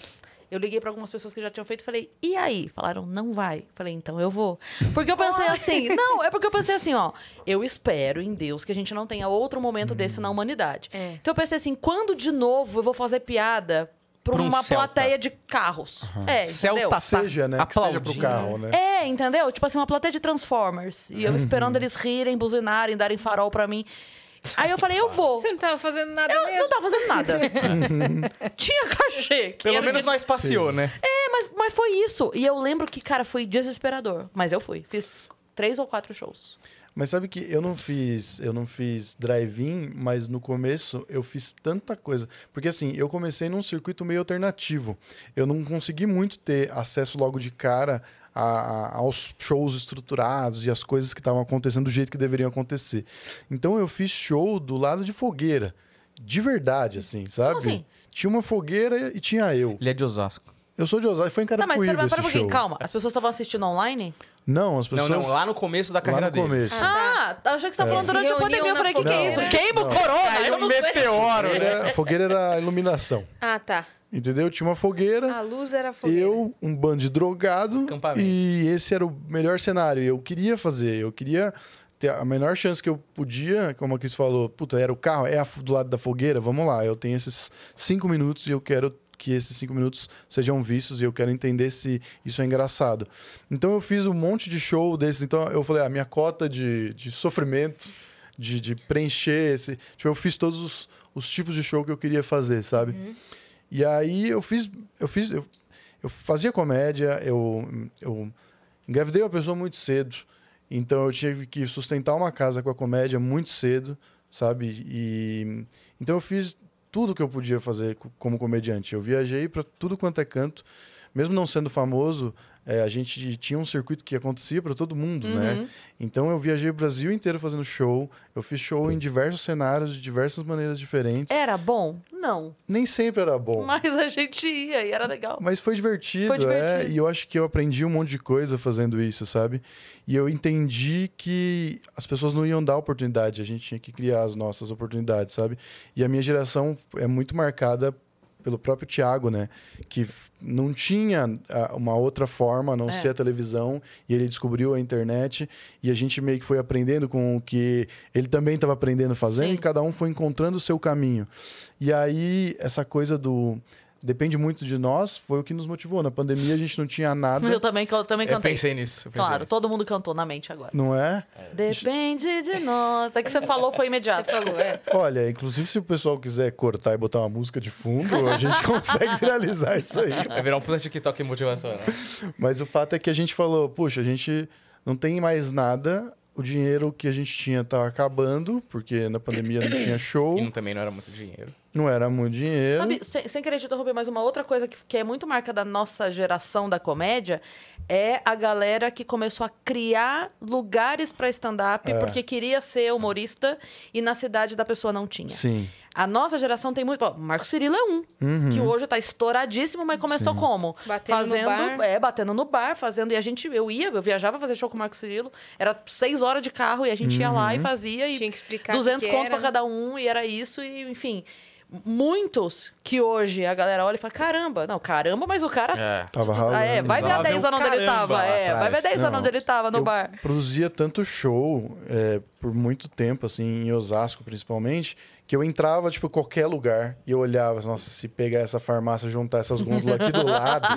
eu liguei pra algumas pessoas que já tinham feito e falei, e aí? Falaram, não vai. Falei, então eu vou. Porque eu pensei assim, não, é porque eu pensei assim, ó, eu espero em Deus que a gente não tenha outro
Hum.
momento desse na humanidade.
É.
Então eu pensei assim, quando de novo eu vou fazer piada pra
Pra um
uma
Celta.
plateia de carros? É,
Celta
entendeu?
tá
Seja, né? Que seja pro
aplaudindo.
carro, né?
É, entendeu? Tipo assim, uma plateia de Transformers. E
Uhum.
eu esperando eles rirem, buzinarem, darem farol pra mim. Aí eu falei, eu vou.
Você não tava fazendo nada
Eu
mesmo.
não tava fazendo nada. Tinha cachê. que
Pelo
era
menos
de-
nós passeou, né?
É, mas, mas foi isso. E eu lembro que, cara, foi desesperador. Mas eu fui. Fiz três ou quatro shows.
Mas sabe que eu não fiz, eu não fiz drive-in, mas no começo eu fiz tanta coisa. Porque assim, eu comecei num circuito meio alternativo. Eu não consegui muito ter acesso logo de cara a- a- aos shows estruturados e as coisas que estavam acontecendo do jeito que deveriam acontecer. Então eu fiz show do lado de fogueira. De verdade, assim, sabe?
assim?
Tinha uma fogueira e tinha eu.
Ele é de Osasco.
Eu sou de Osasco e foi em
Tá, mas
Carapicuíba
pera, pera um
esse
pouquinho,
show.
calma. As pessoas estavam assistindo online?
Não, as pessoas...
Não, não, lá no começo da carreira
no
dele.
começo.
Ah, eu achei que
É.
você tava falando
tá. Se
durante a
reuniam
pandemia. Eu
na
falei, o que, que é
fogueira.
isso?
Não.
Queima o corona!
Caiu
eu não
um
sei.
meteoro,
A
né?
fogueira- a fogueira era a iluminação.
Ah, tá.
Entendeu? Tinha uma fogueira,
A luz era fogueira.
eu, um bando de drogado,
Acampamento.
e esse era o melhor cenário. Eu queria fazer, eu queria ter a menor chance que eu podia, como a Cris falou, puta, era o carro, é a f- do lado da fogueira, vamos lá, eu tenho esses cinco minutos e eu quero que esses cinco minutos sejam vistos e eu quero entender se isso é engraçado. Então eu fiz um monte de show desses, então eu falei, a minha cota de, de sofrimento, de, de preencher esse... Tipo, eu fiz todos os, os tipos de show que eu queria fazer, sabe? E aí eu fiz, eu fiz, eu, eu fazia comédia, eu, eu engravidei uma pessoa muito cedo, então eu tive que sustentar uma casa com a comédia muito cedo, sabe? E então eu fiz tudo que eu podia fazer co- como comediante. Eu viajei para tudo quanto é canto, mesmo não sendo famoso, eh, a gente tinha um circuito que acontecia para todo mundo, né? Então eu viajei o Brasil inteiro fazendo show, eu fiz show em diversos cenários, de diversas maneiras diferentes.
Era bom? Não.
Nem sempre era bom.
Mas a gente ia e era legal.
Mas foi divertido,
Foi divertido.
é. E eu acho que eu aprendi um monte de coisa fazendo isso, sabe? E eu entendi que as pessoas não iam dar oportunidade, a gente tinha que criar as nossas oportunidades, sabe? E a minha geração é muito marcada pelo próprio Tiago, né? Que f- não tinha ah, uma outra forma a
É.
não ser a televisão e ele descobriu a internet e a gente meio que foi aprendendo com o que ele também estava aprendendo fazendo
Sim.
e cada um foi encontrando o seu caminho. E aí essa coisa do depende muito de nós foi o que nos motivou. Na pandemia a gente não tinha nada,
Eu também, eu também
Eu
cantei.
pensei nisso. eu pensei
Claro,
nisso.
todo mundo cantou na mente agora.
não é?
Depende de nós. É que você falou, foi imediato.
Falou, é.
Olha, inclusive se o pessoal quiser cortar e botar uma música de fundo, a gente consegue viralizar isso aí.
Vai virar um puta TikTok motivacional.
Mas o fato é que a gente falou, puxa, a gente não tem mais nada, o dinheiro que a gente tinha tá acabando, porque na pandemia não tinha show,
E não- também não era muito dinheiro.
não era muito dinheiro.
Sabe, sem, sem querer te interromper, mas uma outra coisa que, que é muito marca da nossa geração da comédia é a galera que começou a criar lugares pra stand-up porque queria ser humorista e na cidade da pessoa não tinha.
Sim.
A nossa geração tem muito. Ó, Marco Cirilo é um, que hoje tá estouradíssimo, mas começou como?
Batendo no
fazendo,
bar.
É, batendo no bar, fazendo. E a gente, eu ia, eu viajava fazer show com o Marco Cirilo, era seis horas de carro e a gente ia lá e fazia. E
Tinha que explicar o que
200
que
conto
era,
pra cada um, e era isso, e enfim. Muitos que hoje a galera olha e fala: caramba, não, caramba, mas o cara.
É.
Tava ralando.
Ah, é, vai ver há
Precisava ver
10
o
anos onde ele
caramba
tava.
lá
É, vai ver há
atrás.
10 anos onde ele tava no
eu
bar.
produzia tanto show é, por muito tempo, assim, em Osasco principalmente, que eu entrava, tipo, qualquer lugar e eu olhava, nossa, se pegar essa farmácia e juntar essas gôndolas aqui do lado,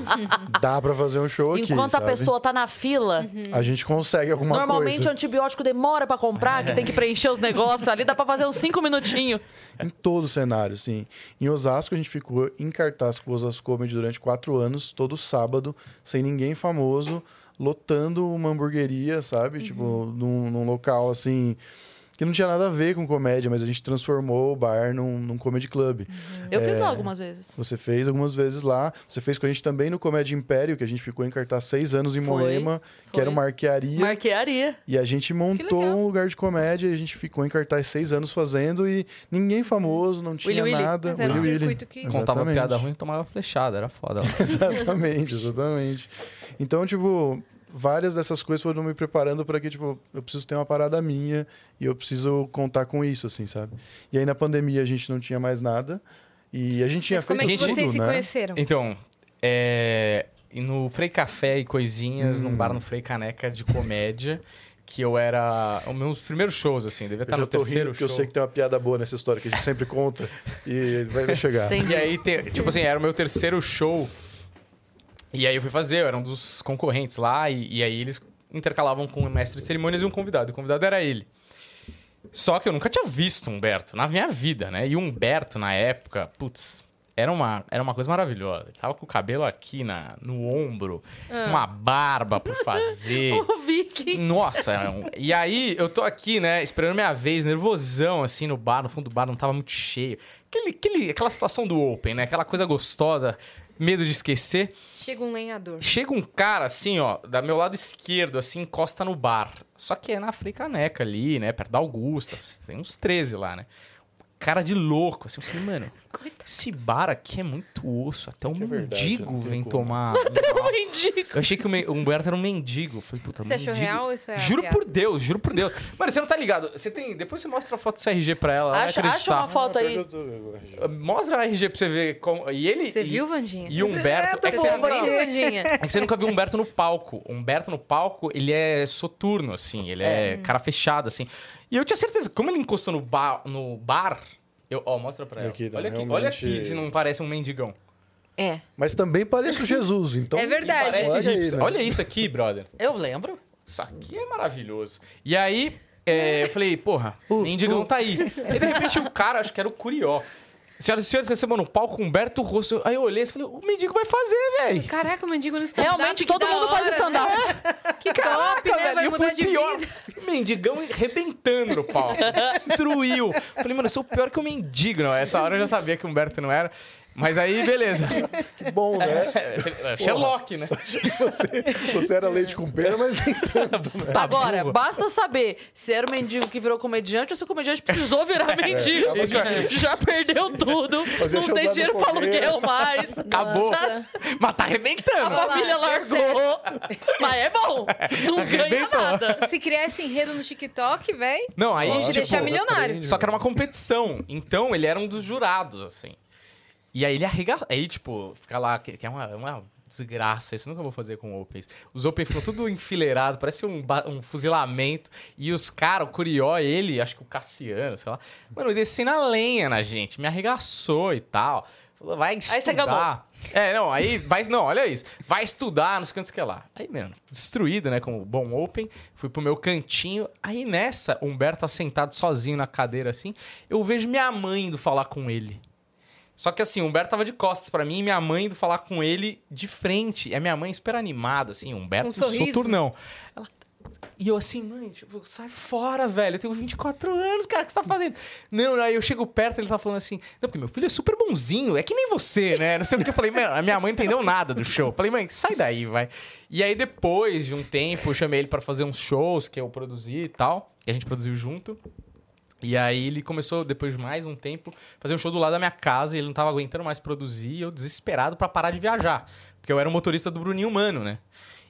dá pra fazer um show aqui,
Enquanto
sabe?
a pessoa tá na fila,
A gente consegue alguma
Normalmente
coisa.
antibiótico demora pra comprar, que tem que preencher os negócios ali, dá pra fazer uns cinco minutinhos.
Em todo o cenário, sim. Em Osasco, a gente ficou em cartaz com o Osasco Comedy durante quatro anos, todo sábado, sem ninguém famoso, lotando uma hamburgueria, sabe?
Uhum.
Tipo, num, num local assim. Que não tinha nada a ver com comédia, mas a gente transformou o bar num, num comedy club.
Uhum. Eu
É.
fiz lá algumas vezes.
Você fez algumas vezes lá. Você fez com a gente também no Comédia Império, que a gente ficou em cartaz seis anos em
Foi,
Moema, que
foi.
era uma arquearia.
Marquearia.
E a gente montou
legal.
um lugar de comédia, e a gente ficou em cartaz seis anos fazendo e ninguém famoso, não tinha
Willy.
nada.
Mas era um
Willy, Willy.
circuito que...
Contava
Exatamente.
piada ruim e tomava flechada, era foda.
exatamente, exatamente. Então, tipo, várias dessas coisas foram me preparando para que, tipo, eu preciso ter uma parada minha e eu preciso contar com isso, assim, sabe? E aí na pandemia a gente não tinha mais nada. E a gente tinha
Mas como é
feito
que
tudo,
vocês se
né?
conheceram?
Então, é, e no Frei Café e Coisinhas,
Hum.
num bar no Frei Caneca de comédia, que eu era... Um dos meus primeiros shows, assim, devia estar
Eu já
no
tô rindo
terceiro
porque
show.
eu sei que tem uma piada boa nessa história que a gente sempre conta e vai vai chegar.
Tem-
E aí, te- tipo assim, era o meu terceiro show. E aí eu fui fazer, eu era um dos concorrentes lá. E, e aí eles intercalavam com o mestre de cerimônias e um convidado. E o convidado era ele. Só que eu nunca tinha visto o Humberto na minha vida, né? E o Humberto, na época, putz, era uma, era uma coisa maravilhosa. Ele tava com o cabelo aqui na, no ombro, uma barba por fazer.
O Viking.
Nossa, era um- e aí eu tô aqui, né, esperando minha vez, nervosão, assim, no bar, no fundo do bar, não tava muito cheio. Aquele, aquele- aquela situação do Open, né? Aquela coisa gostosa, medo de esquecer.
Chega um lenhador.
Chega um cara, assim, ó, da meu lado esquerdo, assim, encosta no bar. Só que é na Africaneca ali, né, perto da Augusta, tem uns 13 lá, né? Cara de louco, assim, eu falei, mano, esse bar aqui é muito osso, até um
que é verdade,
mendigo
não tem
vem
como.
tomar. um
Eu entendi.
eu achei que o Me- o Humberto era um mendigo. Eu Falei, puta,
Você achou
mendigo.
real ou isso é
Juro
piada?
por Deus, juro por Deus. Mano, você não tá ligado. Você tem. Depois você mostra a foto do seu RG pra ela. ela vai
Acha-
acreditar.
acha uma foto
Ah,
aí.
eu tô- eu acho.
Mostra a RG pra você ver como. E ele.
Você
e,
viu, Vandinha?
E o Humberto.
É,
É que,
tô
você,
boba
Tá
aqui.
vendo, Vandinha?
é que você nunca viu o Humberto no palco. O Humberto no palco, ele é soturno, assim. Ele é, cara fechado, assim. E eu tinha certeza, como ele encostou no bar. No bar eu, ó, mostra pra ela.
Aqui, não,
olha, aqui, olha
realmente-
aqui se não parece um mendigão.
É.
Mas também parece o Jesus, então.
É
E
verdade.
Parece um
Olha aí,
hipster.
né?
Olha isso aqui, brother.
Eu lembro.
isso aqui é maravilhoso. E aí, é, eu falei, porra,
Uh,
mendigão tá aí. E de repente o cara, acho que era o Curió. Senhoras e senhores, recebam no palco Humberto Rosso. Aí eu olhei e falei, o mendigo vai fazer, velho.
Caraca, o mendigo no stand-up.
Realmente
que
todo
da
mundo faz
hora,
stand-up.
né? Que top, né? Vai
E eu fui
mudar
o
de
pior.
vida.
Mendigão arrebentando no palco. Destruiu. Falei, mano, eu sou o pior que o mendigo. Não, essa hora eu já sabia que o Humberto não era. Mas aí, beleza. É,
Que bom, né?
Sherlock, né?
Você, você era leite com pera, mas nem tanto, né?
Agora,
burro.
basta saber se era o mendigo que virou comediante ou se o comediante precisou
É,
virar mendigo.
isso aí.
Já perdeu tudo.
Fazia
não
show
tem
lá no
dinheiro pra
fogueiro.
aluguel mais.
Acabou.
Já-
Mas tá
a
arrebentando.
família
Olha lá, deu
largou. Mas é bom. Não ganha
Arrebentou.
nada.
Se criar esse enredo no TikTok, véi,
Não, aí,
Lógico.
tipo,
deixar milionário.
Só que era uma competição. Então, ele era um dos jurados, assim. E aí ele arregaça. Aí, tipo, fica lá, que que é uma, uma desgraça. Isso eu nunca vou fazer com Opens. Os Opens ficam tudo enfileirado, parece um, ba- um fuzilamento. E os caras, o Curió, ele, acho que o Cassiano, sei lá. Mano, descendo a lenha na gente, me arregaçou e tal. Falou, vai estudar.
você acabou.
É, não, aí vai. Não, olha isso. Vai estudar, não sei quantos que é lá. Aí, mano, destruído, né? Com o bom open, fui pro meu cantinho. Aí nessa, o Humberto tá sentado sozinho na cadeira assim. Eu vejo minha mãe indo falar com ele. Só que assim, o Humberto tava de costas pra mim e minha mãe indo falar com ele de frente. E a minha mãe super animada, assim, Humberto,
Um sorriso.
soturnão. Ela, e eu assim, mãe, tipo, sai fora, velho. Eu tenho 24 anos, cara, o que você tá fazendo? Não, aí eu chego perto ele tá falando assim, não, porque meu filho é super bonzinho, é que nem você, né? Não sei o que. Eu falei, mano, a minha mãe não entendeu nada do show. Eu falei, mãe, sai daí, vai. E aí depois de um tempo, eu chamei ele pra fazer uns shows que eu produzi e tal, que a gente produziu junto. E aí ele começou, depois de mais um tempo, fazer um show do lado da minha casa e ele não tava aguentando mais produzir, e eu desesperado pra parar de viajar. Porque eu era o motorista do Bruninho Mano, né?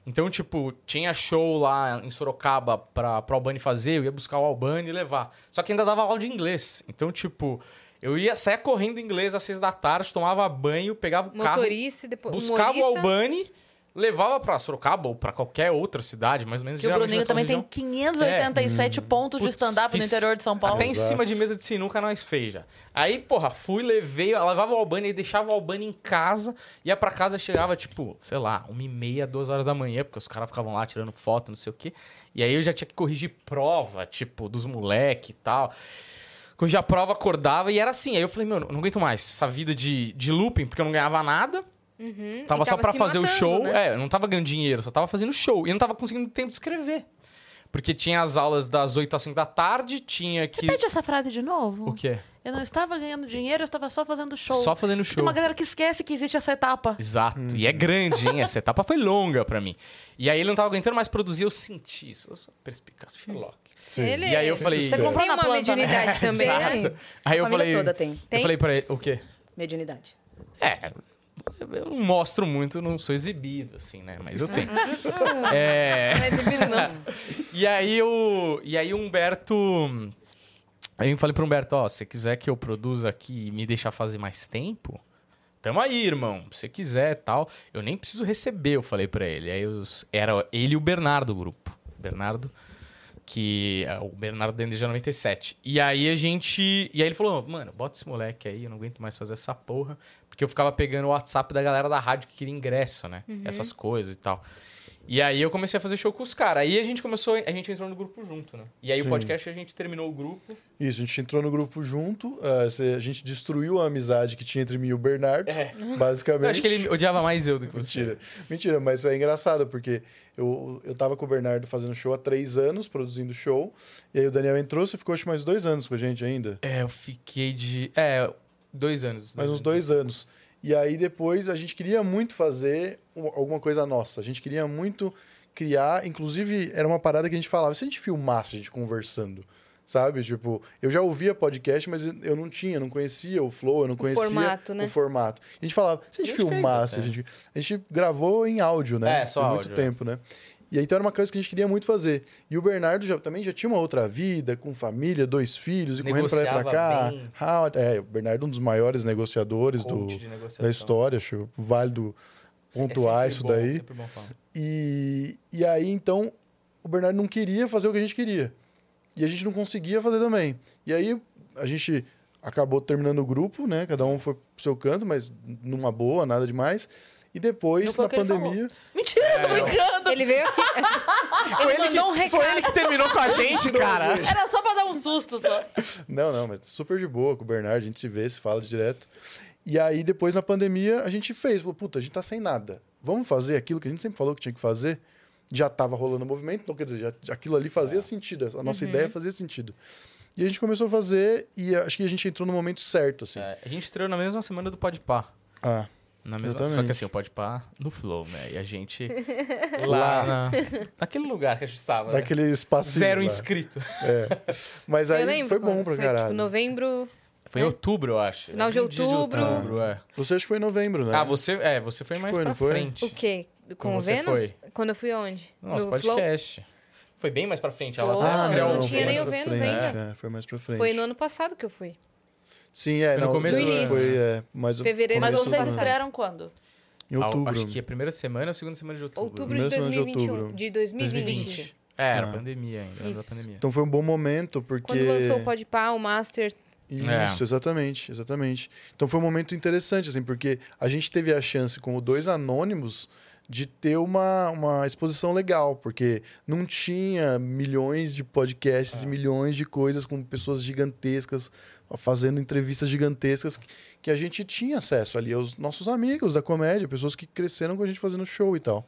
Então, tipo, tinha show lá em Sorocaba pra, pra Albani fazer, eu ia buscar o Albani e levar. Só que ainda dava aula de inglês. Então, tipo, eu ia sair correndo inglês às seis da tarde, tomava banho, pegava o carro
Motorista, depois.
buscava o
humorista.
Albani, levava pra Sorocaba ou pra qualquer outra cidade, mais ou menos.
Porque o
geralmente
Bruninho
na tua
também tem
região.
587 pontos de
Putz,
stand-up no
fiz
interior de São Paulo.
Tá Até em
Exato.
cima de mesa de sinuca nós fez já. Aí, porra, fui, levei, eu levava o Albani e deixava o Albani em casa. Ia pra casa, chegava, tipo, sei lá, uma e meia, duas horas da manhã, porque os caras ficavam lá tirando foto, não sei o quê. E aí eu já tinha que corrigir prova, tipo, dos moleque e tal. Corrigir a prova, acordava e era assim. Aí eu falei, meu, não aguento mais essa vida de, de looping, porque eu não ganhava nada.
Uhum,
Tava,
e
só pra
se
fazer o
matando,
show.
né?
É, eu não tava ganhando dinheiro, só tava fazendo show. E eu não tava conseguindo tempo de escrever. Porque tinha as aulas das 8 às 5 da tarde, tinha que.
Repete essa frase de novo.
O quê?
Eu não estava ganhando dinheiro, eu estava só fazendo Hum. show.
Só fazendo
Tem
show.
uma galera que esquece que existe essa etapa.
Exato. E é grande, hein? Essa etapa foi longa pra mim. E aí ele não tava aguentando mais produzir, eu senti isso. Eu sou perspicaz, Sherlock.
Sim.
Ele-
É.
é.
E aí eu falei.
Você comprou
Tem
na
uma
planta, né?
mediunidade também, né?
Exato.
Tem.
Aí
A
eu
família
falei.
toda tem.
Eu
Tem?
falei pra ele, o quê?
Mediunidade.
É, eu não mostro muito, não sou exibido, assim, né? Mas eu tenho. é.
Não é exibido, não.
E aí o. E aí o Humberto. Aí eu falei pro Humberto, ó, se você quiser que eu produza aqui e me deixar fazer mais tempo, tamo aí, irmão. Se você quiser e tal. Eu nem preciso receber, eu falei pra ele. Aí os- era ele e o Bernardo o grupo. Bernardo. Que é o Bernardo dentro de 97. E aí a gente. E aí ele falou, mano, bota esse moleque aí, eu não aguento mais fazer essa porra. Porque eu ficava pegando o WhatsApp da galera da rádio que queria ingresso, né? Essas coisas e tal. E aí eu comecei a fazer show com os caras. Aí a gente começou, a gente entrou no grupo junto, né? E aí o
Sim.
podcast a gente terminou o grupo.
Isso, a gente entrou no grupo junto, ah, cê- a gente destruiu a amizade que tinha entre mim e o Bernardo, basicamente.
Eu acho que ele odiava mais eu do que você.
Mentira, mentira, mas é engraçado, porque eu, eu tava com o Bernardo fazendo show há três anos, produzindo show, e aí o Daniel entrou, você ficou acho, mais dois anos com a gente ainda.
É, eu fiquei de. É, dois anos.
Mais uns dois anos. E aí depois a gente queria muito fazer um- alguma coisa nossa. A gente queria muito criar, inclusive era uma parada que a gente falava, se a gente filmasse a gente conversando, sabe? Tipo, eu já ouvia podcast, mas eu não tinha, não conhecia o flow, eu não conhecia
formato, né?
o formato. E a gente falava, se a gente
A gente fez
filmasse, a
até.
gente, a gente gravou em áudio, né?
É, só
Por
áudio,
muito
é.
tempo, né? E aí, então era uma coisa que a gente queria muito fazer. E o Bernardo já- também já tinha uma outra vida, com família, dois filhos, e correndo pra lá e pra
Negociava
cá.
bem.
Ah, é, o Bernardo é um dos maiores negociadores do,
Coach de negociação.
da história, acho válido
É sempre
pontuar isso
bom,
daí.
sempre bom falar.
E, e aí, então, o Bernardo não queria fazer o que a gente queria. E a gente não conseguia fazer também. E aí, a gente acabou terminando o grupo, né? Cada um foi pro seu canto, mas numa boa, nada demais. E
Não
depois,
foi
na
o que ele
pandemia...
Mentira, eu tô brincando.
Ele veio aqui. ele, mandou um recado. um
Foi ele que terminou com a gente, cara.
Era só pra dar um susto só.
Não, não, mas super de boa com o Bernardo, a gente se vê, se fala direto. E aí, depois, na pandemia, a gente fez. Falou, puta, a gente tá sem nada. Vamos fazer aquilo que a gente sempre falou que tinha que fazer? Já tava rolando o movimento, então, quer dizer, já, aquilo ali fazia sentido. A
Uhum.
nossa ideia fazia sentido. E a gente começou a fazer e acho que a gente entrou no momento certo, assim.
É, a gente estreou na mesma semana do Podpah.
Ah,
Na mesma, só
Exatamente.
que assim, o Podpah no Flow, né? E a gente lá,
Lá.
na- naquele lugar que a gente estava, né?
daquele espacinho
Zero
lá.
inscrito.
É. Mas
Eu
aí
lembro
foi bom
quando
pra
foi,
caralho.
Tipo, novembro.
Foi em outubro, eu acho.
É. Final de
Aquele dia
outubro.
outubro, é.
Você acho que foi em novembro, né?
Ah, você, é, você foi mais
Foi,
pra
não foi?
frente.
O quê? Com
Como
o
você
Vênus? Quando eu fui aonde?
Nosso
no Flow?
podcast. Foi bem mais pra frente. Ela
Flow,
tava
Ah,
criando
não
um
tinha
foi
nem
mais
o
pra
Vênus
frente,
ainda.
é, foi mais pra frente.
Foi no ano passado que eu fui.
Sim, é.
Foi no
não,
começo
do
é,
início.
Foi, é, mais
Fevereiro
Mas
Começo do
vocês
ano.
estrearam quando?
É, Em
Ah,
outubro.
Acho que a primeira semana ou a segunda semana de outubro.
Outubro é de
Começo do ano de
2021.
outubro.
De 2020.
É, era
Ah.
pandemia ainda, era da
Isso.
pandemia.
Então foi um bom momento, porque.
Quando lançou o Podpah, o Master,
É.
Isso, exatamente, exatamente. Então foi um momento interessante, assim, porque a gente teve a chance, como dois anônimos, de ter uma, uma exposição legal, porque não tinha milhões de podcasts,
É.
e milhões de coisas com pessoas gigantescas fazendo entrevistas gigantescas que- que a gente tinha acesso ali aos nossos amigos da comédia, pessoas que cresceram com a gente fazendo show e tal.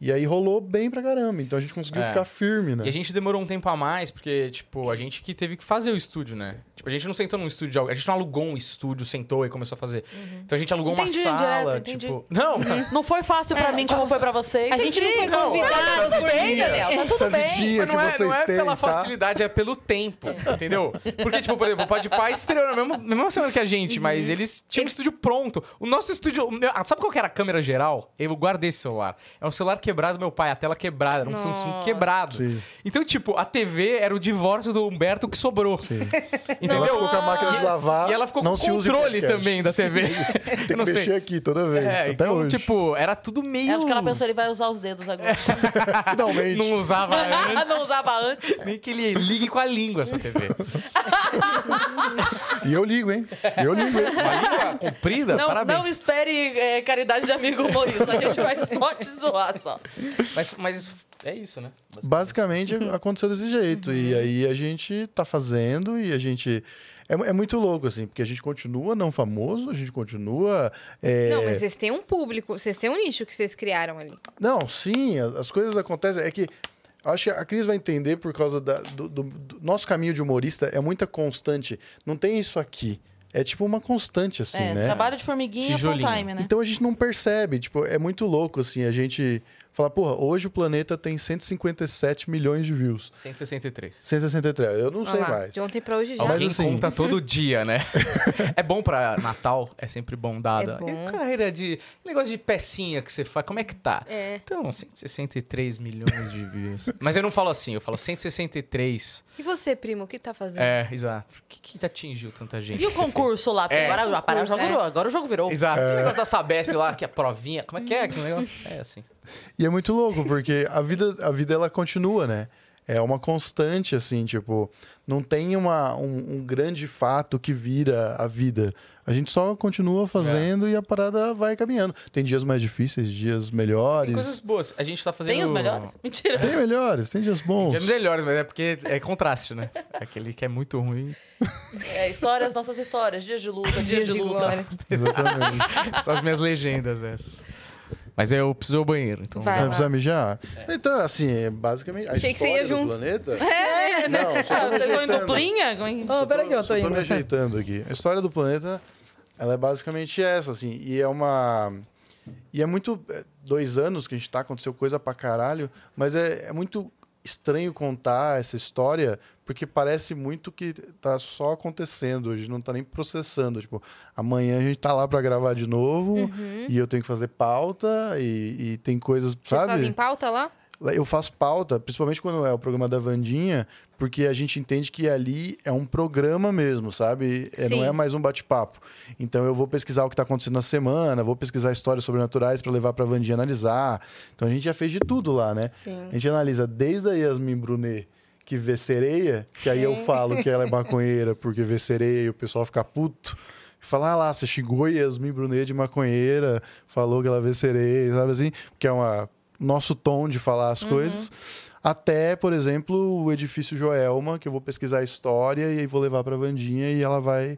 E aí rolou bem pra caramba, então a gente conseguiu
É.
ficar firme, né?
E a gente demorou um tempo a mais, porque, tipo, a gente que teve que fazer o estúdio, né? Tipo, a gente não sentou num estúdio, de alguém, a gente não alugou um estúdio, sentou e começou a fazer.
Uhum.
Então a gente alugou
Entendi,
uma sala,
direto, entendi.
tipo... Não, cara,
Não foi fácil pra
É,
mim como foi pra você.
a gente não foi
Entendi.
convidado
Tá tudo
por
bem, Daniel. Tá tudo
Essa
bem.
vidinha
mas não
que
é,
vocês
não é
têm,
pela
tá?
facilidade, é pelo tempo, entendeu? Porque, tipo, por exemplo, o Podpah estreou na mesma, na mesma semana que a gente,
Uhum.
mas eles tinham o estúdio pronto. O nosso estúdio... o meu- ah, sabe qual que era a câmera geral? Eu guardei esse celular. É um celular quebrado do meu pai, a tela quebrada, era um Samsung
Nossa.
quebrado.
Sim.
Então, tipo, a TV era o divórcio do Humberto que sobrou.
Sim. Ela
Entendeu?
ficou com a máquina de lavar.
E ela ficou
não
com
se
o
usa em
controle
podcast.
também da TV.
Tem que
Eu não
mexer
sei.
aqui toda vez.
É,
até
então,
hoje.
tipo, era tudo meio.
É, Acho que ela pensou, ele vai usar os dedos agora.
Finalmente.
Não usava antes.
não usava antes.
Nem que ele ligue com a língua essa TV.
E eu ligo, hein? Eu ligo, hein?
Uma língua comprida,
Não,
Então, parabéns.
não espere é, caridade de amigo humorista. A gente vai só te zoar só.
Mas, mas é isso, né?
Basicamente aconteceu desse jeito. E aí a gente tá fazendo e a gente. É, mu- é muito louco, assim, porque a gente continua não famoso, a gente continua. é,
Não, mas vocês têm um público, vocês têm um nicho que vocês criaram ali.
Não, sim, a- as coisas acontecem. É que acho que a Cris vai entender por causa da- do, do- do nosso caminho de humorista é muita constante. Não tem isso aqui. É tipo uma constante, assim,
é,
né?
Trabalho de formiguinha full
Tijolinho.
É,
time, né?
Então a gente não percebe, tipo, é muito louco, assim, a gente fala, porra, hoje o planeta tem 157 milhões de views.
163.
163, eu não
Olha
sei
lá,
mais.
De ontem pra hoje já.
Mas
Alguém
assim-
conta tá todo dia, né? é bom pra Natal, é sempre bom dada.
É bom.
E carreira de. Negócio de pecinha que você faz, como é que tá?
É.
Então, 163 milhões de views. Mas eu não falo assim, eu falo 163
E você, primo, o que tá fazendo?
É, exato. O que, que atingiu tanta gente?
E o
que você
concurso lá? Porque
É.
agora, a parada já
Concurso,
virou, agora o jogo virou.
fez? Exato. Aquele negócio da Sabesp lá, que é a provinha. Como é que é
Hum.
aquele negócio? É assim.
E é muito louco, porque a vida, a vida ela continua, né? É uma constante, assim, tipo, não tem uma, um, um grande fato que vira a vida. A gente só
É.
continua fazendo e a parada vai caminhando. Tem dias mais difíceis, dias melhores.
Coisas boas. A gente tá fazendo.
Tem os melhores? Mentira.
Tem melhores, tem dias bons.
Tem os melhores, mas é porque é contraste, né? Aquele que é muito ruim.
É, histórias, nossas histórias. Dias de luta, dias, de, luta.
né?
Exatamente.
São as minhas legendas essas. Mas eu preciso do banheiro, então.
Vai.
Vai
lá.
precisar mijar? Então, assim, é basicamente. A
É. Achei que você ia
história do
junto.
planeta.
É, né?
Não, só tô
Ah, vocês vão
me
em
ajeitando.
duplinha?
tá- Ô, peraí que eu
Só
tô
tô
indo.
tá me ajeitando aqui. A história do planeta, ela é basicamente essa, assim. E é uma... E é muito... é, Dois anos que a gente tá, aconteceu coisa pra caralho. Mas é, é muito estranho contar essa história, porque parece muito que tá só acontecendo. A gente não tá nem processando. Tipo, amanhã a gente tá lá pra gravar de novo.
Uhum.
E eu tenho que fazer pauta. E, e tem coisas,
Vocês
sabe?
fazem pauta lá?
Eu faço pauta, principalmente quando é o programa da Vandinha, porque a gente entende que ali é um programa mesmo, sabe? É, não
Sim.
é mais um bate-papo. Então eu vou pesquisar o que está acontecendo na semana, vou pesquisar histórias sobrenaturais para levar para Vandinha analisar. Então a gente já fez de tudo lá, né?
Sim.
A gente analisa desde a Yasmin Brunet, que vê sereia, que aí eu falo que ela é maconheira porque vê sereia e o pessoal fica puto. Falar ah lá, você xingou Yasmin Brunet de maconheira, falou que ela vê sereia, sabe assim? Porque é uma nosso tom de falar as coisas. Até, por exemplo, o edifício Joelma, que eu vou pesquisar a história e aí vou levar pra Vandinha e ela vai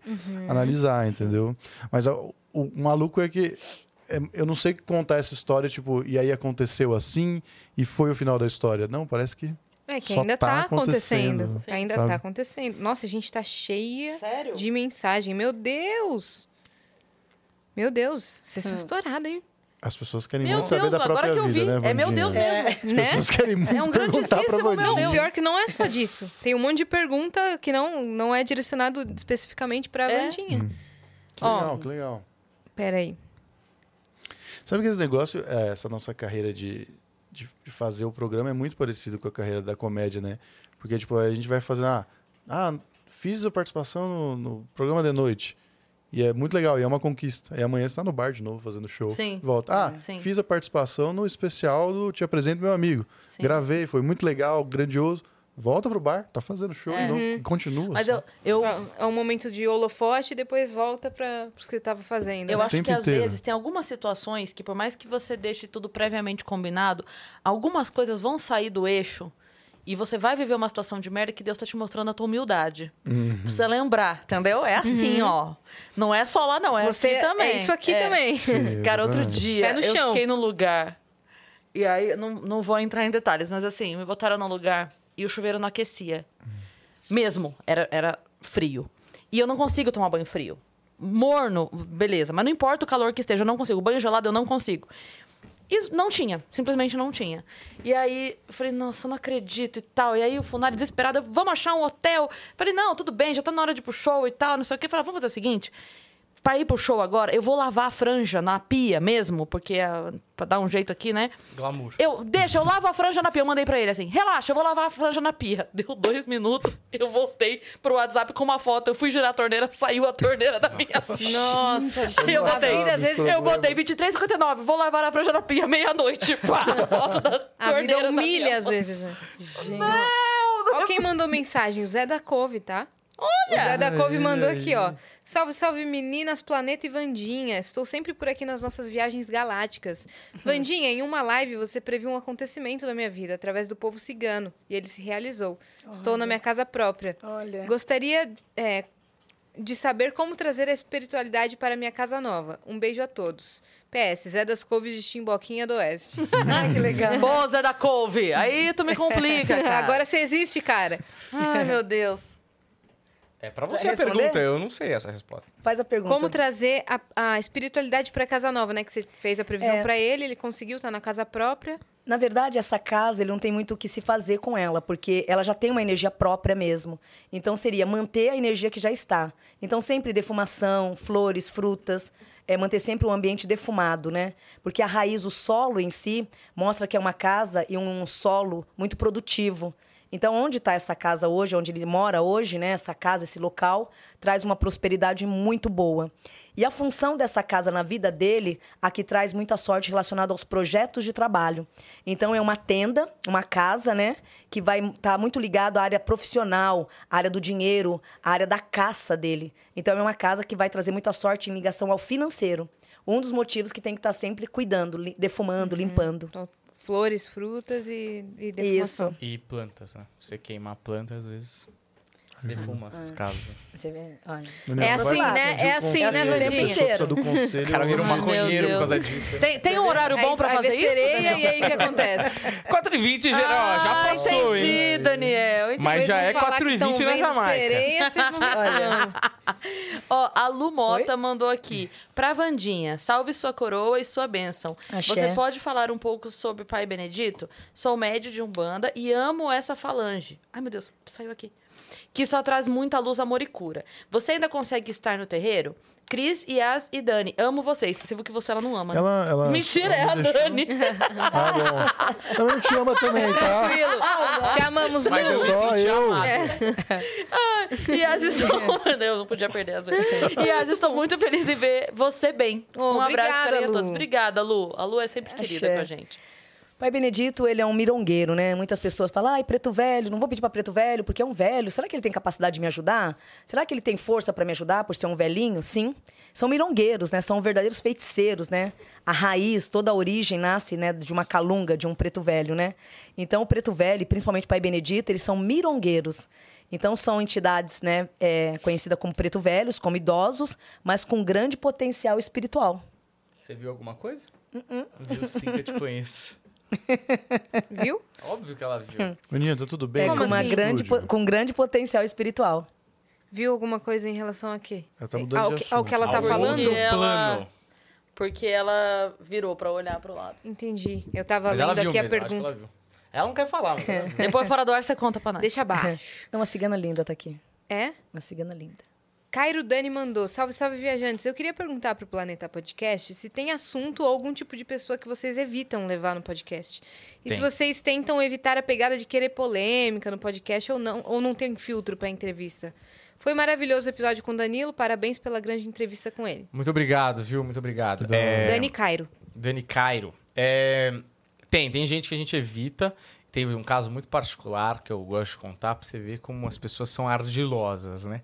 analisar, entendeu? Mas a- o, o maluco é que é, eu não sei contar essa história, tipo, e aí aconteceu assim e foi o final da história. Não, parece que.
É que
Só
ainda
tá
tá acontecendo.
acontecendo,
Sim.
ainda
sabe?
tá acontecendo. Nossa, a gente tá cheia
Sério?
de mensagem. Meu Deus! Meu Deus, vocês são estourados, hein?
As pessoas querem
Meu
muito saber
Deus,
da
agora
própria
que eu
vida,
vi.
né?
é meu
Vandinha?
Deus mesmo.
As
Né?
pessoas querem muito
um
perguntar pra
grandíssimo meu
Vandinha.
Deus.
Pior que não é só disso. Tem um monte de pergunta que não, não é direcionado especificamente pra
É?
Vandinha.
Que
Ó,
legal, que legal.
peraí.
Sabe que esse negócio, é, essa nossa carreira de, de, de fazer o programa é muito parecido com a carreira da comédia, né? Porque, tipo, a gente vai fazer, ah, ah, fiz a participação no, no programa de noite. E é muito legal, e é uma conquista. E amanhã você tá no bar de novo fazendo show.
Sim.
Volta. Ah,
Sim.
fiz a participação no especial do Te Apresento Meu Amigo.
Sim.
Gravei, foi muito legal, grandioso. Volta pro bar, tá fazendo show
É.
e não continua.
Mas
só.
eu, eu,
É um momento de holofote e depois volta para o que você estava fazendo.
eu
né?
acho
tempo
que às
inteiro.
vezes tem algumas situações que, por mais que você deixe tudo previamente combinado, algumas coisas vão sair do eixo e você vai viver uma situação de merda que Deus tá te mostrando a tua humildade.
Uhum.
Precisa lembrar, entendeu? É assim, ó. Não é só lá, não. É
Uhum. Você
assim também.
É isso aqui
É.
também.
Sim,
Cara, outro
exatamente.
dia
Pé no
eu
chão.
fiquei num lugar. E aí, não, não vou entrar em detalhes, mas assim, me botaram num lugar e o chuveiro não aquecia. Mesmo, era, era frio. E eu não consigo tomar banho frio. Morno, beleza, mas não importa o calor que esteja, eu não consigo. Banho gelado eu não consigo. E não tinha, simplesmente não tinha. E aí, eu falei, nossa, eu não acredito e tal. E aí, o Funari, desesperado, vamos achar um hotel. Falei, não, tudo bem, já tá na hora de ir pro show e tal, não sei o quê. Falei, vamos fazer o seguinte: pra ir pro show agora, eu vou lavar a franja na pia mesmo, porque ah, pra dar um jeito aqui, né?
Glamour.
Eu, deixa, eu lavo a franja na pia. Eu mandei pra ele assim, relaxa, eu vou lavar a franja na pia. Deu dois minutos, eu voltei pro WhatsApp com uma foto. Eu fui girar a torneira, saiu a torneira da minha
Nossa, gente.
eu
a
botei,
vida às vezes.
eu botei 23,59, vou lavar a franja na pia meia-noite. Pá, foto da
A vida
torneira da
humilha
minha
às
mãe.
vezes, né?
Gente,
Ó quem mandou mensagem, o Zé da Cove, tá? Olha! O Zé da Cove mandou aqui, ó. Salve, salve, meninas, Planeta e Vandinha. Estou sempre por aqui nas nossas viagens galácticas. Vandinha, em uma live você previu um acontecimento da minha vida através do povo cigano. E ele se realizou. Estou na minha casa própria.
olha.
Gostaria é, de saber como trazer a espiritualidade para minha casa nova. Um beijo a todos. PS, Zé das Coves de Chimboquinha do Oeste.
né?
Ai, que legal.
Pô, Zé da couve, aí tu me complica, cara.
Agora você existe, cara.
Ai, meu Deus.
É pra você
Vai
a
responder?
pergunta, eu não sei essa resposta.
Faz a pergunta.
Como trazer a, a espiritualidade para casa nova, né? Que você fez a previsão
É.
pra ele, ele conseguiu, tá na casa própria.
Na verdade, essa casa, ele não tem muito o que se fazer com ela, porque ela já tem uma energia própria mesmo. Então, seria manter a energia que já está. Então, sempre defumação, flores, frutas, é, manter sempre um ambiente defumado, né? Porque a raiz, o solo em si, mostra que é uma casa e um solo muito produtivo. Então, onde está essa casa hoje, onde ele mora hoje, né? Essa casa, esse local, traz uma prosperidade muito boa. E a função dessa casa na vida dele, a que traz muita sorte relacionada aos projetos de trabalho. Então, é uma tenda, uma casa, né? Que vai estar muito ligado à área profissional, à área do dinheiro, à área da caça dele. Então, é uma casa que vai trazer muita sorte em ligação ao financeiro. Um dos motivos que tem que estar sempre cuidando, li- defumando, limpando.
Então, flores, frutas e, e defumação.
Isso.
E plantas, né? Você queimar planta, às vezes defuma
Ah.
essas casas. né?
Você vê, olha.
Na minha
É
avó,
assim,
ela
né?
pediu
É
o
assim,
conselho,
né,
a
Vandinha?
pessoa precisa do conselho.
O cara
Ah,
virou
eu vou-
maconheiro por
Deus.
causa disso.
Tem, tem um horário bom
Aí
pra
vai
fazer
ver
isso?
sereia e aí o que acontece?
4h20, geral, ó, já
Ah,
passou, hein?
entendi, Daniel. entendi.
Mas já
Depois
é
vão falar que
4h20
tão
na
vendo
Jamaica.
Sereia, vocês não vão
Ó, a Lu Mota mandou aqui. Pra Vandinha, salve sua coroa e sua bênção.
Axé.
Você pode falar um pouco sobre Pai Benedito? Sou médio de Umbanda e amo essa falange. Ai, meu Deus, saiu aqui. Que só traz muita luz, amor e cura. Você ainda consegue estar no terreiro? Cris, Yas e Dani, amo vocês. Você viu que você ela não ama. né?
Ela, ela,
Mentira, é
ela
a
me deixou-
Dani.
Ah, bom. Também te ama também, tá?
Tranquilo. Te amamos, É. Lu.
Mas eu me
Só
senti
eu.
amado.
E as estou. Eu não podia perder as E as estou muito feliz em ver você bem.
Ô,
um abraço,
obrigada,
carinho a
Lu.
todos. Obrigada, Lu. A Lu é sempre querida
Axé.
com a gente.
Pai Benedito, ele é um mirongueiro, né? Muitas pessoas falam, ai, preto velho, não vou pedir pra preto velho, porque é um velho. Será que ele tem capacidade de me ajudar? Será que ele tem força pra me ajudar por ser um velhinho? Sim. São mirongueiros, né? São verdadeiros feiticeiros, né? A raiz, toda a origem nasce, né, de uma calunga, de um preto velho, né? Então, o preto velho, e principalmente o Pai Benedito, eles são mirongueiros. Então, são entidades, né, é, conhecidas como preto velhos, como idosos, mas com grande potencial espiritual.
Você viu alguma coisa?
Uh-uh.
Viu sim que eu te conheço.
Viu?
Óbvio que ela
Hum,
viu.
Menina, tá tudo
É,
bem?
com,
Como
uma
assim?
grande, po-
Estúdio.
com grande potencial espiritual.
Viu alguma coisa em relação a quê?
Ela tá mudando
ao,
de
que, ao que
assunto.
ela tá
Ao
falando?
outro. Ela-
plano.
Porque ela virou pra olhar pro lado.
Entendi. Eu tava
Mas ela
lendo
viu
aqui a
mesmo, acho que ela
pergunta.
viu. Ela não quer falar, mas ela viu.
Tá.
Depois, fora do ar, você conta pra nós.
Deixa abaixo.
É uma cigana linda, tá aqui.
É?
Uma cigana linda.
Cairo Dani mandou. Salve, salve, viajantes. Eu queria perguntar pro Planeta Podcast se tem assunto ou algum tipo de pessoa que vocês evitam levar no podcast. E se
Tem.
vocês tentam evitar a pegada de querer polêmica no podcast ou não, ou não tem filtro pra entrevista. Foi maravilhoso o episódio com o Danilo. Parabéns pela grande entrevista com ele.
Muito obrigado, viu? Muito obrigado.
Da hora.
É,
Dani Cairo.
Dani Cairo. É, tem, tem gente que a gente evita. Teve um caso muito particular que eu gosto de contar pra você ver como as pessoas são ardilosas, né?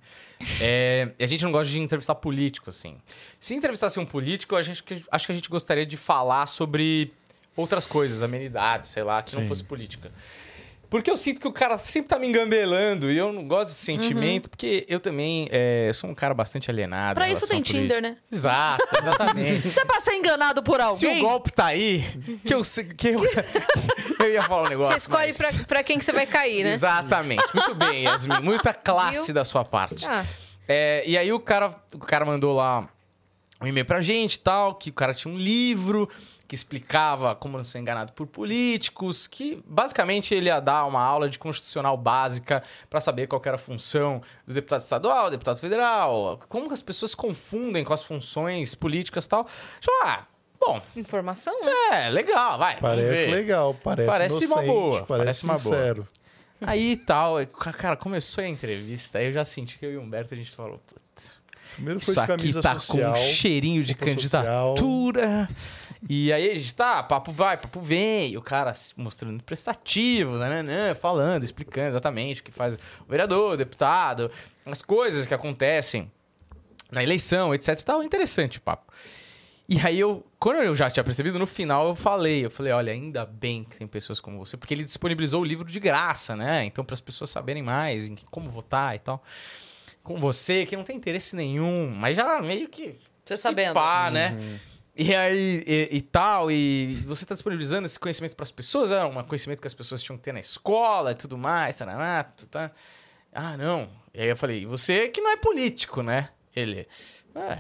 É, e a gente não gosta de entrevistar político, assim. Se entrevistasse um político, a gente, acho que a gente gostaria de falar sobre outras coisas, amenidades, sei lá, que não
Sim.
fosse política. Porque eu sinto que o cara sempre tá me engambelando e eu não gosto desse
Uhum.
sentimento, porque eu também é, sou um cara bastante alienado.
Pra
em
isso
relação
tem
à política.
Tinder, né?
Exato, exatamente.
Você passa enganado por
Se o
alguém.
golpe tá aí, que eu sei- que eu, eu ia falar um negócio.
Você escolhe
mas-
pra, pra quem que você vai cair, né?
Exatamente. Muito bem, Yasmin. Muita classe
Viu?
da sua parte.
Ah,
É, e aí o cara, o cara mandou lá um e-mail pra gente e tal, que o cara tinha um livro que explicava como não ser enganado por políticos, que basicamente ele ia dar uma aula de constitucional básica pra saber qual que era a função do deputado estadual, deputado federal, como que as pessoas confundem com as funções políticas e tal. Então, ah, bom,
informação, né?
é, legal, vai. vamos
Parece
ver.
legal, parece,
Parece uma
inocente,
boa, parece
parece,
uma boa.
sincero.
Aí tal, aí, ca- cara, começou a entrevista, aí eu já senti que eu e o Humberto, a gente falou, "Pô,
Primeiro foi
isso
de
aqui
camisa
tá
social.
com um cheirinho de
roupa
candidatura. E aí a gente tá, papo vai, papo vem, e o cara se mostrando prestativo, né, né, né, falando, explicando exatamente o que faz o vereador, o deputado, as coisas que acontecem na eleição, etc. e Tal, interessante o papo. E aí eu, quando eu já tinha percebido, no final eu falei, eu falei, olha, ainda bem que tem pessoas como você, porque ele disponibilizou o livro de graça, né? Então para as pessoas saberem mais em como votar e tal. Com você, que não tem interesse nenhum, mas já meio que
Você
se
sabendo.
pá,
Uhum.
né? E aí, e, e tal, e você tá disponibilizando esse conhecimento para as pessoas, é um conhecimento que as pessoas tinham que ter na escola e tudo mais, taraná, tu tá. Ah, não. E aí eu falei, "E você que não é político, né? Ele. É.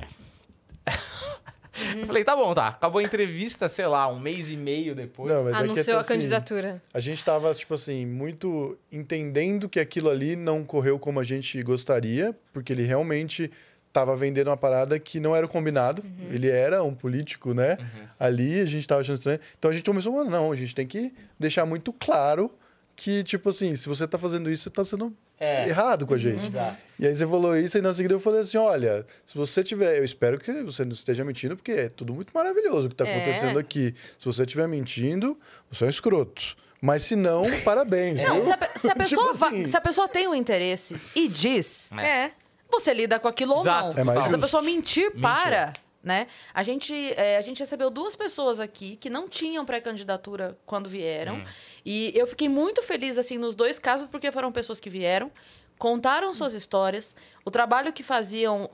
Uhum.
Eu falei, tá bom, tá. Acabou a entrevista, sei lá, um mês e meio depois.
Não, mas é que
Anunciou
tá
a
assim,
candidatura.
A gente tava, tipo assim, muito entendendo que aquilo ali não correu como a gente gostaria, porque ele realmente tava vendendo uma parada que não era o combinado. Ele era um político, né? Ali a gente tava achando estranho. Então a gente começou, mano, não, a gente tem que deixar muito claro que, tipo assim, se você tá fazendo isso, você tá sendo
É.
errado
Uhum.
com a gente.
Exato.
E aí você falou isso, e na seguida eu falei assim: olha, se você tiver. Eu espero que você não esteja mentindo, porque é tudo muito maravilhoso o que está
É.
acontecendo aqui. Se você estiver mentindo, você é um escroto. Mas se não, parabéns.
Não,
viu?
É.
se a, pe- se a
Tipo
pessoa va-
assim.
se a pessoa tem um interesse e diz,
É.
você lida com aquilo ou
Exato,
não.
É mais
Se a
justo.
pessoa mentir, para, né? A gente, é, a gente recebeu duas pessoas aqui que não tinham pré-candidatura quando vieram. E eu fiquei muito feliz, assim, nos dois casos, porque foram pessoas que vieram, contaram suas histórias, o trabalho que faziam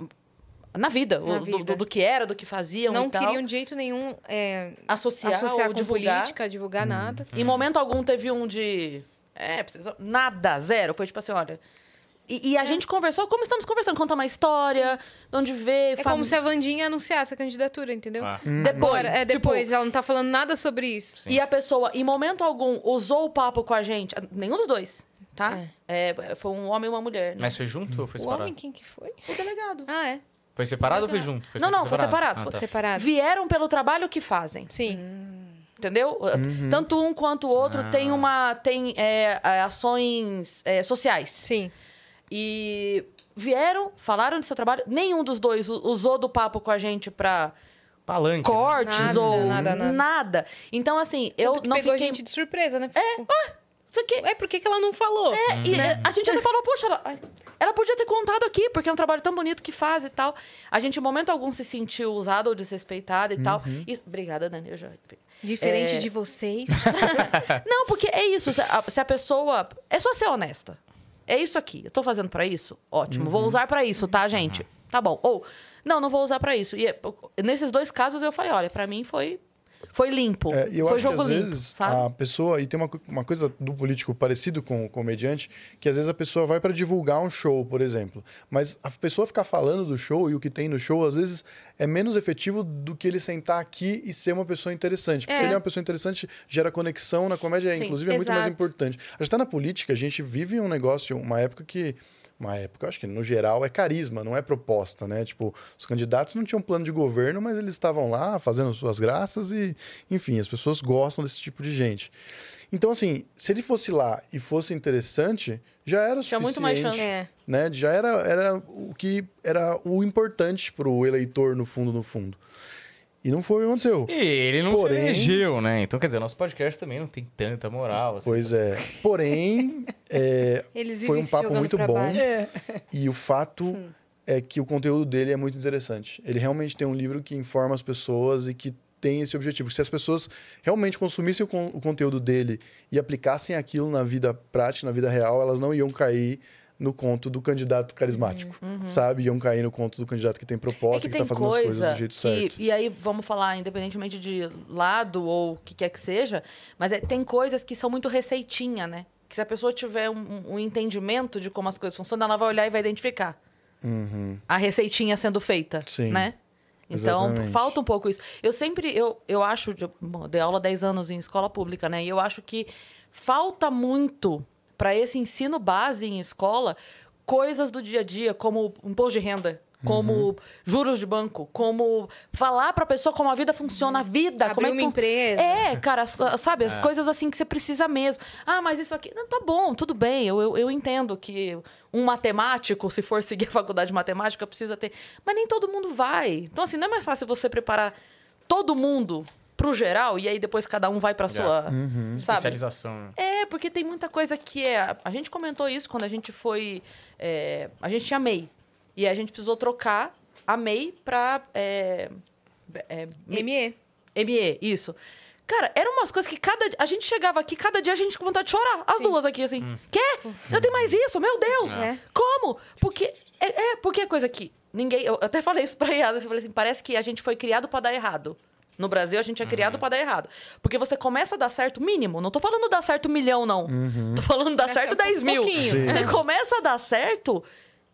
na vida,
Na
o- do-
vida.
Do, do que era, do que faziam
Não
e tal.
queriam de jeito nenhum é,
associar,
associar
ou
com
divulgar.
política, divulgar nada.
É.
Em momento algum teve um de. É, precisa- nada, zero. Foi tipo assim, olha. E, e
É.
a gente conversou como estamos conversando, conta uma história, de onde veio,
É
fam-
como se a Vandinha anunciasse a candidatura, entendeu?
Ah.
depois.
Agora, é
tipo,
depois, ela não tá falando nada sobre isso.
E a pessoa, em momento algum, usou o papo com a gente. Ah, Nenhum dos dois, tá? É, foi um homem e uma mulher. né?
Mas foi junto ou foi
O
separado?
homem, quem que foi?
O delegado.
Ah, é.
Foi separado ou foi junto?
não, não, foi separado.
Ah, tá.
Separado.
Vieram pelo trabalho que fazem.
Sim.
Entendeu? Tanto um quanto o outro
Uhum. Ah.
tem uma. tem é, é, ações é, sociais.
Sim.
E vieram, falaram do seu trabalho. Nenhum dos dois u- usou do papo com a gente pra
Palanque. né?
cortes
Nada,
ou
nada, nada.
nada. Então, assim, eu
Tanto que
não
pegou
fiquei.
a gente de surpresa, né? É,
Isso aqui.
é por que, que ela não falou?
É, e
Né?
é, a gente até falou, poxa, ela, ai, ela podia ter contado aqui, porque é um trabalho tão bonito que faz e tal. A gente, em momento algum, se sentiu usada ou desrespeitada e tal. E- obrigada, Dani, eu já.
Diferente
É.
de vocês.
Não, porque é isso. Se a, se a pessoa. É só ser honesta. É isso aqui. Eu tô fazendo pra isso? Ótimo.
Uhum.
Vou usar pra isso, tá, gente? Tá bom. Ou, não, não vou usar pra isso. E é- nesses dois casos eu falei, olha, pra mim foi. Foi limpo.
É, e eu
tipo, foi
acho
jogo
que às
limpo,
vezes
sabe? É
a pessoa, e tem uma, co- uma coisa do político parecido com o comediante, que às vezes a pessoa vai para divulgar um show, por exemplo, mas a pessoa ficar falando do show e o que tem no show, às vezes é menos efetivo do que ele sentar aqui e ser uma pessoa interessante. Porque se ele é uma pessoa interessante, gera conexão na comédia,
Sim,
inclusive é muito mais
exato.
importante. Até na política, a gente vive um negócio, uma época que uma época. Eu acho que, no geral, é carisma, não é proposta, né? Tipo, os candidatos não tinham plano de governo, mas eles estavam lá fazendo suas graças e, enfim, as pessoas gostam desse tipo de gente. Então, assim, se ele fosse lá e fosse interessante, já era o
Tinha
suficiente.
muito mais chance.
É.
Né? Já era, era o que era o importante para o eleitor, no fundo, no fundo. E não foi o que aconteceu.
E ele não
Porém-
se elegeu, né? Então, quer dizer, nosso podcast também não tem tanta moral. Assim.
Pois é. Porém, é,
Eles
Foi
vivem
um
se
papo
jogando
muito
pra
bom.
baixo.
E o fato é que o conteúdo dele é muito interessante. Ele realmente tem um livro que informa as pessoas e que tem esse objetivo. Se as pessoas realmente consumissem o, con- o conteúdo dele e aplicassem aquilo na vida prática, na vida real, elas não iam cair no conto do candidato carismático, sabe? Iam cair no conto do candidato que tem
Uhum, É
proposta,
que
que,
tem
tá fazendo as coisas
coisa
do jeito
que,
certo.
e aí vamos falar independentemente de lado ou o que quer que seja, mas é- tem coisas que são muito receitinha, né? Que se a pessoa tiver um, um entendimento de como as coisas funcionam, ela vai olhar e vai identificar
Uhum.
a receitinha sendo feita,
Sim,
né? Então,
exatamente.
falta um pouco isso. Eu sempre, eu, eu acho, eu, bom, eu dei aula há 10 anos em escola pública, né? E eu acho que falta muito para esse ensino base em escola coisas do dia a dia, como imposto de renda, como
Uhum.
juros de banco, como falar para a pessoa como a vida funciona, a vida, como é
Abrir
que fun-
uma empresa.
é, cara, as co- sabe, as coisas assim que você precisa mesmo. Ah, mas isso aqui. Não, tá bom, tudo bem. Eu, eu, eu entendo que um matemático, se for seguir a faculdade de matemática, precisa ter. Mas nem todo mundo vai. Então, assim, não é mais fácil você preparar todo mundo pro geral e aí depois cada um vai pra sua. Sabe?
Especialização. né?
É, porque tem muita coisa que é. A gente comentou isso quando a gente foi. é, a gente tinha MEI. E a gente precisou trocar a MEI pra. é, é,
ME.
ME, isso. Cara, eram umas coisas que cada A gente chegava aqui, cada dia a gente com vontade de chorar. As duas aqui, assim. Quê? Não tem mais isso, meu Deus!
É.
Como? Porque. É, é, porque é coisa que. Ninguém. Eu até falei isso pra Yas, eu falei assim: parece que a gente foi criado pra dar errado. No Brasil, a gente é criado pra dar errado. Porque você começa a dar certo mínimo. Não tô falando dar certo um milhão, não. Tô falando dar
Dá
certo
certo um
10 mil.
pouquinho. Sim.
Você começa a dar certo,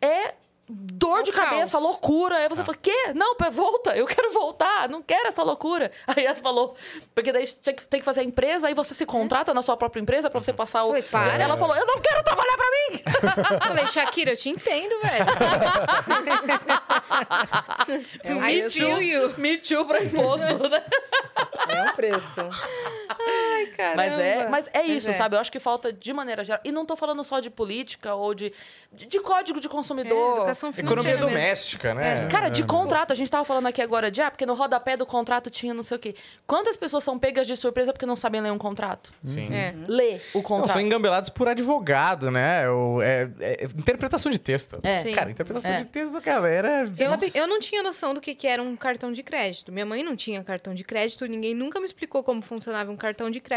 é dor
É um
de cabeça,
caos.
loucura loucura. Aí você fala, quê? Não, pé, volta, eu quero voltar, não quero essa loucura. Aí ela falou, porque daí tinha que- tem que fazer a empresa, aí você se contrata na sua própria empresa pra você passar o.
É.
É,
Falei, para.
Ela falou, eu não quero trabalhar pra mim!
Falei, Shakira, eu te entendo, velho.
É um
I
preço.
feel you.
Me too pra imposto, né?
É um preço.
Mas é, mas é isso,
é.
sabe? Eu acho que falta de maneira geral. E não tô falando só de política ou de, de, de código de
É,
consumidor.
educação financeira
Economia
mesmo. É.
doméstica, né?
Cara, de contrato, a gente tava falando aqui agora de, ah, porque no rodapé do contrato tinha não sei o quê. Quantas pessoas são pegas de surpresa porque não sabem ler um contrato?
Sim.
É.
Lê o
Não,
contrato.
são engambelados por advogado, né? O- é, é interpretação de texto.
É.
Sim.
Cara, interpretação
É.
de texto da galera.
Eu, eu não tinha noção do que, que era um cartão de crédito. Minha mãe não tinha cartão de crédito, ninguém nunca me explicou como funcionava um cartão de crédito.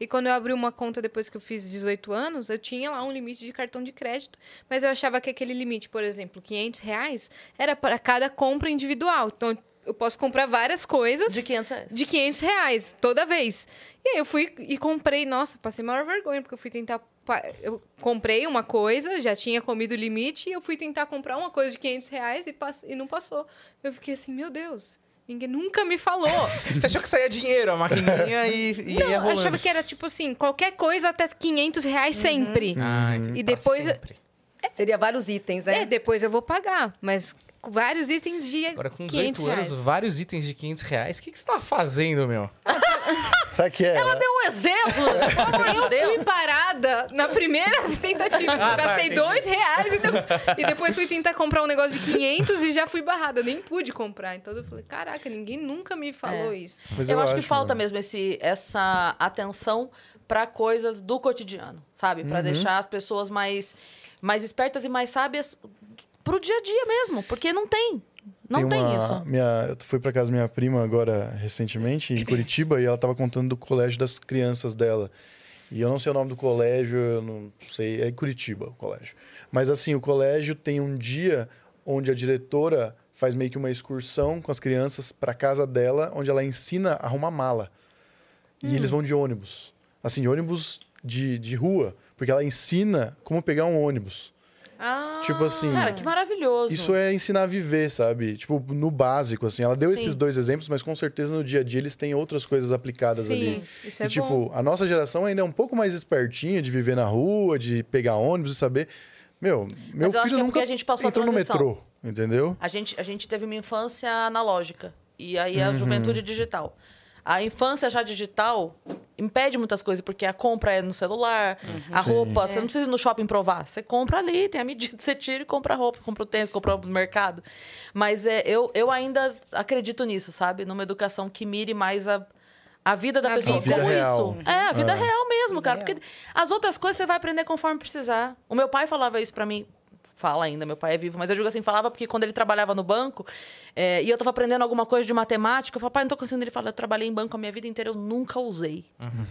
E quando eu abri uma conta depois que eu fiz 18 anos, eu tinha lá um limite de cartão de crédito, mas eu achava que aquele limite, por exemplo, 500 reais, era para cada compra individual. Então eu posso comprar várias coisas.
De 500 reais.
de 500 reais toda vez. E aí eu fui e comprei, nossa, passei a maior vergonha, porque eu fui tentar. pa- Eu comprei uma coisa, já tinha comido o limite, e eu fui tentar comprar uma coisa de 500 reais e, pass... e não passou. Eu fiquei assim, meu Deus, ninguém nunca me falou.
Você achou que saía dinheiro, a maquininha e, e é
não,
ia
eu
rolando.
achava que era tipo assim, qualquer coisa até 500 reais sempre.
Ah, entendi.
E
Pra
depois-
sempre.
Seria vários itens, né?
É, depois eu vou pagar, mas com vários itens de
Agora, com
500
18 anos,
reais.
vários itens de 500 reais. O que, que você tava fazendo, meu?
Sabe o que é?
Ela deu um exemplo! Pelo amor de
Eu
Deus!
fui parada na primeira tentativa.
Ah,
Eu
tá,
gastei
entendi.
dois reais e, de- e depois fui tentar comprar um negócio de 500 e já fui barrada. Nem pude comprar. Então eu falei, caraca, ninguém nunca me falou
É.
isso.
Mas
eu, acho, né? que falta
mano.
mesmo esse, essa atenção pra coisas do cotidiano, sabe? Pra deixar as pessoas mais, mais espertas e mais sábias pro dia a dia mesmo, porque não tem. Não tem,
uma-
isso.
Minha, eu fui pra casa da minha prima agora recentemente, em Curitiba, e ela tava contando do colégio das crianças dela. E eu não sei o nome do colégio, eu não sei. É em Curitiba o colégio. Mas assim, o colégio tem um dia onde a diretora faz meio que uma excursão com as crianças pra casa dela, onde ela ensina a arrumar mala. E
Hum.
eles vão de ônibus. Assim, de ônibus de, de rua. Porque ela ensina como pegar um ônibus.
Ah,
Tipo assim.
Cara, que maravilhoso.
Isso é ensinar a viver, sabe? Tipo, no básico, assim. Ela deu
Sim.
esses dois exemplos, mas com certeza no dia a dia eles têm outras coisas aplicadas
sim,
ali.
isso é
e, tipo,
bom.
a nossa geração ainda é um pouco mais espertinha de viver na rua, de pegar ônibus e saber. Meu,
eu acho que
meu filho
é porque
nunca
a gente passou a
entrou no
transição.
metrô, entendeu?
A gente, a gente teve uma infância analógica. E aí a juventude digital. A infância já digital impede muitas coisas, porque a compra é no celular, a
Sim.
roupa, você não precisa ir no shopping provar. Você compra ali, tem a medida, você tira e compra a roupa, compra o tênis, compra o mercado. Mas é, eu, eu ainda acredito nisso, sabe? Numa educação que mire mais a, a vida da
A
pessoa
vida
como
real.
isso. É, a vida
É.
real mesmo, cara.
real.
Porque as outras coisas você vai aprender conforme precisar. O meu pai falava isso pra mim. Fala ainda, meu pai é vivo. Mas eu digo assim, falava porque quando ele trabalhava no banco é, e eu tava aprendendo alguma coisa de matemática, eu falava, pai, não tô conseguindo. Ele fala, eu trabalhei em banco a minha vida inteira, eu nunca usei.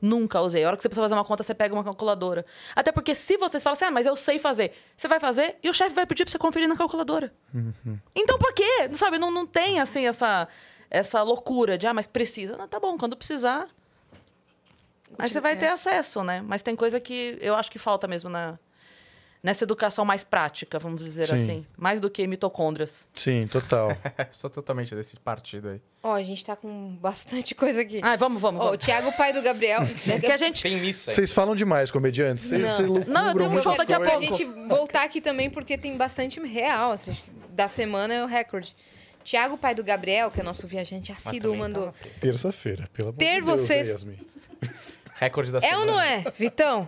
Nunca usei. A hora que você precisa fazer uma conta, você pega uma calculadora. Até porque se você fala assim, ah, mas eu sei fazer, você vai fazer e o chefe vai pedir pra você conferir na calculadora. Então pra quê? Sabe, não, não tem assim essa, essa loucura de, ah, mas precisa. Não, tá bom, quando precisar, mas você vai ter acesso, né? Mas tem coisa que eu acho que falta mesmo na, nessa educação mais prática, vamos dizer
Sim.
assim. Mais do que mitocôndrias.
Sim, total.
É, Sou totalmente desse partido aí.
Ó, a gente tá com bastante coisa aqui.
Ai, vamos, vamos,
Ó, o
vamos.
Thiago, pai do Gabriel.
Que a gente...
Tem missa aí.
Vocês falam demais, comediantes. Vocês
Não.
vocês lucubram
Não, eu tenho um
muitas
show daqui a
coisas.
Pra gente voltar aqui também, porque tem bastante real. assim, acho que da semana é o recorde. Tiago, pai do Gabriel, que é nosso viajante
Ah,
assíduo,
também
mandou.
tá. Terça-feira, pelo amor
Ter
de Deus,
vocês-
né, Yasmin.
Recorde da
É
semana.
ou não é, Vitão?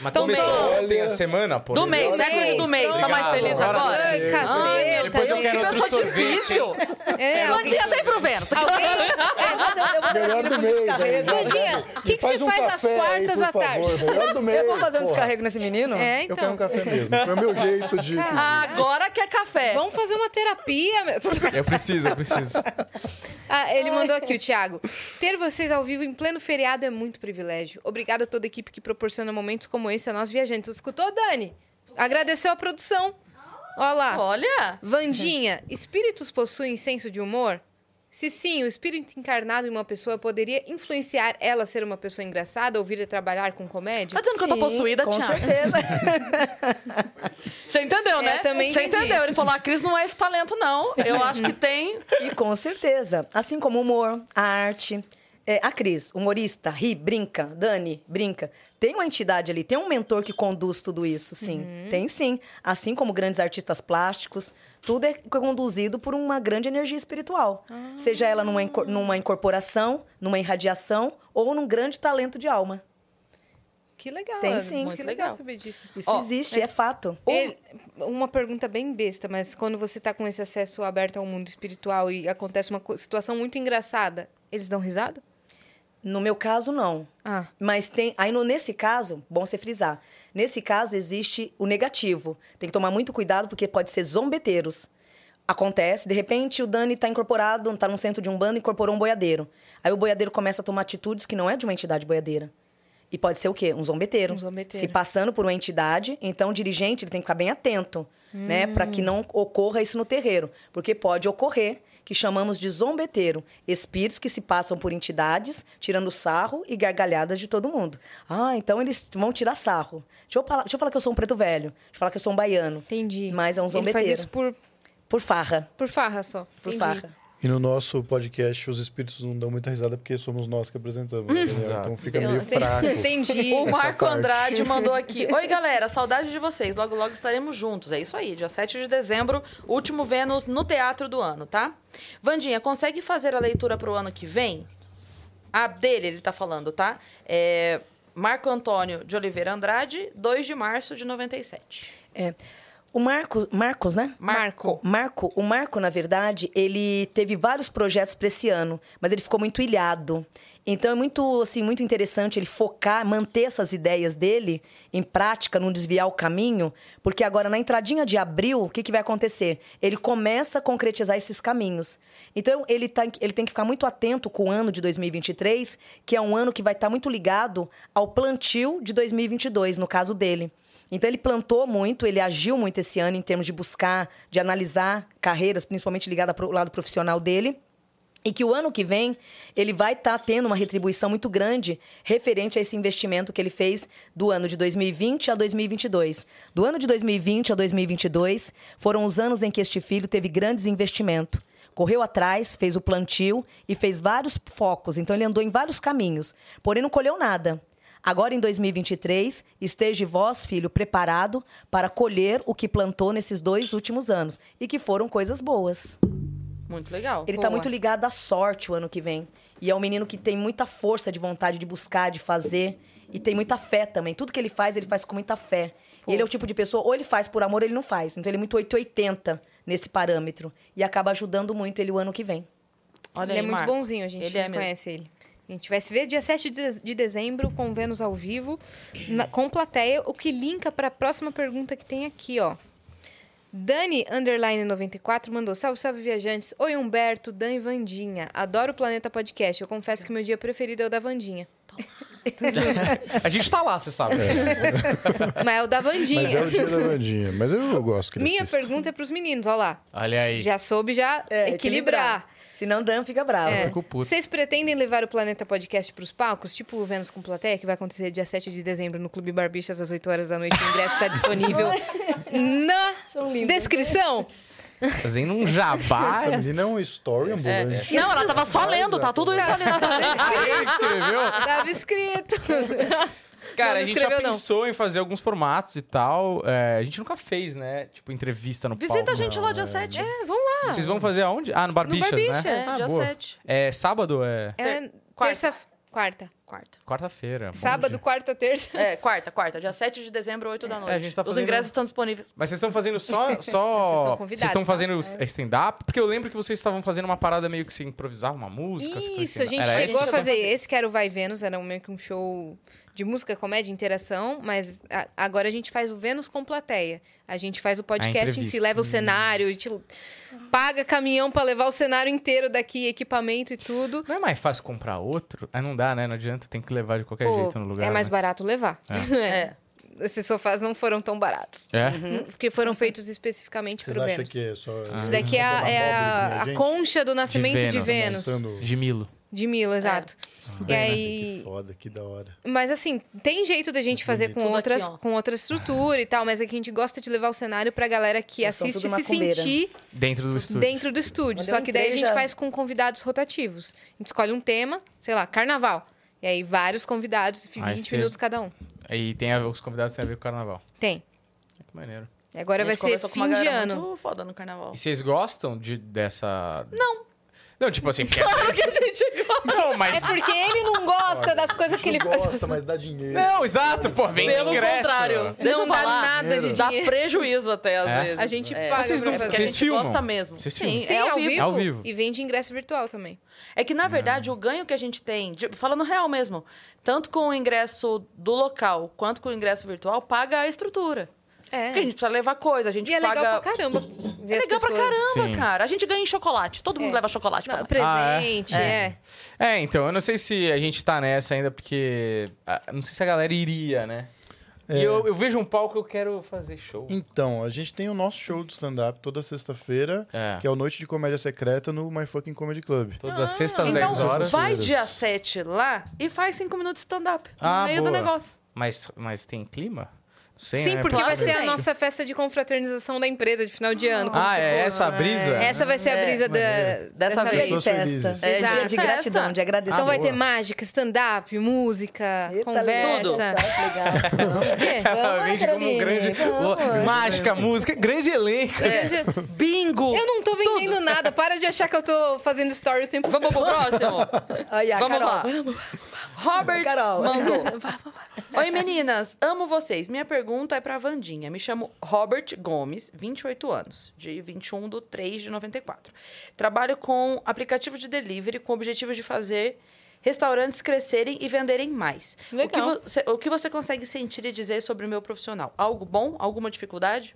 Mas
Tomei.
começou ontem
Olha.
a semana, pô.
Do mês,
Olha
recorde
aí.
do mês. Tá
Obrigado,
mais feliz
agora
agora?
Ai,
sim.
caceta.
Depois eu
hein?
quero
que
outro
pessoa
sorvete,
difícil.
É,
Bom
alguém...
dia, vem pro Vênus.
alguém...
Eu vou
Melhor do mês. né?
Vandinha, o que, que
Faz
você
um
faz às
café aí,
quartas
por
à tarde?
favor, Melhor do mês.
Eu vou fazer um
porra.
descarrego nesse menino?
É,
Eu quero um
então. Ah.
café mesmo. Foi o meu jeito de.
Agora que é café.
Vamos fazer uma terapia, meu.
Eu preciso, eu preciso.
Ah, ele mandou aqui, o Thiago. Ter vocês ao vivo em pleno feriado é muito privilégio. Obrigado a toda a equipe que proporciona momentos como esse a nós viajantes. Escutou, Dani? Agradeceu a produção. Olha lá.
Olha.
Vandinha, espíritos possuem senso de humor? Se sim, o espírito encarnado em uma pessoa poderia influenciar ela a ser uma pessoa engraçada ou vir a trabalhar com comédia?
Tá dizendo que eu tô
Sim,
possuída,
Com
Thiago?
certeza.
Você entendeu, né?
É, também
Você
entendi.
entendeu. Ele falou, a Cris não é esse talento, não. Eu acho que tem...
E com certeza. Assim como o humor, a arte. é, a Cris, humorista, ri, brinca. Dani, brinca. Tem uma entidade ali, tem um mentor que conduz tudo isso, sim.
Uhum.
Tem sim. Assim como grandes artistas plásticos, tudo é conduzido por uma grande energia espiritual.
Ah.
Seja ela numa, inco- numa incorporação, numa irradiação ou num grande talento de alma.
Que legal.
Tem
Ana.
sim.
Muito
Muito
legal.
legal.
saber disso.
Isso
Ó,
existe, é fato.
Ele- uma pergunta bem besta, mas quando você tá com esse acesso aberto ao mundo espiritual e acontece uma co- situação muito engraçada, eles dão risada?
No meu caso, não.
Ah.
Mas tem. Aí, no, nesse caso, bom você frisar. Nesse caso, existe o negativo. Tem que tomar muito cuidado, porque pode ser zombeteiros. Acontece, de repente o Dani está incorporado, está num centro de um bando, incorporou um boiadeiro. Aí o boiadeiro começa a tomar atitudes que não é de uma entidade boiadeira. E pode ser o quê? Um zombeteiro.
Um zombeteiro.
Se passando por uma entidade, então o dirigente ele tem que ficar bem atento, né? Para que não ocorra isso no terreiro. Porque pode ocorrer que chamamos de zombeteiro. Espíritos que se passam por entidades, tirando sarro e gargalhadas de todo mundo. Ah, então eles vão tirar sarro. Deixa eu falar, deixa eu falar que eu sou um preto velho. Deixa eu falar que eu sou um baiano.
Entendi.
Mas é um
Ele faz
zombeteiro.
isso por,
Por farra.
por farra só.
Por
Entendi.
farra.
E no nosso podcast, os espíritos não dão muita risada porque somos nós que apresentamos. né, galera? Então fica meio
Entendi.
fraco.
Entendi.
O Marco
parte.
Andrade mandou aqui. Oi, galera, saudade de vocês. Logo, logo estaremos juntos. É isso aí, dia 7 de dezembro, último Vênus no teatro do ano, tá? Vandinha, consegue fazer a leitura pro ano que vem? A dele, ele tá falando, tá? É, Marco Antônio de Oliveira Andrade, 2 de março de 97.
É. O Marcos, Marcos, né?
Marco.
Marco, o Marco, na verdade, ele teve vários projetos para esse ano, mas ele ficou muito ilhado. Então é muito assim, muito interessante ele focar, manter essas ideias dele em prática, não desviar o caminho, porque agora na entradinha de abril, o que, que vai acontecer? Ele começa a concretizar esses caminhos. Então ele, tá, ele tem que ficar muito atento com o ano de 2023, que é um ano que vai estar muito ligado ao plantio de 2022, no caso dele. Então ele plantou muito, ele agiu muito esse ano em termos de buscar, de analisar carreiras, principalmente ligada para o lado profissional dele. E que o ano que vem ele vai estar tendo uma retribuição muito grande referente a esse investimento que ele fez do ano de 2020 a 2022. Do ano de 2020 a 2022 foram os anos em que este filho teve grandes investimentos. Correu atrás, fez o plantio e fez vários focos. Então ele andou em vários caminhos, porém não colheu nada. Agora em 2023, esteja vós, filho, preparado para colher o que plantou nesses dois últimos anos e que foram coisas boas.
Muito legal.
Ele
Boa.
tá muito ligado à sorte o ano que vem. E é um menino que tem muita força de vontade de buscar, de fazer. E tem muita fé também. Tudo que ele faz, ele faz com muita fé. E ele é o tipo de pessoa, ou ele faz por amor, ou ele não faz. Então ele é muito 880 nesse parâmetro. E acaba ajudando muito ele o ano que vem.
Olha
ele
aí,
é muito
Marco.
bonzinho, a gente
Ele é mesmo.
conhece ele. A gente vai se ver dia 7 de de dezembro com o Vênus ao vivo, na- com plateia, o que linka para a próxima pergunta que tem aqui, ó. Dani Underline 94 mandou salve, salve viajantes. Oi, Humberto, Dan e Vandinha. Adoro o Planeta Podcast. Eu confesso que meu dia preferido é o da Vandinha.
A gente tá lá, você sabe.
Mas é o da Vandinha.
Mas é o dia da bandinha. Mas eu gosto que ele
Minha
assista.
pergunta é para os meninos, ó lá.
Olha aí.
Já soube já
É,
equilibrar.
Senão Dan fica bravo.
É.
fico puto.
Vocês pretendem levar o Planeta Podcast pros palcos? Tipo o Vênus com Plateia, que vai acontecer dia 7 de dezembro no Clube Barbixas, às 8 horas da noite. O ingresso está disponível na
São lindas,
descrição.
Fazendo um
Ah,
jabá.
Essa menina é um story
É,
ambulante.
Não, ela tava só lendo, tá tudo isso ali na
Quem escreveu?
Tava escrito.
Cara,
não
a gente já
escreveu, não.
pensou em fazer alguns formatos e tal. É, a gente nunca fez, né? Tipo, entrevista no palco.
Visita a gente lá dia 7.
É, vamos lá.
Vocês vão fazer aonde? Ah, no Barbichas, né?
Barbichas,
É,
Ah,
dia
boa.
7.
É sábado? É
É
quarta.
terça... Quarta.
Quarta.
quarta-feira. Bom
Sábado,
dia.
quarta, terça.
É, quarta, quarta. Dia 7 de dezembro, 8
É,
da noite.
a gente tá
Os
fazendo-
ingressos estão disponíveis.
Mas vocês estão fazendo só.
Vocês
só...
estão
Vocês
convidados,
estão
tá?
fazendo stand-up? Porque eu lembro que vocês estavam fazendo uma parada meio que se improvisava uma música. se fazia
Isso, a
stand-up.
gente
Era
chegou a
esse?
fazer esse que era o Vai Vênus, era um- meio que um show de música, comédia, interação, mas a- agora a gente faz o Vênus com plateia. A gente faz o podcast em si,
Ah, entrevista. Hum.
leva o cenário, a gente paga caminhão pra levar o cenário inteiro daqui, equipamento e tudo.
Não é mais fácil comprar outro? Ah, não dá, né? Não adianta, tem que levar de qualquer
Pô,
jeito no lugar.
é mais
né?
barato levar.
É.
Esses sofás não foram tão baratos.
É?
Porque foram feitos especificamente
Uhum. Vocês
pro
acham
Vênus.
que Uhum. é só...
Isso daqui é a, é a- a concha do nascimento de
Vênus. né? Ah,
Vênus. De,
Montando-
De Milo.
Milo,
É.
exato.
né?
E
né, Que
aí,
foda, que da hora.
Mas assim, tem jeito da gente fazer com
Tudo aqui,
outras,
ó.
com outra estrutura e tal, mas é que a gente gosta de levar o cenário pra galera que
Eles são
assiste
tudo
se
macumbeira.
sentir
Dentro do estúdio.
dentro do estúdio.
Quando
Só
eu
que daí a
entrei,
gente
já-
faz com convidados rotativos. A gente escolhe um tema, sei lá, carnaval. E aí vários convidados, 20
Aí cê-
minutos cada um.
E tem a- os convidados têm a ver com o carnaval.
Tem.
Que maneiro.
E agora
A
vai
gente
ser
conversou com uma
fim de
galera
ano.
Muito foda no carnaval.
E vocês gostam de, dessa. Não. Não, tipo assim, porque. às vezes- Não,
É
mas.
porque ele não gosta das coisas que ele
Não
faz.
gosta, mas dá dinheiro.
Não, exato, pô, vem
Pelo
ingresso.
contrário. Deixa
Não
eu
dá
falar.
nada de
Dá
dinheiro.
prejuízo até, às
É?
vezes.
A gente
é.
paga
Vocês não-
Porque
pra fazer.
a
vocês
gente
filmam?
gosta mesmo.
Vocês
Sim,
filmam?
Sim,
é ao vivo.
É ao vivo.
E vende ingresso virtual também.
É que, na verdade, o ganho que a gente tem, de- falando real mesmo, tanto com o ingresso do local quanto com o ingresso virtual, paga a estrutura.
É.
Porque a gente precisa levar coisa, a gente
E é
paga.
legal pra caramba. ver
É
as
legal pra
pessoas-
caramba,
Sim.
cara. A gente ganha em chocolate. Todo mundo
É.
leva chocolate. pra
Não,
lá.
presente,
Ah,
é.
É, então, eu não sei se a gente tá nessa ainda, porque. ah, Não sei se a galera iria, né?
É.
E eu, eu vejo um palco que eu quero fazer show.
Então, a gente tem o nosso show de stand-up toda sexta-feira,
É.
que é o Noite de Comédia Secreta no My Fucking Comedy Club.
Todas as sextas, às
Então,
10 horas.
vai dia 7 lá e faz 5 minutos de stand-up.
Ah,
no meio do
boa.
negócio.
Mas, mas tem clima? Não sei,
Sim,
né?
porque vai ser a
Tem.
nossa festa de confraternização da empresa de final de ano. como
Ah,
se
é
fosse.
essa a brisa?
Essa vai ser a
É,
brisa da,
maneiro.
dessa
Dessa
vez.
vez,
Pessoas
festa.
felizes.
É, dia
Exato.
de
Festa.
gratidão, de agradecimento.
Então vai
Ah, boa.
ter mágica, stand-up, música,
Eita,
conversa.
legal. Nossa, que legal.
O quê?
Ela
Vamos,
vende como um
Caroline,
grande.
vamos.
Mágica, música, grande elenco.
Gente,
Bingo!
Eu não tô vendendo nada, para de achar que eu tô fazendo story o tempo
Vamos pro próximo.
Aí, a
Vamos
Carol,
lá. Roberts
Carol.
mandou. Oi, meninas. Amo vocês. Minha pergunta é pra Vandinha. Me chamo Robert Gomes, 28 anos, de 21 de 3 de 94. Trabalho com aplicativo de delivery com o objetivo de fazer restaurantes crescerem e venderem mais.
Legal.
O que você, o que você consegue sentir e dizer sobre o meu profissional? Algo bom? Alguma dificuldade?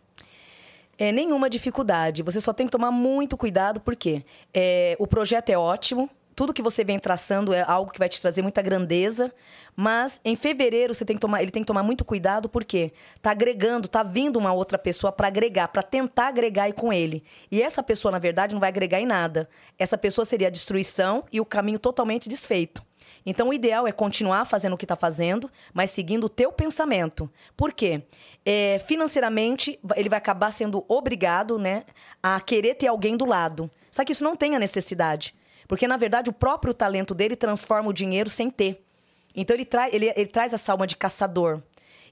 é nenhuma dificuldade. Você só tem que tomar muito cuidado, porque é, o projeto é ótimo. Tudo que você vem traçando é algo que vai te trazer muita grandeza, mas em fevereiro você tem que tomar, ele tem que tomar muito cuidado porque tá agregando, tá vindo uma outra pessoa para agregar, para tentar agregar aí com ele. E essa pessoa, na verdade, não vai agregar em nada. Essa pessoa seria a destruição e o caminho totalmente desfeito. Então, o ideal é continuar fazendo o que está fazendo, mas seguindo o teu pensamento. Por quê? É, financeiramente, va- ele vai acabar sendo obrigado né, a querer ter alguém do lado. Só que isso não tem a necessidade. Porque, na verdade, o próprio talento dele transforma o dinheiro sem ter. Então ele, trai, ele, ele traz essa alma de caçador.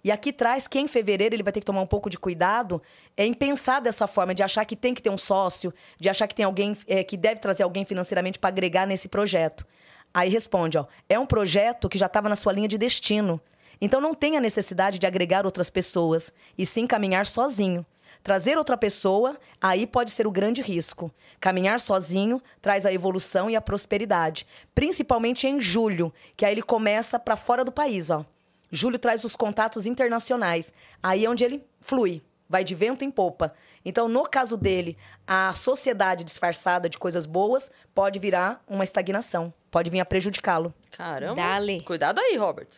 E aqui traz que em fevereiro ele vai ter que tomar um pouco de cuidado é, em pensar dessa forma, de achar que tem que ter um sócio, de achar que tem alguém é, que deve trazer alguém financeiramente para agregar nesse projeto. Aí responde, ó, é um projeto que já estava na sua linha de destino. Então não tem a necessidade de agregar outras pessoas e sim caminhar sozinho. Trazer outra pessoa, aí pode ser o grande risco. Caminhar sozinho traz a evolução e a prosperidade, principalmente em julho, que aí ele começa para fora do país, ó. Júlio traz os contatos internacionais. Aí é onde ele flui, vai de vento em popa. Então, no caso dele, a sociedade disfarçada de coisas boas pode virar uma estagnação, pode vir a prejudicá-lo.
Caramba.
Dale.
Cuidado aí, Robert.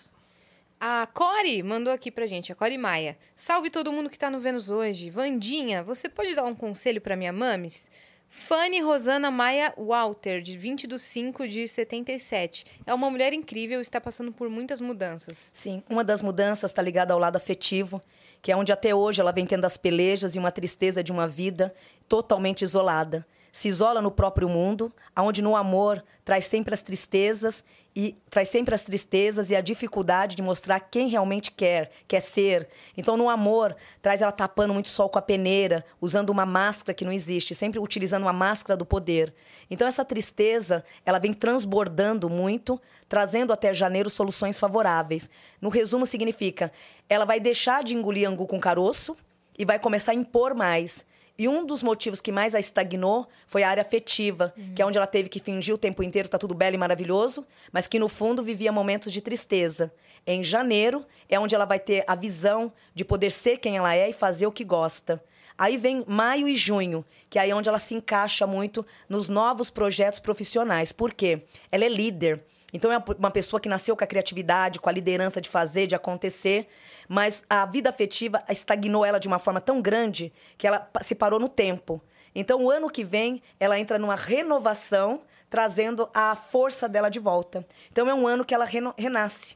A Core mandou aqui pra gente, a Core Maia. Salve todo mundo que tá no Vênus hoje. Vandinha, você pode dar um conselho pra minha mames? Fanny Rosana Maia Walter, de 20 de 5 de 77. É uma mulher incrível e está passando por muitas mudanças.
Sim, uma das mudanças está ligada ao lado afetivo, que é onde até hoje ela vem tendo as pelejas e uma tristeza de uma vida totalmente isolada. Se isola no próprio mundo, aonde no amor traz sempre as tristezas e traz sempre as tristezas e a dificuldade de mostrar quem realmente quer, quer ser. Então, no amor, traz ela tapando muito sol com a peneira, usando uma máscara que não existe, sempre utilizando uma máscara do poder. Então, essa tristeza, ela vem transbordando muito, trazendo até janeiro soluções favoráveis. No resumo, significa, ela vai deixar de engolir angu com caroço e vai começar a impor mais. E um dos motivos que mais a estagnou foi a área afetiva, que é onde ela teve que fingir o tempo inteiro que tá tudo belo e maravilhoso, mas que no fundo vivia momentos de tristeza. Em janeiro é onde ela vai ter a visão de poder ser quem ela é e fazer o que gosta. Aí vem maio e junho, que aí é onde ela se encaixa muito nos novos projetos profissionais. Por quê? Ela é líder. Então é uma pessoa que nasceu com a criatividade, com a liderança de fazer, de acontecer, mas a vida afetiva estagnou ela de uma forma tão grande que ela pa- se parou no tempo. Então o ano que vem ela entra numa renovação, trazendo a força dela de volta. Então é um ano que ela reno- renasce.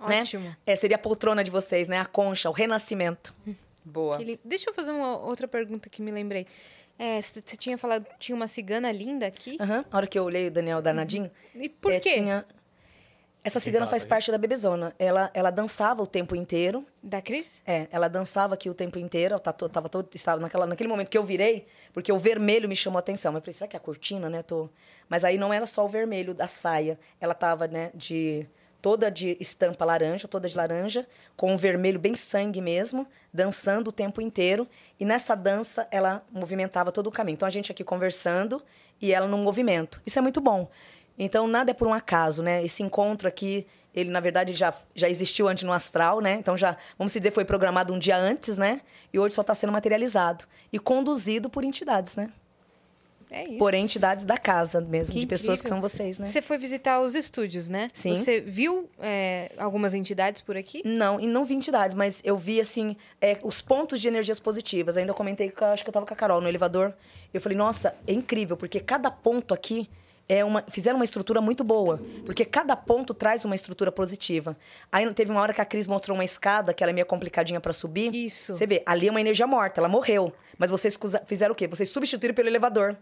né?
Ótimo.
É, seria a poltrona de vocês, né? A concha, o renascimento.
Boa.
Que li- Deixa eu fazer uma outra pergunta que me lembrei. É, Você tinha falado tinha uma cigana linda aqui?
Aham. A hora que eu olhei o Daniel Danadinho,
Uhum. E por
É,
quê?
tinha- Essa cigana
fala,
faz
gente?
parte da bebezona. Ela, ela dançava o tempo inteiro.
Da Cris?
É, ela dançava aqui o tempo inteiro. Ela tá to- tava todo, estava naquela, naquele momento que eu virei, porque o vermelho me chamou a atenção. Eu falei, será que é a cortina, né? Tô... Mas aí não era só o vermelho da saia. Ela tava, né, de toda de estampa laranja, toda de laranja, com o vermelho bem sangue mesmo, dançando o tempo inteiro. E nessa dança, ela movimentava todo o caminho. Então a gente aqui conversando e ela num movimento. Isso é muito bom. Então, nada é por um acaso, né? Esse encontro aqui, ele, na verdade, já, já existiu antes no astral, né? Então, já, vamos dizer, foi programado um dia antes, né? E hoje só está sendo materializado. E conduzido por entidades, né?
É isso.
Por entidades da casa mesmo,
Que
de pessoas que
incrível.
são vocês, né?
Você foi visitar os estúdios, né?
Sim.
Você viu é, algumas entidades por aqui?
Não, e não vi entidades, mas eu vi, assim, é, os pontos de energias positivas. Ainda eu comentei, que eu acho que eu tava com a Carol no elevador. Eu falei, nossa, é incrível, porque cada ponto aqui é uma, fizeram uma estrutura muito boa. Porque cada ponto traz uma estrutura positiva. Aí teve uma hora que a Cris mostrou uma escada, que ela é meio complicadinha para subir.
Isso.
Você vê, ali é uma energia morta, ela morreu. Mas vocês cusa- fizeram o quê? Vocês substituíram pelo elevador.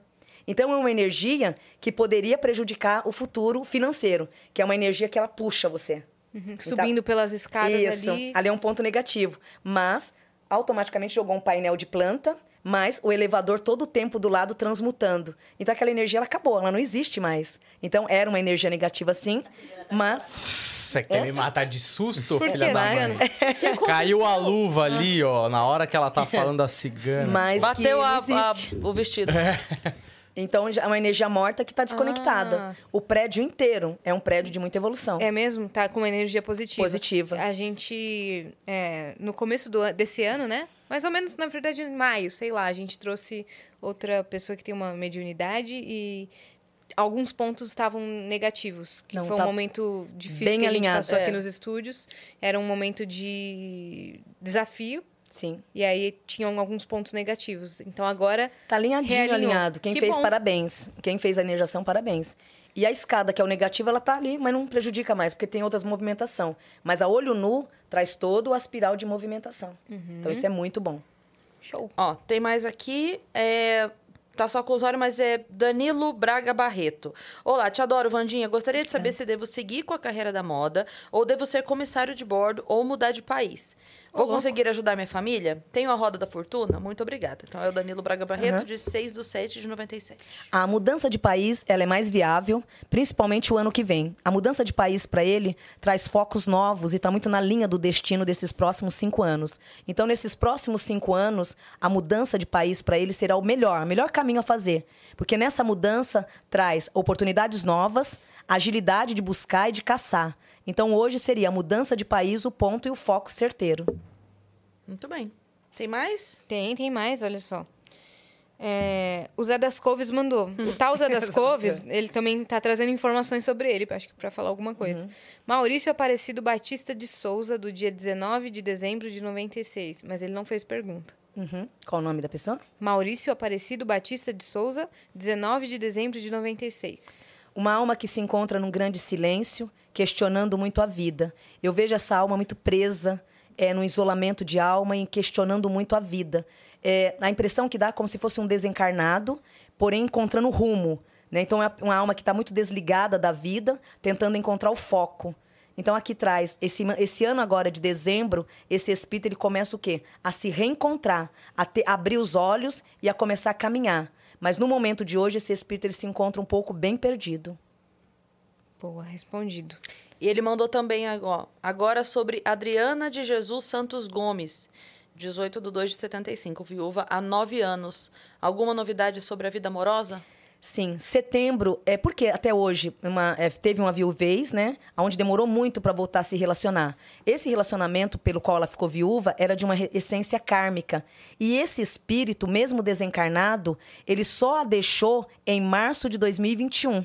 Então é uma energia que poderia prejudicar o futuro financeiro, que é uma energia que ela puxa você. Então-
Uhum, Subindo pelas escadas
isso,
ali.
é um ponto negativo. Mas automaticamente jogou um painel de planta, mas o elevador todo o tempo do lado transmutando. Então aquela energia ela acabou, ela não existe mais. Então era uma energia negativa sim, mas
Você quer me matar de susto,
É. Por
filha
quê,
da
cigana?
mãe? Caiu a luva ali, ó, na hora que ela tá falando da cigana.
mas que
Bateu
não
a, a-
existe.
o vestido.
Então já é uma energia morta que está desconectada. O prédio inteiro é um prédio de muita evolução.
É mesmo? Tá com uma energia positiva.
Positiva.
A gente, é, no começo do, an- desse ano, né? Mais ou menos, na verdade, em maio, sei lá. A gente trouxe outra pessoa que tem uma mediunidade e alguns pontos estavam negativos. Que
Não,
foi um
tá
momento difícil
bem
que
alinhado,
a gente passou aqui
é.
nos estúdios. Era um momento de desafio.
Sim.
E aí tinham alguns pontos negativos. Então agora
Tá alinhadinho,
Realinhou.
alinhado. Quem
Que
fez,
bom.
parabéns. Quem fez a energização, parabéns. E a escada, que é o negativo, ela tá ali, mas não prejudica mais, porque tem outras movimentação. Mas a olho nu traz todo a espiral de
Uhum.
movimentação. Então isso é muito bom.
show.
Ó, tem mais aqui. é, Tá só com o usuário, mas é Danilo Braga Barreto. Olá, te adoro, Vandinha. Gostaria de
É.
saber se devo seguir com a carreira da moda ou devo ser comissário de bordo ou mudar de país. Vou conseguir ajudar minha família? Tenho a roda da fortuna? Muito obrigada. Então é o Danilo Braga Barreto,
Aham.
de 6 do 7 de 97.
A mudança de país ela é mais viável, principalmente o ano que vem. A mudança de país para ele traz focos novos e está muito na linha do destino desses próximos cinco anos. Então, nesses próximos cinco anos, a mudança de país para ele será o melhor, o melhor caminho a fazer. Porque nessa mudança traz oportunidades novas, agilidade de buscar e de caçar. Então, hoje seria a mudança de país, o ponto e o foco certeiro.
Muito bem. Tem mais?
Tem, tem mais, olha só. É, o Zé das Coves mandou. O tal Zé das Coves, ele também tá trazendo informações sobre ele, acho que para falar alguma coisa. Maurício Aparecido Batista de Souza, do dia 19 de dezembro de 96, mas ele não fez pergunta.
Uhum. Qual o nome da pessoa?
Maurício Aparecido Batista de Souza, 19 de dezembro de 96.
Uma alma que se encontra num grande silêncio, questionando muito a vida. Eu vejo essa alma muito presa, é, num isolamento de alma e questionando muito a vida. É, a impressão que dá é como se fosse um desencarnado, porém encontrando rumo. né? Então, é uma alma que está muito desligada da vida, tentando encontrar o foco. Então, aqui traz, esse, ma- esse ano agora de dezembro, esse espírito ele começa o quê? A se reencontrar, a ter- abrir os olhos e a começar a caminhar. Mas no momento de hoje, esse espírito ele se encontra um pouco bem perdido.
Boa, respondido.
E ele mandou também agora, agora sobre Adriana de Jesus Santos Gomes, 18 de 2 de 75, viúva há 9 anos. Alguma novidade sobre a vida amorosa?
Sim, setembro é porque até hoje uma- é, teve uma viuvez, né? Onde demorou muito para voltar a se relacionar. Esse relacionamento pelo qual ela ficou viúva era de uma re- essência kármica. E esse espírito, mesmo desencarnado, ele só a deixou em março de 2021.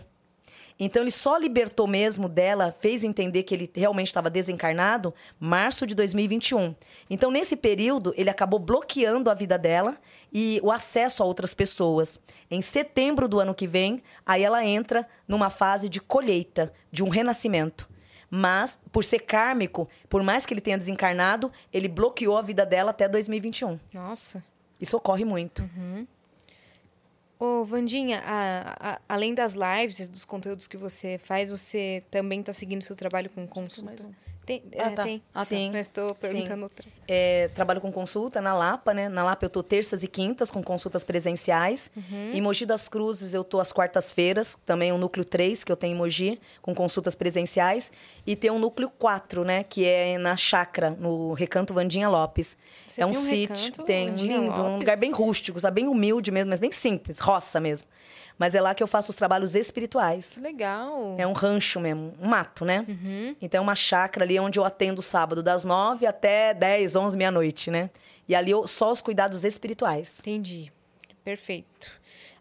Então ele só libertou mesmo dela, fez entender que ele realmente estava desencarnado, março de 2021. Então nesse período ele acabou bloqueando a vida dela e o acesso a outras pessoas. Em setembro do ano que vem, aí ela entra numa fase de colheita, de um renascimento. Mas por ser kármico, por mais que ele tenha desencarnado, ele bloqueou a vida dela até 2021.
Nossa.
Isso ocorre muito.
Ô, Vandinha, a- a- além das lives, dos conteúdos que você faz, você também está seguindo seu trabalho com
Mais
consulta?
um.
Tem,
Ah,
é,
tá.
tem.
Ah, tá. Sim.
Mas estou perguntando outra.
É, trabalho com consulta na Lapa, né? Na Lapa eu tô terças e quintas com consultas presenciais.
Uhum.
Em Mogi das Cruzes eu tô às quartas-feiras, também o núcleo 3 que eu tenho em Mogi, com consultas presenciais. E tem o núcleo 4, né? Que é na Chácara, no Recanto Vandinha Lopes.
Você
é um,
tem um
sítio,
Recanto
tem um
Vandinha
lindo, um
Lopes?
lugar bem rústico, sabe? Bem humilde mesmo, mas bem simples, roça mesmo. Mas é lá que eu faço os trabalhos espirituais.
Que legal.
É um rancho mesmo, um mato, né? Então é uma chácara ali onde eu atendo sábado das nove até 10, 11, meia-noite, né? E ali eu- só os cuidados espirituais.
Entendi. Perfeito.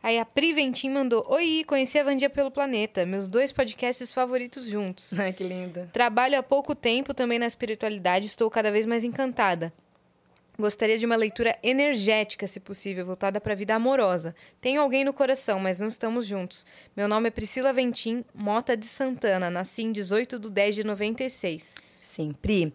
Aí a Pri Ventim mandou: Oi, conheci a Vandinha pelo planeta, meus dois podcasts favoritos juntos.
Ai, que linda.
Trabalho há pouco tempo também na espiritualidade, estou cada vez mais encantada. Gostaria de uma leitura energética, se possível, voltada para a vida amorosa. Tenho alguém no coração, mas não estamos juntos. Meu nome é Priscila Ventim, Mota de Santana, nasci em 18 de 10 de 96.
Sim, Pri.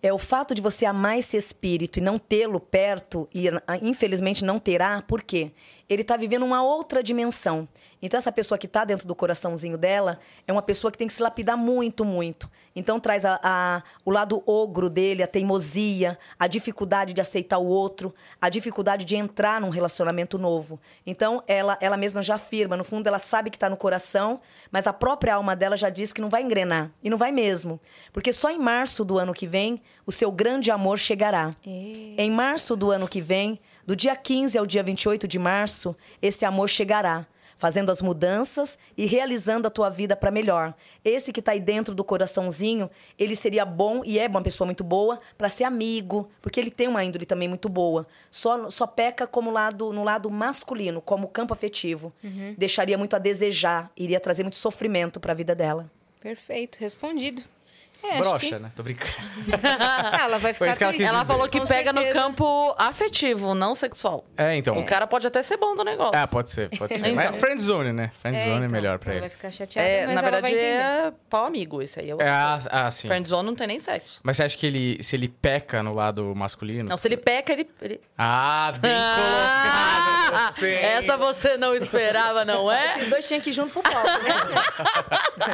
É o fato de você amar esse espírito e não tê-lo perto, e ah, infelizmente não terá, por quê? Ele está vivendo uma outra dimensão. Então, essa pessoa que está dentro do coraçãozinho dela é uma pessoa que tem que se lapidar muito, muito. Então, traz a- a- o lado ogro dele, a teimosia, a dificuldade de aceitar o outro, a dificuldade de entrar num relacionamento novo. Então, ela, ela mesma já afirma, no fundo, ela sabe que está no coração, mas a própria alma dela já diz que não vai engrenar. E não vai mesmo. Porque só em março do ano que vem, o seu grande amor chegará.
É.
Em março do ano que vem, do dia 15 ao dia 28 de março, esse amor chegará. Fazendo as mudanças e realizando a tua vida para melhor. Esse que tá aí dentro do coraçãozinho, ele seria bom e é uma pessoa muito boa para ser amigo, porque ele tem uma índole também muito boa. Só, só peca como lado, no lado masculino, como campo afetivo. Deixaria muito a desejar, iria trazer muito sofrimento para a vida dela.
Perfeito, respondido. É, acho
Brocha,
que-
né? Tô brincando.
Ah, ela vai ficar
Foi isso que ela
triste.
quis
Ela
dizer.
falou que
Com
pega no
certeza.
campo afetivo, não sexual.
É, então.
Um
O cara pode até ser bom do negócio.
Ah, pode ser, pode ser.
Então.
Mas friend zone, né? Friend
É,
zone é,
então,
melhor pra
ela
ele.
Vai ficar chateada,
É,
mas
na
ela vai
verdade,
entender.
é pau amigo isso aí. É
É,
outra
ah,
coisa.
ah, sim.
Friendzone não tem nem sexo.
Mas você acha que ele, se ele peca no lado masculino?
Não, se ele peca, ele... ele...
Ah, bem
Ah!
colocado. você.
essa você não esperava, não é?
Os dois tinham que ir junto pro palco, né?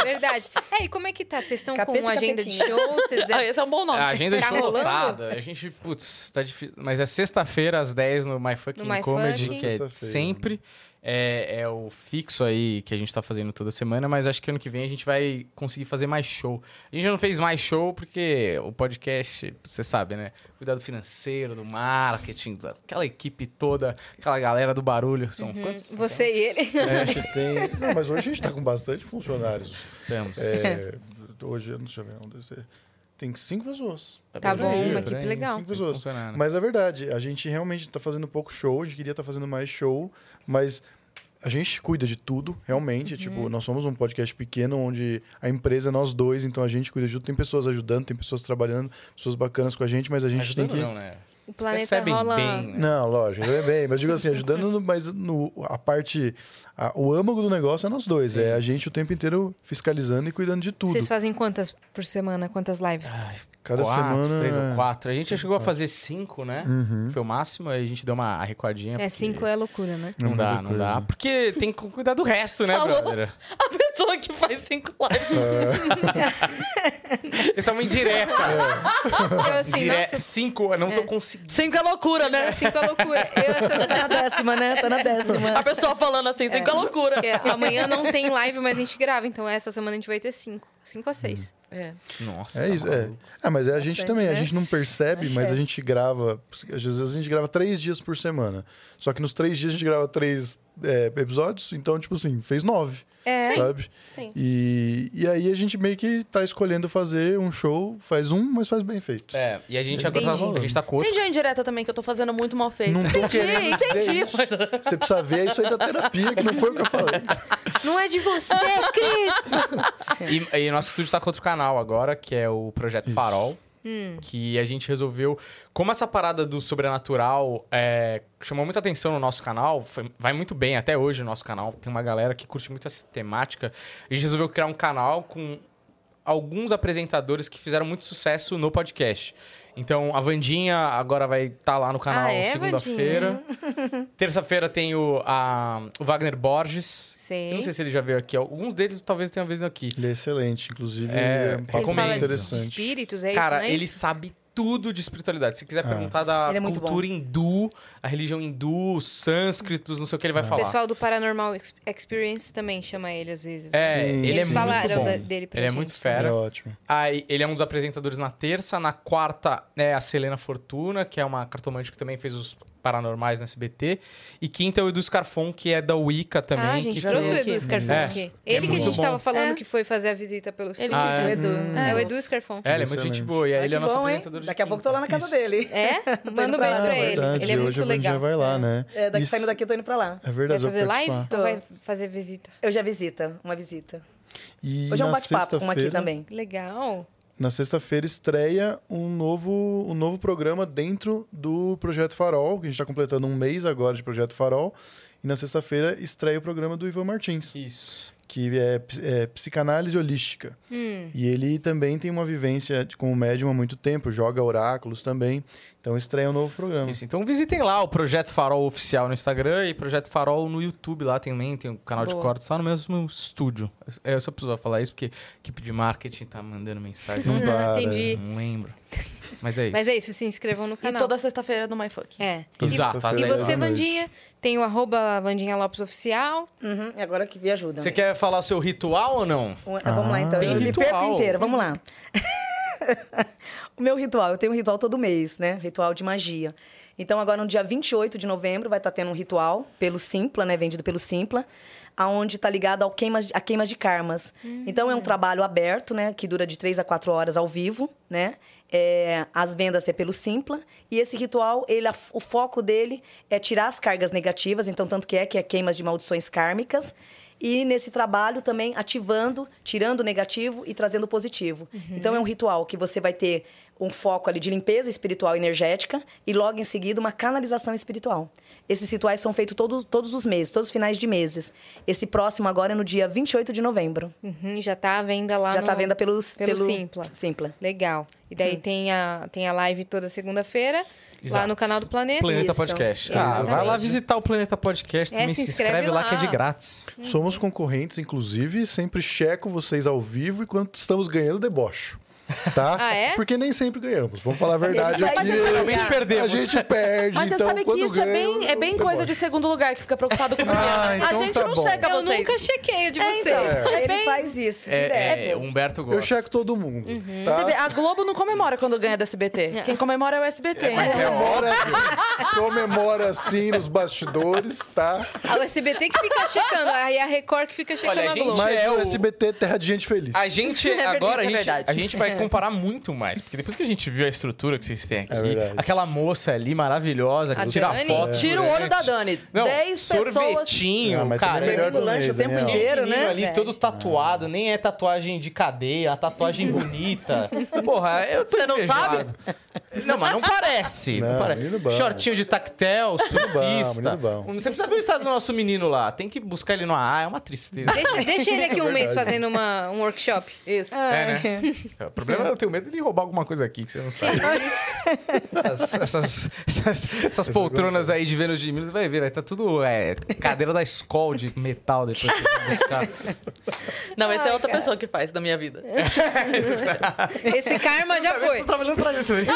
Verdade. É, e como é que tá? Vocês estão
Capeta
com
e
uma agenda de
capetinha.
show? Vocês
Ah,
devem...
esse é um bom nome.
A agenda
Tá
está
rolando?
lotada. A gente, putz, tá difícil. Mas é sexta-feira às 10 no My Fucking
No My
Comedy,
Fucking.
que é
Sexta-feira.
sempre. É, é o fixo aí que a gente tá fazendo toda semana, mas acho que ano que vem a gente vai conseguir fazer mais show. A gente já não fez mais show porque o podcast, você sabe, né? Cuidado financeiro, do marketing, daquela equipe toda, aquela galera do barulho. São
Uhum.
quantos?
Você e ele.
A gente tem... Não, mas hoje a gente tá com bastante funcionários.
Estamos.
É, hoje, eu não sei, um, dois, três. tem cinco pessoas.
Tá
Hoje
bom,
em dia,
uma
né?
equipe legal.
Cinco pessoas.
né?
Mas é verdade, a gente realmente tá fazendo pouco show, a gente queria estar fazendo mais show, mas a gente cuida de tudo, realmente.
Uhum.
Tipo, nós somos um podcast pequeno onde a empresa é nós dois, então a gente cuida de tudo. Tem pessoas ajudando, tem pessoas trabalhando, pessoas bacanas com a gente, mas a gente
Ajudando
tem que.
não, né?
O planeta
Recebem
rola...
bem, né?
Não, lógico, é bem, mas digo assim, ajudando, no- mas no, a parte, a- o âmago do negócio é nós dois, é a gente o tempo inteiro fiscalizando e cuidando de tudo.
Vocês fazem quantas por semana? Quantas lives?
Ah,
Cada
quatro,
semana.
Três ou
é- Uhum.
quatro. A gente já chegou a fazer cinco, né? Foi o máximo, aí a gente deu uma arrecoadinha.
é,
porque
cinco é loucura, né?
É
Não
muita
dá, não
coisa.
dá. Porque tem que cuidar do resto, né,
Falou.
brother?
A pessoa que faz cinco lives.
Isso é uma indireta.
Eu assim,
Dire...
nossa,
Cinco, eu não tô conseguindo.
Cinco é loucura, né?
cinco é loucura. Eu essa...
Tá na décima, né? Tá na
A
décima.
pessoa falando assim, cinco é, loucura.
Porque amanhã não tem live, mas a gente grava. Então essa semana a gente vai ter cinco. Cinco a seis.
Hum.
É.
Nossa. tá
É isso, é. Ah, mas é a gente
Bastante,
também. A
né?
gente não percebe, mas
é.
a gente grava. Às vezes a gente grava três dias por semana. Só que nos três dias a gente grava três é, episódios, então, tipo assim, fez nove,
É.
sabe?
Sim.
E, e aí a gente meio que tá escolhendo fazer um show, faz um, mas faz bem feito.
É, e a gente agora
Entendi.
tá, a gente tá com outro.
Entendi a indireta também, que eu tô fazendo muito mal feito.
Não tô
entendi,
querendo dizer
entendi.
isso. Você precisa ver isso aí da terapia, que não foi o que eu falei.
Não é de você,
Ah,
Cris! É.
E, e nosso estúdio tá com outro canal agora, que é o Projeto Farol.
Hum.
Que a gente resolveu. Como essa parada do sobrenatural é, chamou muita atenção no nosso canal, foi- vai muito bem até hoje o nosso canal. Tem uma galera que curte muito essa temática. A gente resolveu criar um canal com alguns apresentadores que fizeram muito sucesso no podcast. Então, a Vandinha agora vai estar lá no canal
Ah, é,
segunda-feira. Terça-feira tem o, a- o Wagner Borges.
Sei.
Eu não sei se ele já veio aqui. Alguns deles talvez tenham vindo aqui.
Ele é excelente, inclusive
É,
é,
Ele
um papo muito
fala
recomendo.
de
interessante.
espíritos, é
Cara,
isso, não é
ele
isso?
sabe tudo de espiritualidade. Se quiser perguntar da
Ele é muito
cultura hindu, a religião hindu, os sânscritos, não sei o que, ele vai
O
falar.
pessoal do Paranormal Ex- Experience também chama ele às vezes.
É,
Sim,
ele é
Eles
muito
sim.
falaram
bom.
da- dele pra
ele é
gente
muito
É
fera.
ótimo.
Aí, ele é um dos apresentadores na terça. Na quarta é a Selena Fortuna, que é uma cartomante que também fez os paranormais no SBT. E quinta é o Edu Scarfon, que é da Wicca também.
ah, a
que
gente trouxe o
foi-
Edu Scarfon
É,
aqui.
que é
Ele que a
muito
gente
bom.
tava falando
É.
que foi fazer a visita pelo
Ele
estúdio.
que
Ah,
viu,
é.
Edu. Hum.
É o Edu Scarfon.
É, ele é muito gente
Excelente.
boa. E aí
Ah,
ele é
que
nosso
bom, hein?
apresentador de
Daqui a pouco eu
quinta.
tô lá na casa dele.
É? Manda um beijo pra ele.
Verdade,
Ele é
hoje
muito
a Vandinha
legal.
vai lá, né?
É, daqui
Isso-
saindo daqui eu tô indo pra lá.
É
Vai
verdade, eu vou
fazer live
participar.
ou vai fazer visita?
Eu já visita, uma visita.
E
Hoje é um
na
bate-papo com uma aqui
sexta-feira-
também.
Legal.
Na sexta-feira estreia um novo, um novo programa dentro do Projeto Farol, que a gente está completando um mês agora de Projeto Farol. E na sexta-feira estreia o programa do Ivan Martins,
Isso.
que é, ps- é psicanálise holística.
Hum.
E ele também tem uma vivência de- como médium há muito tempo, joga oráculos também. Então estreia um novo programa.
Isso, então visitem lá o Projeto Farol oficial no Instagram e Projeto Farol no YouTube lá também, tem o canal de
Boa.
cortes lá no mesmo estúdio. É, Eu só precisava falar isso porque a equipe de marketing tá mandando mensagem,
Hum,
Não para.
Entendi.
não lembro. Mas é isso.
Mas é isso, se inscrevam no
E
canal.
toda sexta-feira no MyFuck.
É.
Exato. às
E
É,
10 horas.
você,
mas-
Vandinha, tem o arroba Vandinha Lopes Oficial.
Uhum, e agora que me ajuda.
Você quer falar o seu ritual ou não?
Um- vamos lá, então.
tem
Eu me
ritual.
perco inteira, vamos lá. o meu ritual, eu tenho um ritual todo mês, né? Ritual de magia. Então, agora no dia 28 de novembro, vai estar tendo um ritual pelo Simpla, né? Vendido pelo Simpla, aonde está ligado ao queimas, a queimas de karmas.
Hum.
Então, é um trabalho aberto, né? Que dura de 3 a 4 horas ao vivo, né? É, as vendas é pelo Simpla. E esse ritual, ele, a- o foco dele é tirar as cargas negativas. Então, tanto que é que é queimas de maldições kármicas. E nesse trabalho também ativando, tirando o negativo e trazendo o positivo.
Uhum.
Então é um ritual que você vai ter um foco ali de limpeza espiritual e energética e logo em seguida uma canalização espiritual. Esses rituais são feitos todos, todos os meses, todos os finais de meses. Esse próximo agora é no dia 28 de novembro.
Uhum, já tá à venda lá
Já
no...
está à venda pelos,
pelo Simpla.
Simpla.
Legal. E daí tem, a, tem a live toda segunda-feira, lá
Exato.
no canal do Planeta.
Planeta
Isso.
Podcast. Ah,
É Exatamente.
vai lá visitar o Planeta Podcast
É,
também. Se inscreve lá que é de grátis.
Somos concorrentes, inclusive, sempre checo vocês ao vivo e quando estamos ganhando, debocho. Tá?
Ah, é?
Porque nem sempre ganhamos. Vamos falar a verdade
Mas
aqui.
você sabe-
Geralmente
A
perdemos.
gente perde,
Mas você
então
sabe que
quando
isso é
ganho,
bem, é bem
eu
coisa de
debocho.
segundo lugar que fica preocupado com o
Ah,
A
então
gente
tá
não
bom.
checa
Eu
vocês.
nunca chequei o de
É,
vocês.
então. É
Ele
bem-
faz isso, direto.
É, é, Humberto gosta.
Eu checo todo mundo. Tá?
Uhum. Você vê, Ah, a Globo não comemora quando ganha do SBT. Quem comemora é o SBT.
É, mas
né?
é
Comemora, comemora assim nos bastidores, tá?
A SBT que fica checando, aí a Record que fica checando
Olha,
a
gente,
Globo.
Mas
é
o
o-
SBT é terra de gente feliz.
A gente,
É verdade,
agora, a
isso é
gente,
verdade.
a gente vai comparar muito mais. Porque depois que a gente viu a estrutura que vocês têm aqui,
É verdade.
aquela moça ali maravilhosa, que
A
tira
Dani?
foto.
Tira o olho da
durante.
Dani.
Não,
Dez pessoas.
sorvetinho,
Ah, mas tá
cara.
melhor
Servindo
do
lanche o
mês,
tempo
Daniel.
inteiro.
Aquele menino
né?
É.
ali todo tatuado, nem é tatuagem de cadeia, é tatuagem bonita. Porra, eu tô Você
não
Não, mas não parece. Não,
Não,
parece.
menino bom.
Shortinho de tactel, surfista.
menino bom.
Você precisa ver o estado do nosso menino lá. Tem que buscar ele no AA, é uma tristeza.
Deixa, deixa ele aqui um mês fazendo uma, um workshop.
Isso.
É, né? O problema é eu tenho medo de roubar alguma coisa aqui que você não sabe. Essas, essas, essas, essas poltronas aí de Vênus de Minas, vai ver, vai tá tudo é, cadeira da escola de metal depois que você buscar.
Não, essa é outra pessoa que faz da minha vida.
Esse karma já foi.
Tô trabalhando pra né? ele também.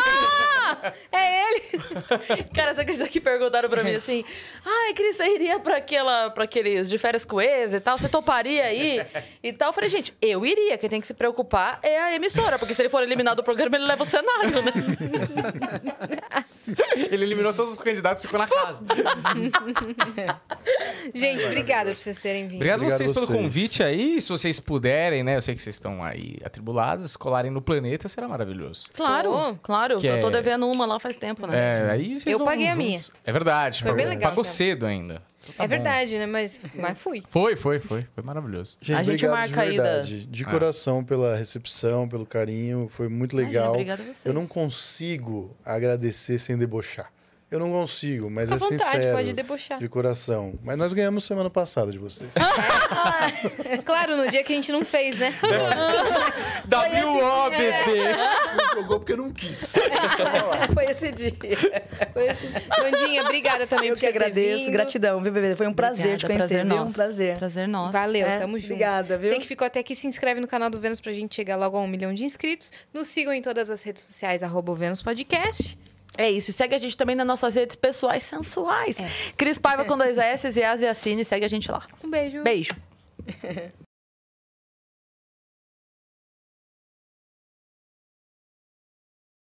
É ele.
Cara, você acredita que perguntaram pra mim assim? Ai, Cris, você iria pra, aquela, pra aqueles de férias com ex e tal? Você toparia aí e tal? Eu falei, gente, eu iria. Quem tem que se preocupar é a emissora, porque se ele for eliminado do programa, ele leva o cenário, né?
Ele eliminou todos os candidatos e ficou na casa.
Gente, obrigada por vocês terem vindo.
Obrigado,
Obrigado
vocês pelo
vocês.
convite aí. Se vocês puderem, né? Eu sei que vocês estão aí atribulados, colarem no planeta será maravilhoso.
Claro,
Pô.
claro.
Que
eu tô
é-
devendo uma lá faz tempo, né?
É, aí vocês
Eu
vão
paguei a
juntos.
minha.
É verdade.
Foi bem
pagou-
legal,
Pagou
cara.
cedo ainda. Então tá
é
bom.
verdade, né? Mas, mas fui.
Foi, foi, foi. Foi maravilhoso.
Gente,
A gente
obrigado
marca
de
aí da-
verdade. De
Ah.
coração pela recepção, pelo carinho. Foi muito
Imagina,
legal.
obrigada a vocês.
Eu não consigo agradecer sem debochar. Eu não consigo, mas
Fica
é
à vontade,
sincero.
pode debochar.
De coração. Mas nós ganhamos semana passada de vocês.
É Claro, no dia que a gente não fez, né?
WOBT!
Não jogou porque não quis.
Foi esse dia.
Foi assim. Bandinha, obrigada também
Eu
por
que
você ter
agradeço.
vindo.
Gratidão, viu, bebê? Foi um prazer
Obrigada,
te conhecer,
prazer
viu? Um
nosso.
prazer.
Prazer nosso.
Valeu,
É,
tamo junto.
obrigada, viu?
Você que ficou até aqui, se inscreve no canal do Vênus pra gente chegar logo a um milhão de inscritos. Nos sigam em todas as redes sociais, arroba o Vênus Podcast.
É isso. E segue a gente também nas nossas redes pessoais É. Hum. sensuais. Cris Paiva com dois S e As e Assine. Segue a gente lá.
Um beijo.
Beijo.